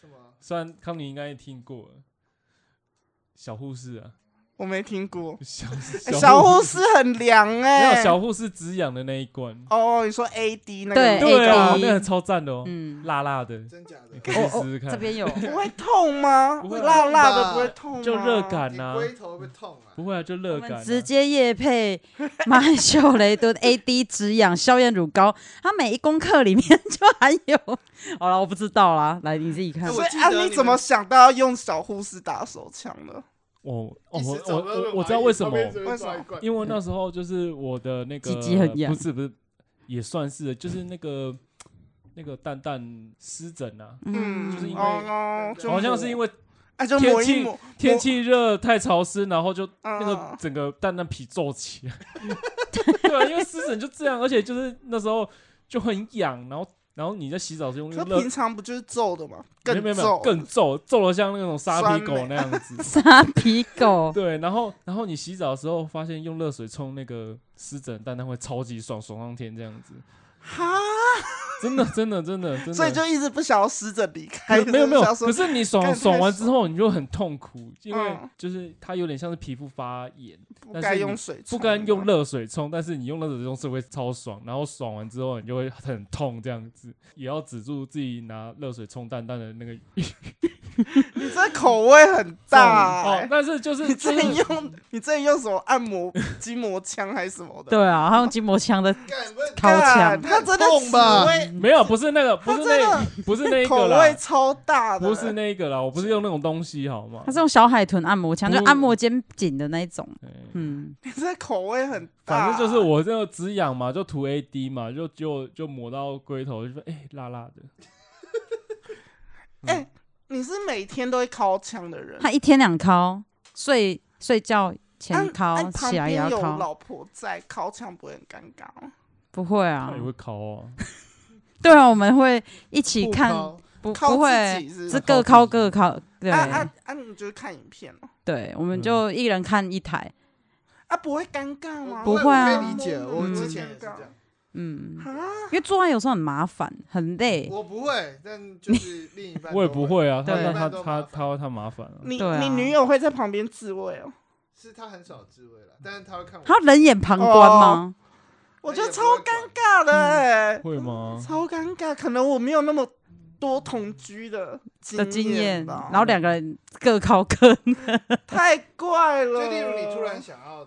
S5: 什 么？
S1: 虽然康妮应该也听过了，小护士啊，
S2: 我没听过。
S1: 小
S2: 哎小
S1: 护
S2: 护士很凉
S1: 没
S2: 哎
S1: 有。小护士止痒的那一罐，
S2: 哦，你说 AD 那个
S3: 对
S2: 吗
S1: 对啊，
S3: AD
S1: 那个超赞的哦，
S3: 嗯，
S1: 辣辣的，
S5: 真假的
S1: 你？可以试试
S3: 这
S1: 看，
S3: 边有，
S2: 不会痛吗？
S1: 不会啊
S2: 辣辣的
S5: 吧
S2: 不会痛吗？
S1: 就热感
S5: 你
S1: 呐、
S5: 龟头会不会痛啊？
S1: 不会啊，就热
S3: 我
S1: 感、啊
S3: 们，直接夜配麦秀 雷敦 AD 止痒消炎乳膏，它每一公克里面就含有。 好了，我不知道啦，来你自己看
S5: 哎。
S2: 所
S5: 我
S2: 以
S5: 记
S2: 啊，
S5: 得
S2: 你
S5: 你
S2: 怎么
S5: 们
S2: 想到要用小护士打手枪的？
S1: 我哦我
S5: 一时找
S1: 我
S5: 不到润滑
S1: 我
S5: 液
S1: 我知道为什么，
S5: 旁边随便抓一罐
S1: 因为那时候就是我的那个
S3: 鸡鸡很痒。
S1: 不是不是，也算是就是那个那个蛋蛋湿疹啊，
S2: 嗯，
S1: 就是因为
S2: 哦，就
S1: 好像是因为
S2: 啊，就
S1: 天
S2: 抹
S1: 气
S2: 一抹，
S1: 天气热太潮湿，然后就
S2: 啊
S1: 那个整个蛋蛋皮皱起 来。对啊，因为湿疹就这样，而且就是那时候就很痒，然后然后你在洗澡是用那
S2: 可
S1: 个热
S2: 平。常不就是皱的吗？
S1: 没有没有
S2: 更
S1: 没有
S2: 皱，
S1: 更皱，皱的像那种沙
S2: 酸
S1: 皮狗
S2: 梅
S1: 那样子
S3: 沙皮狗，
S1: 对，然后然后你洗澡的时候发现用热水冲那个湿疹蛋蛋会超级爽，爽上天这样子。
S2: 哈，
S1: 真的真的真的真的。
S2: 所以就一直不想要死者离
S1: 可
S2: 开，
S1: 没有没有，
S2: 就
S1: 可
S2: 是想说
S1: 是你爽
S2: 干太
S1: 爽完之后你就很痛苦，因为
S2: 嗯
S1: 就是它有点像是皮肤发炎。
S2: 不
S1: 但
S2: 该
S1: 是
S2: 用
S1: 你
S2: 水
S1: 不
S2: 冲吗，
S1: 甘用热水冲，但是你用热水冲是会超爽，然后爽完之后你就会很痛，这样子也要止住自己拿热水冲蛋蛋的那个
S2: 你这口味很大
S1: 哦
S2: 欸。。
S1: 但是就是
S2: 你
S1: 就
S2: 之
S1: 是
S2: 前用你之前用什么按摩筋膜枪还是什 么的？
S3: 对啊，他用筋膜枪的
S5: 干不是
S3: 掏
S2: 干
S3: 枪，
S2: 他真的
S5: 痛吧
S2: 死味
S1: 没有不是那个不是那
S2: 真
S1: 不是那一
S2: 口
S1: 个
S2: 味
S1: 啦，
S2: 超大的，
S1: 不是那一个啦，我不是用那种东西好吗
S3: 他？是用小海豚按摩枪，就
S1: 不
S3: 按摩肩颈的那一种。
S1: 对
S2: 啊
S3: 嗯，
S2: 你这口味很大，
S1: 反正就是我这个止痒嘛，就涂 AD 嘛，就就就抹到龟头，就说哎、辣辣的，
S2: 你是每天都会敲枪的人，
S3: 他一天两敲，睡睡觉前
S2: 按
S3: 敲，
S2: 按啊旁
S3: 起来也
S2: 边
S3: 要
S2: 有
S3: 敲，
S2: 老婆在，敲枪不会很尴尬哦吗？
S3: 不会啊
S1: 也，会烤哦、
S3: 对啊，我们会一起
S5: 不
S3: 看，
S5: 掏
S3: 不
S2: 敲
S3: 不
S2: 自
S3: 会
S2: 己是不
S3: 是
S2: 是？
S1: 靠
S3: 各
S1: 自
S3: 敲
S1: 己
S3: 各敲，对
S2: 啊啊啊！你就是看影片哦，
S3: 对，我们
S1: 嗯
S3: 就一人看一台，
S2: 啊，不会嗯尴尬吗？
S3: 不
S5: 我
S3: 会啊
S5: 我可以理解，我
S1: 嗯
S5: 之前也是这样，
S3: 嗯，
S2: 啊，
S3: 因为做爱有时候很麻烦，很累，
S5: 我不会，但就是另一半
S1: 我也不，会啊，他
S3: 对
S1: 他他他他他麻烦啊，
S2: 你
S3: 对啊
S2: 你女友会在旁边自慰哦？
S5: 是他很少自慰了，但是他会看我，
S3: 他冷眼旁观吗？
S2: 我觉得
S5: 也不
S2: 超
S5: 会管
S2: 尴
S3: 嗯
S2: 尬的欸，
S1: 会吗？
S2: 超尴尬，可能我没有那么多同居的
S3: 的经验，
S2: 吧
S3: 然后两个人各靠各
S2: 太怪了。
S5: 就例如你突然想要，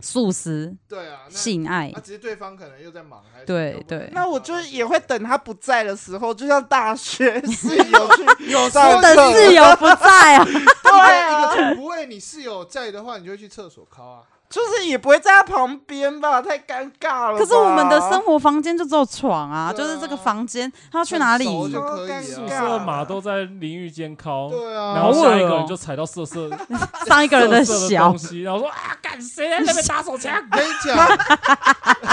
S3: 素食
S5: 对啊，那
S3: 性爱
S5: 啊，，只是对方可能又在忙，还是
S3: 对
S5: 又不
S3: 对
S2: 那我就也会等他不在的时候，就像大 学室友 去有
S3: 我的室友不在啊，
S2: 对啊，
S5: 一个不会，你室友在的话，你就会去厕所敲啊。
S2: 就是也不会在他旁边吧，太尴尬了吧。
S3: 可是我们的生活房间就只有床啊，
S5: 对
S3: 就
S5: 啊
S3: 是这个房间，他要去哪里？
S5: 很熟就
S2: 超
S5: 可以啊
S2: 尴
S1: 宿
S2: 尬
S1: 舍
S2: 了
S1: 马都在淋浴间敲，
S5: 对啊，
S1: 然后下一个
S3: 好恶
S1: 人
S3: 哦
S1: 就踩到色 色
S3: 上一个人
S1: 色色的
S3: 小
S1: 东，西，然后说啊，干谁在那边打手 枪？
S5: 跟你讲，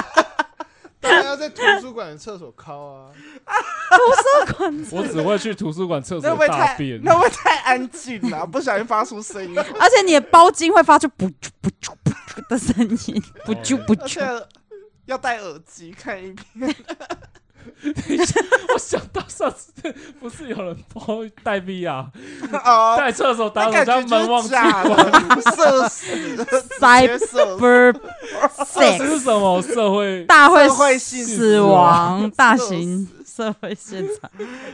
S5: 当然要在图书馆的厕所敲啊。
S1: 我只会去图书馆厕
S2: 那
S1: 所
S2: 会不会
S1: 大
S2: 太
S1: 便，
S2: 那会不会太安静了、不小心发出声 音，
S3: 而且你的包巾会发出不啾不啾不啾的声音，不啾不
S2: 而
S3: 啾
S2: 且。要戴耳机看影片。
S1: 我想到上次不是有人包带 V 啊，
S2: 哦，
S1: 在厕所打
S2: 那
S1: 手
S2: 感觉
S1: 枪，门
S2: 就
S1: 忘
S2: 是
S1: 记
S2: 假
S1: 关。
S2: 的，社死，
S3: Cyber
S2: 直接社死
S3: Ber
S1: 这
S3: sex
S1: 是什么社会？
S3: 大会
S2: 社会性
S3: 死亡，大型社会现场。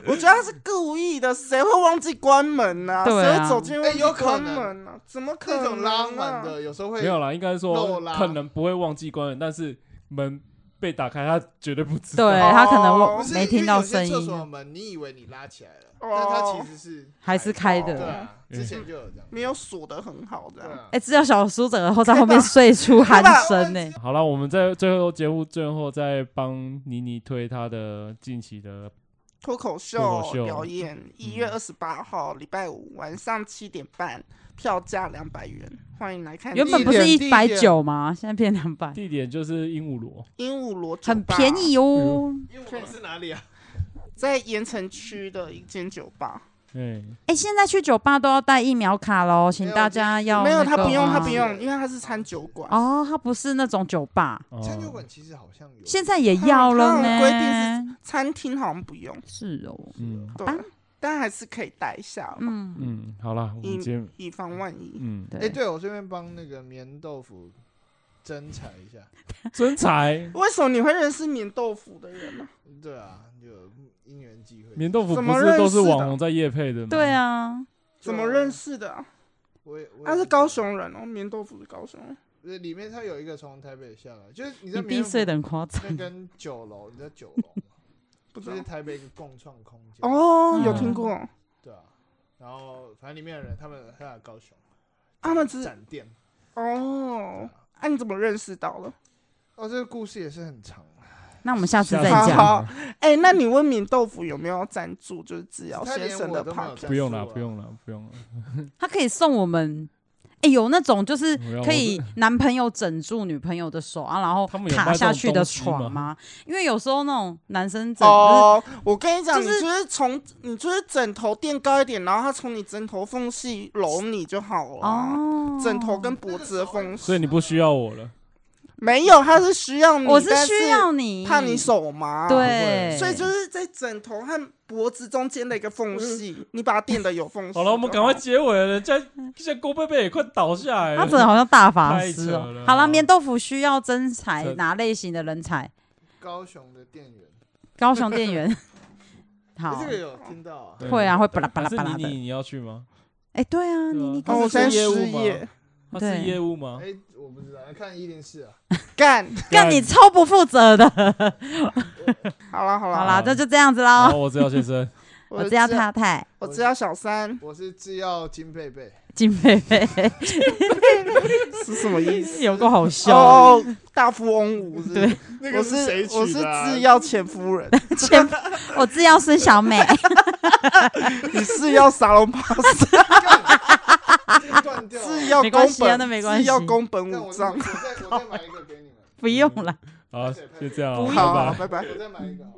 S2: 我觉得他是故意的，谁会忘记关门呢、
S3: 对啊
S2: 谁会走进
S5: 哎有
S2: 屋
S5: 可
S2: 关
S5: 能
S2: 门呢、怎么可
S5: 那
S2: 能、啊？
S5: 种拉满的，有时候会
S1: 没有啦，应该
S5: 漏
S1: 说
S5: 啦
S1: 可能不会忘记关人，但是门被打开，他绝对不知道。
S3: 对他可能
S2: 哦
S3: 我
S2: 不
S3: 没听到声
S6: 厕所的
S3: 音，啊
S6: 门你以为你拉起来了，
S2: 哦
S6: 但它其实是
S3: 还是开
S6: 对
S3: 的。
S6: 啊，之前就有这样，
S2: 没有锁的很好
S6: 对
S2: 这样。
S1: 嗯
S6: 啊，
S3: 哎，只有小叔整个后在后面 睡出鼾声呢。
S1: 好了，我们在最后节目最后再帮妮妮推她的近期的，
S2: 脱口
S1: 脱
S2: 秀
S1: 口秀嗯
S2: 表演一月二十八号礼拜五晚上七点半，票价两百元，欢迎来看。
S3: 原本不是一百九吗？现在变两百，
S1: 地点就是鹦鹉螺。
S2: 鹦鹉螺酒
S3: 很
S2: 吧
S3: 便，宜哦。
S6: 因为我是哪里啊？
S2: 在盐城区的一间酒吧。
S1: 嗯，
S3: 哎，现在去酒吧都要带疫苗卡喽，请
S6: 没有
S3: 大家要
S2: 没有，
S3: 那
S2: 他
S3: 个
S2: 不用，他
S3: 吗
S2: 不用，因为他是餐酒馆。
S3: 哦，他不是那种酒吧，
S1: 哦
S5: 餐酒馆其实好像有，
S3: 现在也要了
S2: 他有规定
S3: 呢。
S2: 餐厅好像不用，
S3: 是哦，
S1: 嗯
S2: 对
S3: 吧，
S2: 但还是可以带一下，
S3: 嗯，
S1: 嗯，好了，我们
S2: 嗯
S1: 节目
S2: 以防万一。
S1: 嗯，
S5: 哎、
S3: 对，
S5: 对我这边帮那个棉豆腐斟查一下。
S1: 真才
S2: 为什么你会认识棉豆腐的人呢？
S5: 对啊，就因缘际会。
S1: 棉豆腐
S2: 怎么
S1: 不是
S2: 认识
S1: 都是
S2: 的
S1: 网红在夜配的吗？
S3: 对，啊，
S2: 怎么认？识的啊？
S5: 我也我也
S2: 他是
S5: 不知
S2: 高
S5: 道，
S2: 雄人哦，棉豆腐是高雄人。
S5: 呃里面他有一个从台北下来，就是你知道
S3: 你闭
S5: 棉
S3: 睡的
S5: 豆腐
S3: 很夸 张。
S5: 那跟九楼，你知道九楼 吗？
S2: 不知
S5: 就是
S2: 道
S5: 台北一个共创空间。，
S2: 哦，
S3: 嗯
S2: 有听过。
S5: 对啊。然后反正里面的人，他们他在高雄，
S2: 他们只
S5: 展店。
S2: 哦，啊，你怎么认识到了？
S5: 哦，这个故事也是很长。
S3: 那我们下次再
S2: 好
S3: 讲。
S2: 好，哎、那你问敏豆腐有没有赞助，就是治疗
S5: 他
S2: 先
S5: 连
S2: 生
S5: 我
S2: 的
S5: 都没有
S2: podcast？
S1: 不用了，
S5: 赞助啊
S1: 不用了，不用了。
S3: 他可以送我们，哎，有那种就是
S1: 啊我要
S3: 可以男朋友枕住女朋友的手啊，然后
S1: 他们有卖
S3: 卡
S1: 这
S3: 下
S1: 种
S3: 去的
S1: 东西
S3: 床
S1: 吗
S3: 吗？因为有时候那种男生枕，
S2: 哦，我跟你讲，
S3: 就是
S2: 你就是从你就是枕头垫高一点，然后他从你枕头缝隙揉你就好了
S3: 就是
S2: 啊。
S3: 哦，
S2: 枕头跟脖子的缝隙
S1: 所以你不需要我了，
S2: 没有，他是需要你，
S3: 我是
S2: 嗯但
S3: 需要你，
S2: 怕你手麻。。
S3: 对，
S2: 所以就是在枕头和脖子中间的一个缝
S5: 嗯
S2: 隙，你把它垫的有缝 隙就。
S1: 好了，我们赶快结尾了。人家现在郭贝贝也快倒下来了，
S3: 他真的好像大法师
S1: 太扯
S3: 哦
S1: 了。
S3: 好啦，棉豆腐需要真才
S1: 这，
S3: 哪类型的人才？
S5: 高雄的店员，
S3: 高雄 店员。好
S5: 哎，这个有听到啊？
S1: 对
S3: 会啊，会巴拉巴
S1: 还
S3: 拉
S1: 是
S3: 巴拉
S1: 你你
S3: 的。
S1: 你要去吗？
S3: 哎，对啊，
S1: 对啊
S3: 你你
S1: 他
S2: 哦，
S1: 是
S2: 我现在
S1: 业务
S2: 失
S1: 吗
S2: 业，
S1: 他是
S3: 对
S1: 业务吗？
S5: 哎，我不知道，看一零四啊。
S2: 干。
S3: 干你超不负责的。
S2: 好了好了，
S3: 好
S1: 好
S3: 啦，这就这样子
S1: 好，
S3: 啦。
S1: 我知道先生。
S3: 我
S5: 是
S3: 知道
S5: 制药，
S3: 太太
S2: 哦我知道小三
S5: 我是制药金贝贝。
S3: 金菲菲
S2: 是什么意思。
S3: 有够好 笑，
S2: 哦，大富翁五是不是？
S5: 那
S2: 我
S5: 个谁取
S2: 我是
S5: 的啊？
S2: 制药前夫 人，
S3: 前我制药师 小美，
S2: 你是要沙龙帕斯，
S5: 断掉了。
S2: 是要
S3: 没
S2: 宫
S3: 关系啊
S2: 本，
S3: 那没关系
S2: 是要宫本
S5: 但我
S2: 武
S5: 再
S2: 藏
S5: 我。再我再买一个给你们，
S3: 不用了。
S1: 好，就这样了，啊
S2: 好
S1: 拜拜
S2: 好，。拜拜。
S5: 我再买一个好了。